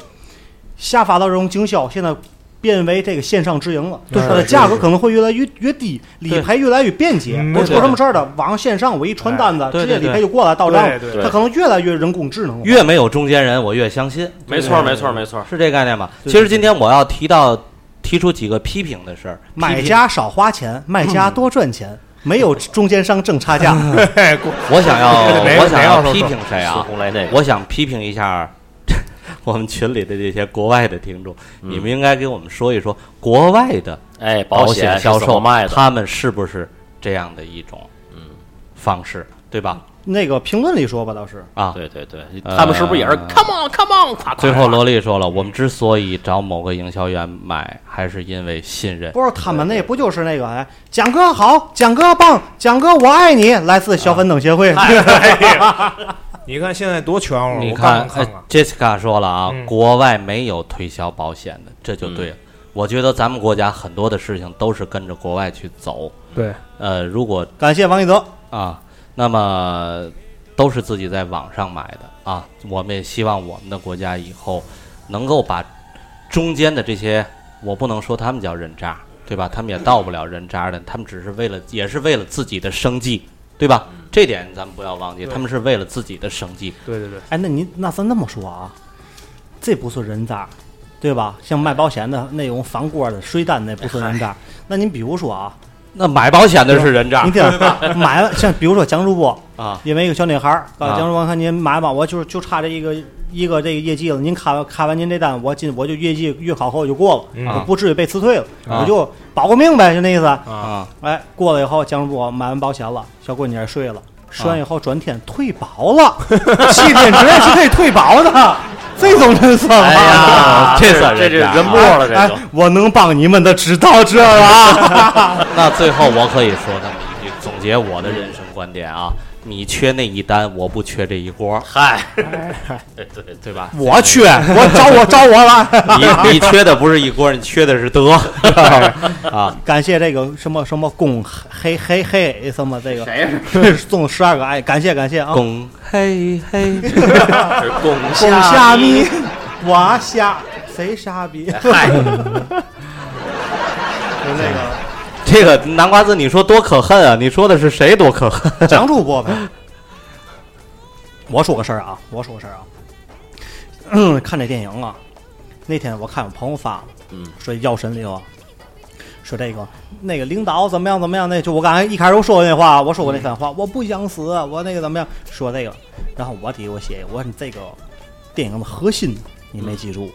[SPEAKER 5] 下发到这种经销，现在变为这个线上直营了。
[SPEAKER 7] 对
[SPEAKER 5] 它的
[SPEAKER 7] 是
[SPEAKER 5] 价格
[SPEAKER 7] 是
[SPEAKER 5] 可能会越来越越低，理赔越来越便捷。
[SPEAKER 7] 嗯
[SPEAKER 5] 我
[SPEAKER 7] 对哎
[SPEAKER 5] 出什么事儿了，网上线上我一传单子，
[SPEAKER 3] 对
[SPEAKER 5] 直接
[SPEAKER 3] 对
[SPEAKER 5] 理
[SPEAKER 3] 对
[SPEAKER 5] 赔就过来到账
[SPEAKER 7] 对对。对
[SPEAKER 5] 它可能越来越人工智能了。
[SPEAKER 3] 越没有中间人，我越相信。
[SPEAKER 11] 没错没错没错，
[SPEAKER 3] 是这概念吧？
[SPEAKER 5] 对
[SPEAKER 3] 其实今天我要提到提出几个批评的事儿，批评
[SPEAKER 5] 买家少花钱，卖家
[SPEAKER 7] 嗯
[SPEAKER 5] 多赚钱，没有中间商挣差 价。
[SPEAKER 7] 嘿过
[SPEAKER 3] 我想要，
[SPEAKER 7] 没有
[SPEAKER 3] 我想要
[SPEAKER 7] 没有
[SPEAKER 3] 批评谁
[SPEAKER 11] 司
[SPEAKER 3] 啊？
[SPEAKER 11] 空来那个，
[SPEAKER 3] 我想批评一下 我们群里的这些国外的听众，
[SPEAKER 11] 嗯
[SPEAKER 3] 你们应该给我们说一说国外的
[SPEAKER 11] 哎，
[SPEAKER 3] 保
[SPEAKER 11] 险
[SPEAKER 3] 销售
[SPEAKER 11] 卖的，嗯
[SPEAKER 3] 他们是不是这样的一种方式，对吧？
[SPEAKER 5] 那个评论里说吧，倒是
[SPEAKER 3] 啊，
[SPEAKER 11] 嗯对对对，
[SPEAKER 3] 呃
[SPEAKER 11] 他们是不是也是 come on come on 夸夸？
[SPEAKER 3] 最后罗莉说了，我们之所以找某个营销员买，还是因为信任
[SPEAKER 5] 不。是他们那不就是那个哎，蒋哥好，蒋哥棒，蒋哥我爱你，来自小粉等协会。
[SPEAKER 7] 你看现在多全乎，
[SPEAKER 3] 你
[SPEAKER 7] 我刚
[SPEAKER 3] 看，
[SPEAKER 7] 看
[SPEAKER 3] 哎
[SPEAKER 7] 看，
[SPEAKER 3] ，Jessica 说了啊，
[SPEAKER 7] 嗯
[SPEAKER 3] 国外没有推销保险的，这就
[SPEAKER 11] 嗯
[SPEAKER 3] 对了。我觉得咱们国家很多的事情都是跟着国外去走。
[SPEAKER 7] 对，
[SPEAKER 3] 呃，如果
[SPEAKER 5] 感谢王一泽，
[SPEAKER 3] 啊，那么都是自己在网上买的啊。我们也希望我们的国家以后能够把中间的这些，我不能说他们叫人渣，对吧？他们也到不了人渣的，他们只是为了，也是为了自己的生计，对吧？这点咱们不要忘记，
[SPEAKER 7] 对
[SPEAKER 3] 他们是为了自己的生计。
[SPEAKER 7] 对对对，
[SPEAKER 5] 哎，那您那咱这么说啊，这不是人渣，对吧？像卖保险的那种翻锅的、水单那不是人渣。那您比如说啊，
[SPEAKER 3] 那买保险的是人渣
[SPEAKER 5] 您听买了，像比如说蒋主播，
[SPEAKER 3] 啊，
[SPEAKER 5] 因为一个小女孩儿，告诉
[SPEAKER 3] 啊
[SPEAKER 5] 江主播看您买吧，我就是就差这一个一个这个业绩了。您开完开完您这单，我进我就业绩月考后我就过了，
[SPEAKER 7] 啊
[SPEAKER 5] 我不至于被辞退了，
[SPEAKER 3] 嗯啊
[SPEAKER 5] 我就保个命呗，就那意思。
[SPEAKER 3] 啊，
[SPEAKER 5] 哎，过了以后，江主播买完保险了，小闺女儿睡了，
[SPEAKER 3] 啊
[SPEAKER 5] 睡完以后转天退保 了，七天之内是可以退保的，这种人算吗？
[SPEAKER 11] 哎呀，
[SPEAKER 3] 这算
[SPEAKER 11] 这这
[SPEAKER 3] 人渣啊
[SPEAKER 11] 人末了，这
[SPEAKER 5] 哎
[SPEAKER 11] 就。，
[SPEAKER 5] 我能帮你们的只到这儿了啊。
[SPEAKER 3] 那最后我可以说那么一句，总结我的人生观点啊：你缺那一单，我不缺这一锅，
[SPEAKER 11] 嗨，对对对吧？
[SPEAKER 5] 我去，我找我找我了。
[SPEAKER 3] 你你缺的不是一锅，你缺的是 德啊！
[SPEAKER 5] 感谢这个什么什么公黑黑黑什么这个谁 送十二个爱，感谢感谢啊！
[SPEAKER 3] 公嘿嘿，
[SPEAKER 11] 拱
[SPEAKER 5] 公虾米，我虾谁傻逼？
[SPEAKER 11] 嗨，
[SPEAKER 3] 这个南瓜子，你说多可恨啊！你说的是谁多可 恨？
[SPEAKER 5] 蒋主播呗。我说个事儿啊，我说个事儿啊，嗯看这电影啊，那天我看我朋友发了，
[SPEAKER 11] 嗯，
[SPEAKER 5] 说《药神》里头啊，说这个那个领导怎么样怎么样，那就我刚才一开始我说的那话，我说过那番话，我不想死，我那个怎么样，说这个，然后我底下我写，我说你这个电影的核心你没记住，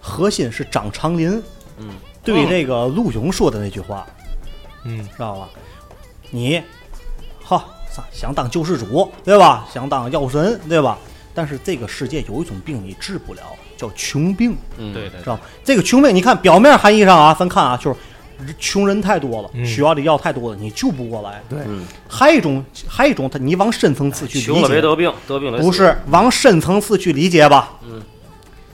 [SPEAKER 5] 核心是张长林
[SPEAKER 11] 嗯，
[SPEAKER 5] 对这个陆勇说的那句话，
[SPEAKER 7] 嗯，
[SPEAKER 5] 知道吧？你，好，想当救世主，对吧？想当药神，对吧？但是这个世界有一种病你治不了，叫穷病。
[SPEAKER 11] 嗯，对对
[SPEAKER 5] 知，道吗这个穷病，你看表面含义上啊，咱看啊，就是穷人太多了，
[SPEAKER 11] 嗯
[SPEAKER 5] 需要的药太多了，你救不过来。
[SPEAKER 7] 对
[SPEAKER 11] 嗯
[SPEAKER 5] 还有一种，还有一种，他你往深层次去理解，
[SPEAKER 11] 穷了没得病，得病了
[SPEAKER 5] 不是往深层次去理解吧？
[SPEAKER 11] 嗯，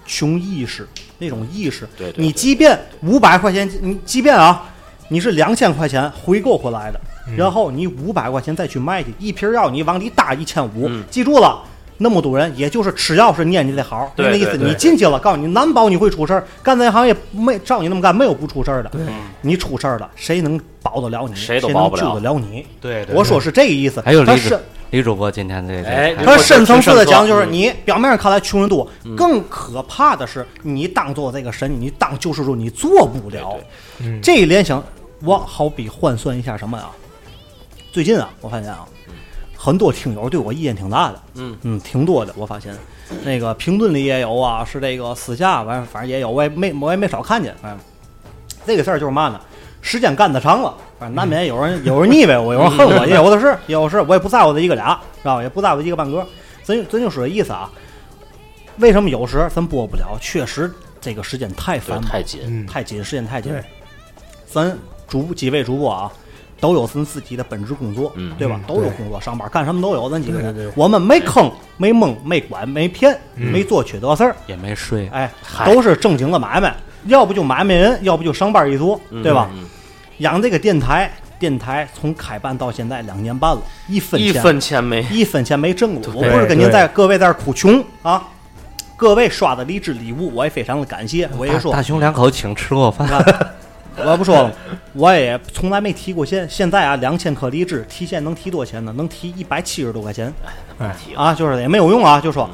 [SPEAKER 5] 穷意识那种意识，
[SPEAKER 11] 对
[SPEAKER 5] 你即便五百块钱，你即便啊，你是两千块钱回购回来的，
[SPEAKER 11] 嗯
[SPEAKER 5] 然后你五百块钱再去卖去，一瓶药你往里打一千五，
[SPEAKER 11] 嗯
[SPEAKER 5] 记住了。那么多人，也就是吃药是念你的好，就
[SPEAKER 11] 对
[SPEAKER 5] 那意思。
[SPEAKER 11] 对对
[SPEAKER 5] 你进去了，告诉你，难保你会出事儿。干这行业没照你那么干，没有不出事儿的。你出事儿了，谁能保得了你？
[SPEAKER 3] 谁都
[SPEAKER 5] 能
[SPEAKER 3] 保不
[SPEAKER 5] 救
[SPEAKER 3] 了
[SPEAKER 5] 得了你？
[SPEAKER 3] 对对
[SPEAKER 5] 我说是这个意思。
[SPEAKER 3] 还有
[SPEAKER 5] 他
[SPEAKER 3] 李
[SPEAKER 5] 是
[SPEAKER 3] 主李主播今天这
[SPEAKER 5] 哎
[SPEAKER 3] 这，
[SPEAKER 5] 他深层次的讲就是
[SPEAKER 3] 嗯
[SPEAKER 5] 你表面上看来穷人多，更可怕的是你当做这个神，你当救世主，你做不了。这一联想，我好比换算一下什么啊？最近啊，我发现啊，很多听友对我意见挺大的，
[SPEAKER 11] 嗯
[SPEAKER 5] 嗯，挺多的。我发现那个评论里也有啊，是这个私下完，反正也有，我也没我也没少看见。反正这个事儿就是嘛呢，时间干得长了，反正难免有人有人腻歪我，有人恨 我，
[SPEAKER 11] 嗯
[SPEAKER 5] 也有的是，也有的是，我也不在乎这一个俩，知道吧？也不在乎一个半个。咱就咱就说这意思啊，为什么有时咱播不了？确实这个时间太繁忙，
[SPEAKER 11] 对太紧嗯
[SPEAKER 5] 太紧，时间太紧。咱主几位主播啊，都有咱自己的本职工作，对吧
[SPEAKER 11] 嗯？
[SPEAKER 5] 都有工作，上班干什么都有，咱几个
[SPEAKER 11] 对对
[SPEAKER 5] 人
[SPEAKER 11] 对，
[SPEAKER 5] 我们没坑、没蒙、没管、没骗、
[SPEAKER 3] 嗯
[SPEAKER 5] 没做缺德事儿，
[SPEAKER 3] 也没睡，
[SPEAKER 5] 哎，都是正经的买卖，要不就买卖人，要不就上班一族，对吧？
[SPEAKER 3] 嗯
[SPEAKER 5] 养这个电台，电台从开办到现在两年半了，一分
[SPEAKER 11] 一分钱没，
[SPEAKER 5] 一分钱没挣过。我
[SPEAKER 11] 对
[SPEAKER 5] 不是跟您
[SPEAKER 11] 对
[SPEAKER 5] 在各位在这儿哭穷啊，各位刷的励志礼物，我也非常的感谢。我也说，
[SPEAKER 3] 大大熊两口请吃过饭，
[SPEAKER 5] 我要不说了，我也从来没提过现现在啊，两千颗荔枝提现能提多少钱呢？能提一百七十多块钱。
[SPEAKER 7] 哎，
[SPEAKER 5] 啊，就是也没有用啊，就说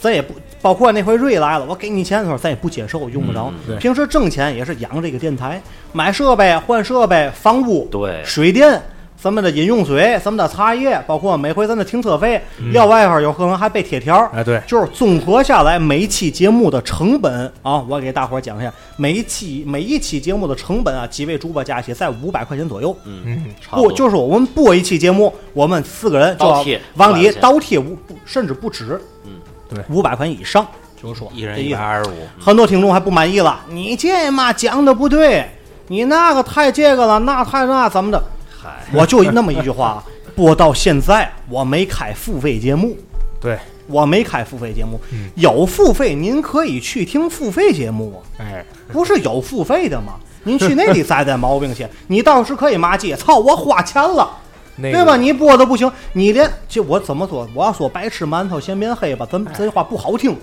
[SPEAKER 5] 咱也不包括那回瑞来了，我给你钱的时候咱也不接受，用不着。
[SPEAKER 11] 对
[SPEAKER 5] 平时挣钱也是养这个电台，买设备、换设备、房屋、
[SPEAKER 11] 对
[SPEAKER 5] 水电。咱们的饮用水、咱们的茶叶，包括每回咱的停车费，
[SPEAKER 7] 嗯
[SPEAKER 5] 撂外边有可能还备贴条。
[SPEAKER 7] 哎对
[SPEAKER 5] 就是综合下来每一期节目的成本啊，我给大伙儿讲一下，每一期每一期节目的成本啊，几位主播加起来在五百块钱左右。
[SPEAKER 11] 嗯，差
[SPEAKER 5] 不，就是我们播一期节目，我们四个人就
[SPEAKER 11] 倒
[SPEAKER 5] 要
[SPEAKER 11] 贴
[SPEAKER 5] 往
[SPEAKER 11] 五百
[SPEAKER 5] 里
[SPEAKER 11] 块钱
[SPEAKER 5] 倒贴五，不甚至不止，嗯，
[SPEAKER 7] 对，
[SPEAKER 5] 五百块钱以上，就是说
[SPEAKER 3] 一人
[SPEAKER 5] 这意
[SPEAKER 3] 一
[SPEAKER 5] 思
[SPEAKER 3] 百二十五，
[SPEAKER 5] 很多听众还不满意了，你这嘛讲的不对，你那个太这个了，那太那怎么的？我就那么一句话，啊播到现在我没开付费节目，
[SPEAKER 7] 对，
[SPEAKER 5] 我没开付费节目
[SPEAKER 7] 嗯，
[SPEAKER 5] 有付费您可以去听付费节目啊，
[SPEAKER 7] 哎，
[SPEAKER 5] 不是有付费的吗？您去 那里栽栽毛病去，你倒是可以骂街，操，我花钱了。
[SPEAKER 7] 那个
[SPEAKER 5] 对吧？你播的不行，你连这我怎么说？我要说白吃馒头嫌变黑吧，咱这话不好听。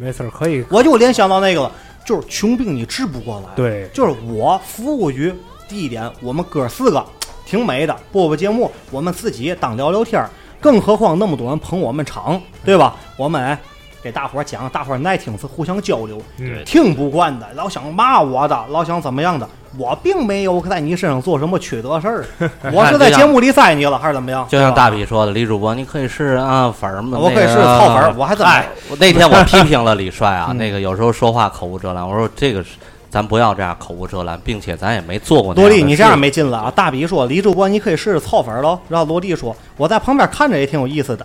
[SPEAKER 7] 没事儿可以，
[SPEAKER 5] 我就联想到那个了，就是穷病你治不过来。
[SPEAKER 7] 对
[SPEAKER 5] 就是我服务于第一点，我们哥四个挺美的，播播节目，我们自己当聊聊天儿。更何况那么多人捧我们场，对吧？我们哎给大伙儿讲，大伙儿耐听是互相交流。
[SPEAKER 7] 对
[SPEAKER 5] 听不惯的，老想骂我的，老想怎么样的，我并没有在你身上做什么缺德事儿，我是在节目里栽你了，还是怎么样？
[SPEAKER 3] 就像大比说的，李主播，你可以试试啊粉儿嘛，
[SPEAKER 5] 我可以试试
[SPEAKER 3] 套
[SPEAKER 5] 操粉儿我还怎么嗯
[SPEAKER 3] 那天我批评了李帅啊，那个有时候说话口无遮拦，我说这个是咱不要这样口无遮拦，并且咱也没做过那样
[SPEAKER 5] 萝
[SPEAKER 3] 的
[SPEAKER 5] 莉，
[SPEAKER 3] 事
[SPEAKER 5] 你这样没劲了啊！大比说，李主播，你可以试试操粉喽。然后萝莉说，我在旁边看着也挺有意思的。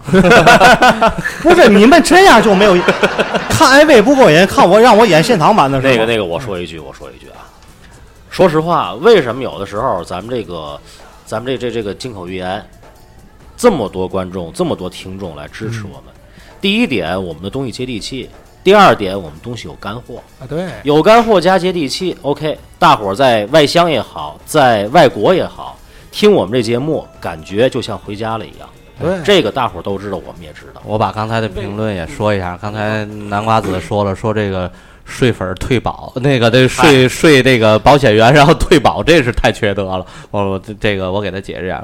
[SPEAKER 5] 不是你们这样就没有意看 AV 不过瘾，看我让我演现场版的时候，
[SPEAKER 11] 那个那个，我说一句，我说一句啊。说实话，为什么有的时候咱们这个，咱们这这这个金口玉言，这么多观众，这么多听众来支持我们？第一点，我们的东西接地气；第二点，我们东西有干货，
[SPEAKER 7] 啊对，
[SPEAKER 11] 有干货加接地气。OK，大伙儿在外乡也好，在外国也好，听我们这节目，感觉就像回家了一样。
[SPEAKER 3] 对
[SPEAKER 11] 这个大伙儿都知道，我们也知道。
[SPEAKER 3] 我把刚才的评论也说一下。
[SPEAKER 5] 嗯
[SPEAKER 3] 刚才南瓜子说了，说这个税粉儿退保，那个这税
[SPEAKER 5] 哎
[SPEAKER 3] 税这个保险员，然后退保，这是太缺德了。我我这这个我给他解释一下，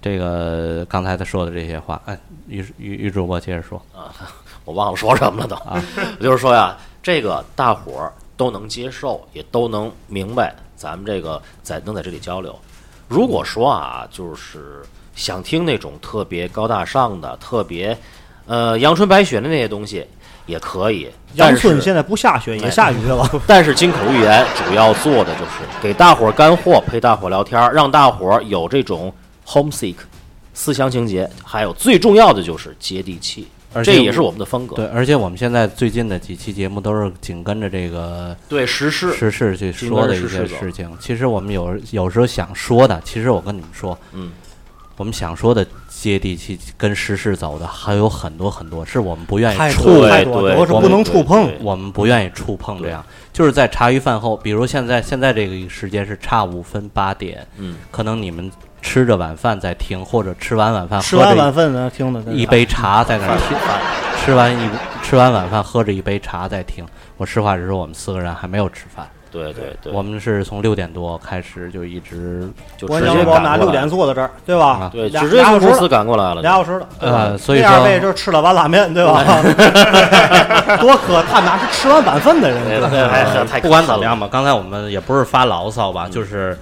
[SPEAKER 3] 这个刚才他说的这些话，哎，于于于主播接着说
[SPEAKER 11] 啊，我忘了说什么了都。
[SPEAKER 3] 啊，
[SPEAKER 11] 我就是说呀，这个大伙儿都能接受，也都能明白咱们这个在能在这里交流。如果说啊，就是想听那种特别高大上的、特别呃阳春白雪的那些东西，也可以。
[SPEAKER 5] 阳春现在不下雪，也下雨去了。
[SPEAKER 11] 但是金口玉言主要做的就是给大伙儿干货，陪大伙儿聊天儿，让大伙儿有这种 homesick 思乡情结，还有最重要的就是接地气
[SPEAKER 3] 而，
[SPEAKER 11] 这
[SPEAKER 3] 且
[SPEAKER 11] 也是我们的风格。
[SPEAKER 3] 对，而且我们现在最近的几期节目都是紧跟着这个
[SPEAKER 11] 对时事
[SPEAKER 3] 时事去
[SPEAKER 11] 紧
[SPEAKER 3] 说
[SPEAKER 11] 跟着
[SPEAKER 3] 的一
[SPEAKER 11] 时
[SPEAKER 3] 些
[SPEAKER 11] 事走
[SPEAKER 3] 事情。其实我们有有时候想说的，其实我跟你们说，
[SPEAKER 11] 嗯，
[SPEAKER 3] 我们想说的接地气跟时事走的还有很多很多，是我们不愿
[SPEAKER 5] 太
[SPEAKER 3] 意
[SPEAKER 5] 多
[SPEAKER 3] 触碰，
[SPEAKER 5] 太多对了都是
[SPEAKER 3] 我
[SPEAKER 5] 不
[SPEAKER 3] 们
[SPEAKER 5] 能触碰
[SPEAKER 3] 对我们不愿意触碰这样。就是在茶余饭后，比如现在现在这个时间是差五分八点，
[SPEAKER 11] 嗯，
[SPEAKER 3] 可能你们吃着晚饭在听，或者吃完晚饭
[SPEAKER 5] 吃
[SPEAKER 3] 喝
[SPEAKER 5] 完
[SPEAKER 3] 着
[SPEAKER 5] 晚饭呢听的
[SPEAKER 3] 一杯茶在那儿听，吃完一吃完晚饭喝着一杯茶在听。我实话实说，我们四个人还没有吃饭。
[SPEAKER 11] 对对对
[SPEAKER 3] 我们是从六点多开始就一直
[SPEAKER 11] 就
[SPEAKER 5] 我阳光拿六点坐在这儿，对吧？俩俩小时了俩小时了。对吧
[SPEAKER 3] 呃，所以
[SPEAKER 5] 那二位
[SPEAKER 3] 说
[SPEAKER 5] 就是吃了碗拉面，对吧？多可叹，哪是吃完晚饭的人？对吧
[SPEAKER 3] 不管怎么样吧，刚才我们也不是发牢骚吧，就是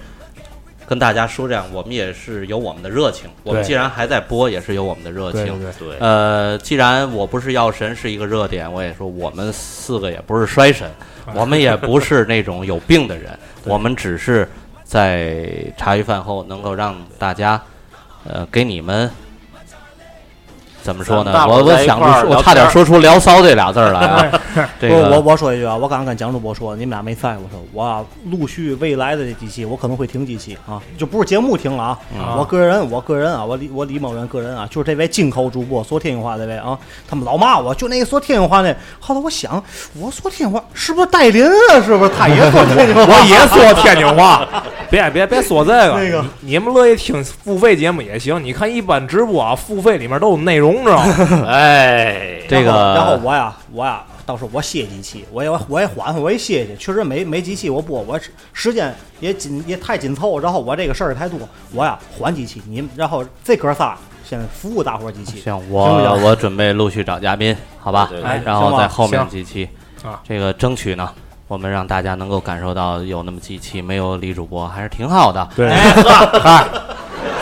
[SPEAKER 3] 跟大家说这样，我们也是有我们的热情。我们
[SPEAKER 11] 对
[SPEAKER 3] 既然还在播，也是有我们的热情。
[SPEAKER 11] 对对对
[SPEAKER 3] 呃，既然我不是药神是一个热点，我也说我们四个也不是衰 神，我们也不是那种有病的人，我们只是在茶余饭后能够让大家，呃，给你们。怎么说呢
[SPEAKER 5] 咱们大？伙
[SPEAKER 3] 我
[SPEAKER 5] 儿
[SPEAKER 3] 我
[SPEAKER 5] 在一
[SPEAKER 3] 想不
[SPEAKER 5] 块儿
[SPEAKER 3] 出，
[SPEAKER 5] 聊
[SPEAKER 3] 我差点
[SPEAKER 5] 天儿。
[SPEAKER 3] 说出“聊骚”这俩字儿来啊 这
[SPEAKER 5] 不
[SPEAKER 3] 个
[SPEAKER 5] 我我说一句啊，我刚刚跟蒋主播说，你们俩没在，我说我啊陆续未来的这几期，我可能会停几期啊，就不是节目停了啊。
[SPEAKER 11] 嗯
[SPEAKER 5] 我个人，我个人啊，我李我李某人个人啊，就是这位进口主播说天津话这位啊，他们老骂我，就那个说天津话那，后来我想，我说天津话是不是戴林啊？是不是他也说天津话？
[SPEAKER 7] 我也说天津 话。别别别说这个，
[SPEAKER 5] 那个
[SPEAKER 7] 你你们乐意听付费节目也行。你看一般直播啊，付费里面都有内容，知道 吗？
[SPEAKER 11] 哎，
[SPEAKER 7] 这
[SPEAKER 5] 然后
[SPEAKER 7] 个
[SPEAKER 5] 然后我呀，我呀，到时候我歇几期，我也我也缓缓，我也歇歇。确实没没几期我播，我时间也紧也太紧凑，然后我这个事儿也太多，我呀缓几期。你们然后这哥仨先服务大伙儿几期，
[SPEAKER 3] 行，
[SPEAKER 5] 行不
[SPEAKER 3] 我
[SPEAKER 5] 行
[SPEAKER 3] 我准备陆续找嘉宾，好吧
[SPEAKER 5] 对对对？
[SPEAKER 3] 然
[SPEAKER 5] 哎行
[SPEAKER 3] 后
[SPEAKER 5] 吧
[SPEAKER 3] 在后面
[SPEAKER 5] 行
[SPEAKER 3] 几期
[SPEAKER 5] 啊，
[SPEAKER 3] 这个争取呢，我们让大家能够感受到有那么几期没有李主播还是挺好的。
[SPEAKER 7] 对
[SPEAKER 3] 哎，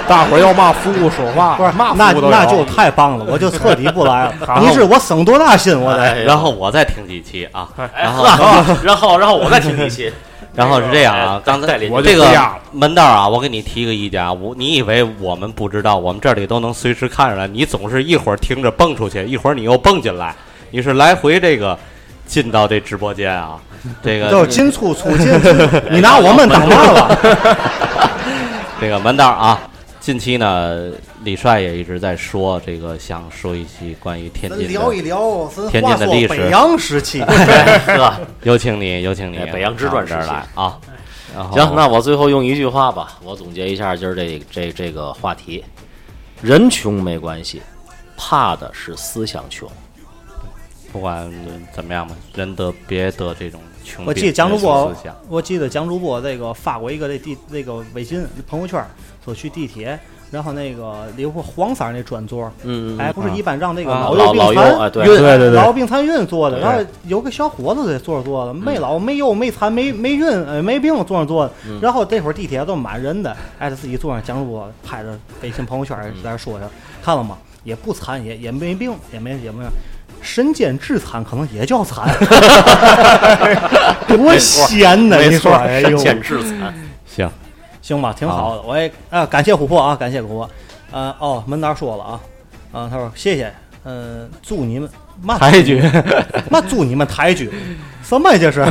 [SPEAKER 7] 大伙儿要骂服务说话，
[SPEAKER 5] 不是
[SPEAKER 7] 骂
[SPEAKER 5] 啊那
[SPEAKER 7] 服务都有
[SPEAKER 5] 那就太棒了，我就彻底不来了。
[SPEAKER 3] 好
[SPEAKER 5] 你是我省多大心，我
[SPEAKER 3] 哎
[SPEAKER 5] 得。
[SPEAKER 3] 然后我再听几期啊，
[SPEAKER 5] 哎
[SPEAKER 3] 然 后
[SPEAKER 11] 呵 然后然后我再听几期
[SPEAKER 3] 然后是这样啊，刚才
[SPEAKER 11] 哎我就
[SPEAKER 3] 这
[SPEAKER 11] 不
[SPEAKER 3] 个
[SPEAKER 11] 一样了
[SPEAKER 3] 门道啊，我给你提个意见啊，我你以为我们不知道，我们这里都能随时看着来，你总是一会儿听着蹦出去，一会儿你又蹦进来，你是来回这个进到这直播间啊，这个
[SPEAKER 5] 就是进出出进出，你拿我们当嘛了？
[SPEAKER 3] 这个门道啊，近期呢，李帅也一直在说这个，想说一期关于天
[SPEAKER 5] 咱
[SPEAKER 3] 津的
[SPEAKER 5] 聊一聊咱
[SPEAKER 3] 天津的历史，
[SPEAKER 5] 话说北洋时期
[SPEAKER 3] 对呵有请你，有请你
[SPEAKER 11] 哎，北洋之转时
[SPEAKER 3] 到我
[SPEAKER 11] 期
[SPEAKER 3] 们这儿来啊。然后
[SPEAKER 11] 行，那我最后用一句话吧，我总结一下今儿这这这个话题：人穷没关系，怕的是思想穷。
[SPEAKER 3] 不管怎么样吧，人得别得这种穷病。
[SPEAKER 5] 我记得蒋主
[SPEAKER 3] 没
[SPEAKER 5] 播
[SPEAKER 3] 有思想，
[SPEAKER 5] 我记得蒋主播这个发过一个这地那个微信朋友圈，说去地铁，然后那个里头黄色儿那专座，
[SPEAKER 11] 嗯嗯
[SPEAKER 5] 哎，不是
[SPEAKER 11] 嗯
[SPEAKER 5] 一般让那个
[SPEAKER 11] 啊
[SPEAKER 5] 幼
[SPEAKER 11] 老
[SPEAKER 5] 病
[SPEAKER 11] 老
[SPEAKER 5] 残
[SPEAKER 11] 幼啊对
[SPEAKER 5] 运
[SPEAKER 11] 对对对
[SPEAKER 5] 老幼病残孕坐的，
[SPEAKER 11] 对
[SPEAKER 5] 然后有个小伙子在坐着坐的，没老没幼没残没没孕呃没病坐着坐的
[SPEAKER 11] 嗯，
[SPEAKER 5] 然后这会儿地铁都满人的，哎，他自己坐上蒋主播拍着微信朋友圈
[SPEAKER 11] 嗯
[SPEAKER 5] 在那说呀，看了吗？也不残，也也没病，也没也没。身兼致残，可能也 叫残。 多闲呢！你说，哎呦，
[SPEAKER 3] 行，
[SPEAKER 5] 行吧，挺好的。我也啊，感谢琥珀啊，感谢琥珀。呃，哦，门达说了啊，啊，他说谢谢，嗯、祝你们嘛
[SPEAKER 3] 抬举，
[SPEAKER 5] 嘛祝你们抬举，什么呀这是？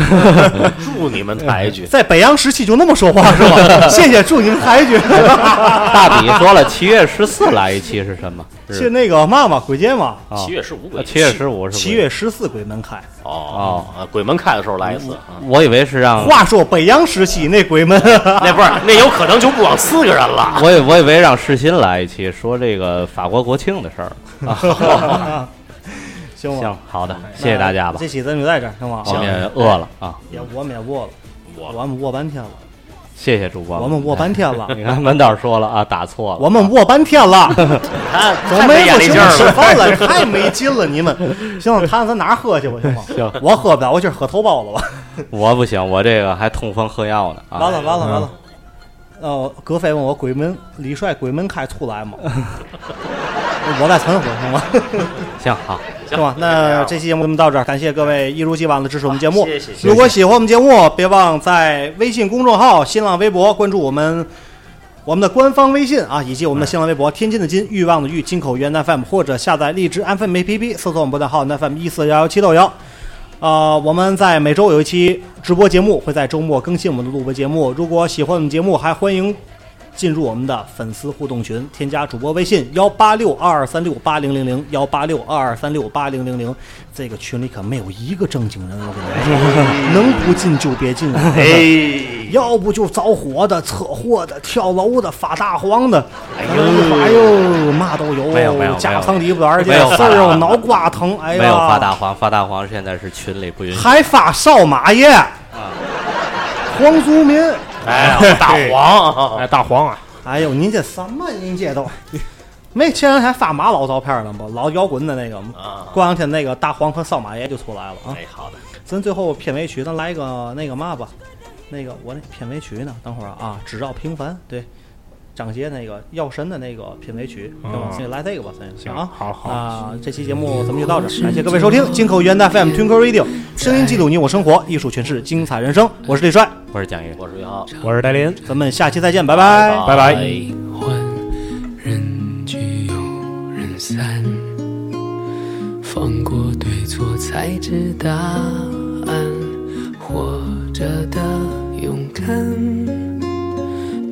[SPEAKER 11] 祝你们抬举
[SPEAKER 5] 在北洋时期就那么说话是 吧？谢谢，祝你们抬举。
[SPEAKER 3] 大比说了，七月十四来一期是什么？
[SPEAKER 5] 是那个嘛嘛鬼街嘛，
[SPEAKER 3] 啊七月15鬼啊七月15是鬼
[SPEAKER 5] 七月十四鬼门开。
[SPEAKER 11] 哦哦，鬼门开的时候来一次，啊
[SPEAKER 3] 我以为是让
[SPEAKER 5] 话说北洋时期那鬼门，
[SPEAKER 11] 那不是那有可能就不光四个人了。
[SPEAKER 3] 我以我以为让世新来一期说这个法国国庆的事儿。 啊
[SPEAKER 5] 行吧
[SPEAKER 3] 行，好的，谢谢大家吧
[SPEAKER 5] 这。期咱就在这儿，行吗？
[SPEAKER 3] 我们也饿了啊，
[SPEAKER 5] 也我们也饿了，我们饿半天了。
[SPEAKER 3] 谢谢主播，
[SPEAKER 5] 我们握半天 了
[SPEAKER 3] 你看，文导说了啊，打错了。
[SPEAKER 5] 我们握半天了，
[SPEAKER 3] 太
[SPEAKER 5] 我
[SPEAKER 3] 没
[SPEAKER 5] 没
[SPEAKER 3] 眼
[SPEAKER 5] 不
[SPEAKER 3] 力
[SPEAKER 5] 行
[SPEAKER 3] 劲儿
[SPEAKER 5] 吃
[SPEAKER 3] 了
[SPEAKER 5] 饭了，太没劲了，你们。 行，看看咱哪儿喝去吧，行吗？
[SPEAKER 3] 行
[SPEAKER 5] 我喝不了，我今儿喝头孢子吧。
[SPEAKER 3] 我不行，我这个还痛风喝药呢。啊、
[SPEAKER 5] 完了完了完了
[SPEAKER 3] 嗯！。
[SPEAKER 5] 呃，葛飞问我鬼门李帅鬼门开 出来吗？我再抻会儿行吗？
[SPEAKER 3] 行好，
[SPEAKER 5] 行吧，那这期节目我们到这儿，感谢各位一如既往的支持我们节目。
[SPEAKER 11] 谢谢谢谢
[SPEAKER 5] 如果喜欢我们节目，别忘在微信公众号、新浪微博关注我们。我们的官方微信啊，以及我们的新浪微博“天津的津，欲望的欲，金口源 FM”，或者下载荔枝 FM APP，搜索我们的号 FM 一四幺幺七六幺。呃，我们在每周有一期直播节目，会在周末更新我们的录播节目。如果喜欢我们节目，还欢迎进入我们的粉丝互动群，添加主播微信幺八六二二三六八零零零幺八六二二三六八零零零。这个群里可没有一个正经人，我跟你说，能不进就别 进啊，
[SPEAKER 11] 哎
[SPEAKER 5] 要不就着火的、车祸的、跳楼的、发大黄的，哎
[SPEAKER 3] 呦
[SPEAKER 5] 哎呦，嘛都有，
[SPEAKER 3] 没有没有没
[SPEAKER 5] 家
[SPEAKER 3] 有
[SPEAKER 5] 长里边儿的
[SPEAKER 3] 没有
[SPEAKER 5] 事
[SPEAKER 3] 发大
[SPEAKER 5] 儿，
[SPEAKER 3] 黄
[SPEAKER 5] 脑瓜疼，哎呀，
[SPEAKER 3] 没有发大黄，发大黄现在是群里不允许。
[SPEAKER 5] 还发少马爷，黄祖民，
[SPEAKER 3] 哎
[SPEAKER 7] 呀大
[SPEAKER 5] 黄，
[SPEAKER 7] 哎，大黄啊，
[SPEAKER 5] 哎呦，您这什么？您这都没前两天发马老照片了吗？老摇滚的那个吗？过两天那个大黄和少马爷就出来了啊。哎，
[SPEAKER 11] 好的。
[SPEAKER 5] 咱最后片尾曲，咱来一个那个嘛吧，那个我那片尾曲呢？等会儿啊，只要平凡，对，张杰那个药神的那个片尾曲，行吧？那来这个吧，咱啊行啊。好好啊，这期节目咱们就到这儿，感谢各位收听，金口源 FM Twinkle Radio，声音记录你我生活，艺术诠释精彩人生，我是李帅，
[SPEAKER 3] 我是蒋云，
[SPEAKER 11] 我是宇浩，
[SPEAKER 5] 我是戴林，咱们下期再见，拜拜，
[SPEAKER 11] 拜拜拜
[SPEAKER 12] 人散，放过对错才知答案，活着的勇敢，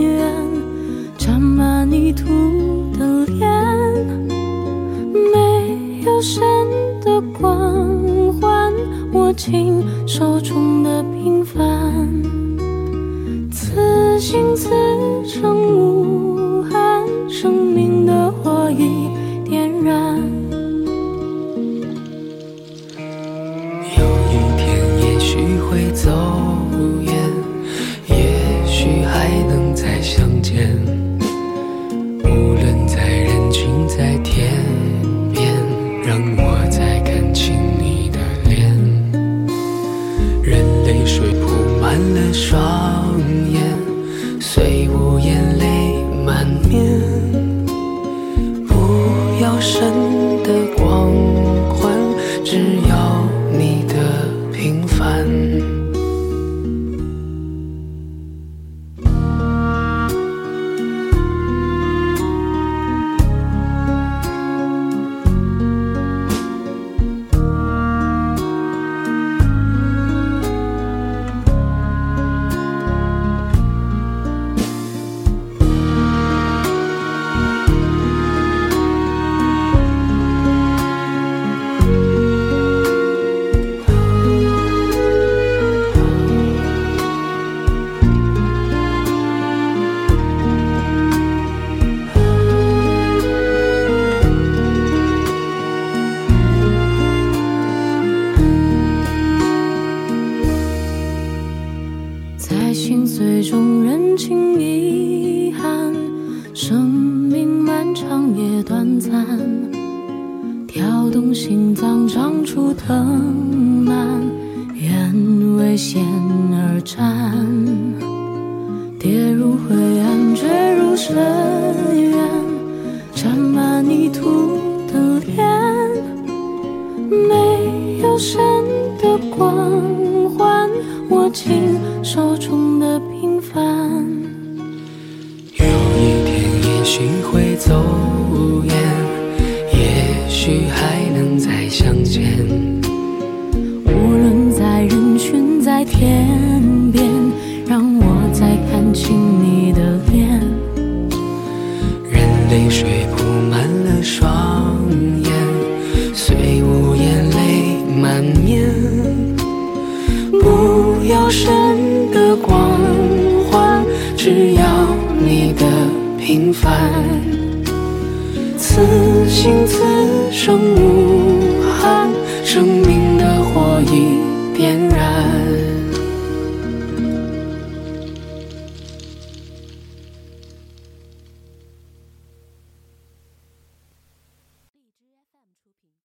[SPEAKER 2] 渊，沾满泥土的脸。没有神的光环，握紧手中的平凡，此心此生无憾，生命的火已点燃。
[SPEAKER 12] 也许会走远，也许还能再相见。无论在人群，在天边，让我再看清你的脸。任泪水铺满了双眼，虽无言泪满面。不要神的光环，只要你的平凡。
[SPEAKER 2] 在心碎中认清遗憾，生命漫长也短暂，跳动心脏长出藤蔓，愿为险而战，跌入灰暗，坠入深渊，沾满泥土的脸。没有神的光环，握紧手中的平凡。
[SPEAKER 12] 也许会走远，也许还能再相见。
[SPEAKER 2] 无论在人群，在天边，让我再看清你的脸。
[SPEAKER 12] 泪水铺满了双眼，虽无言泪满面。不要神的光环，只要你的平凡。此心此生无。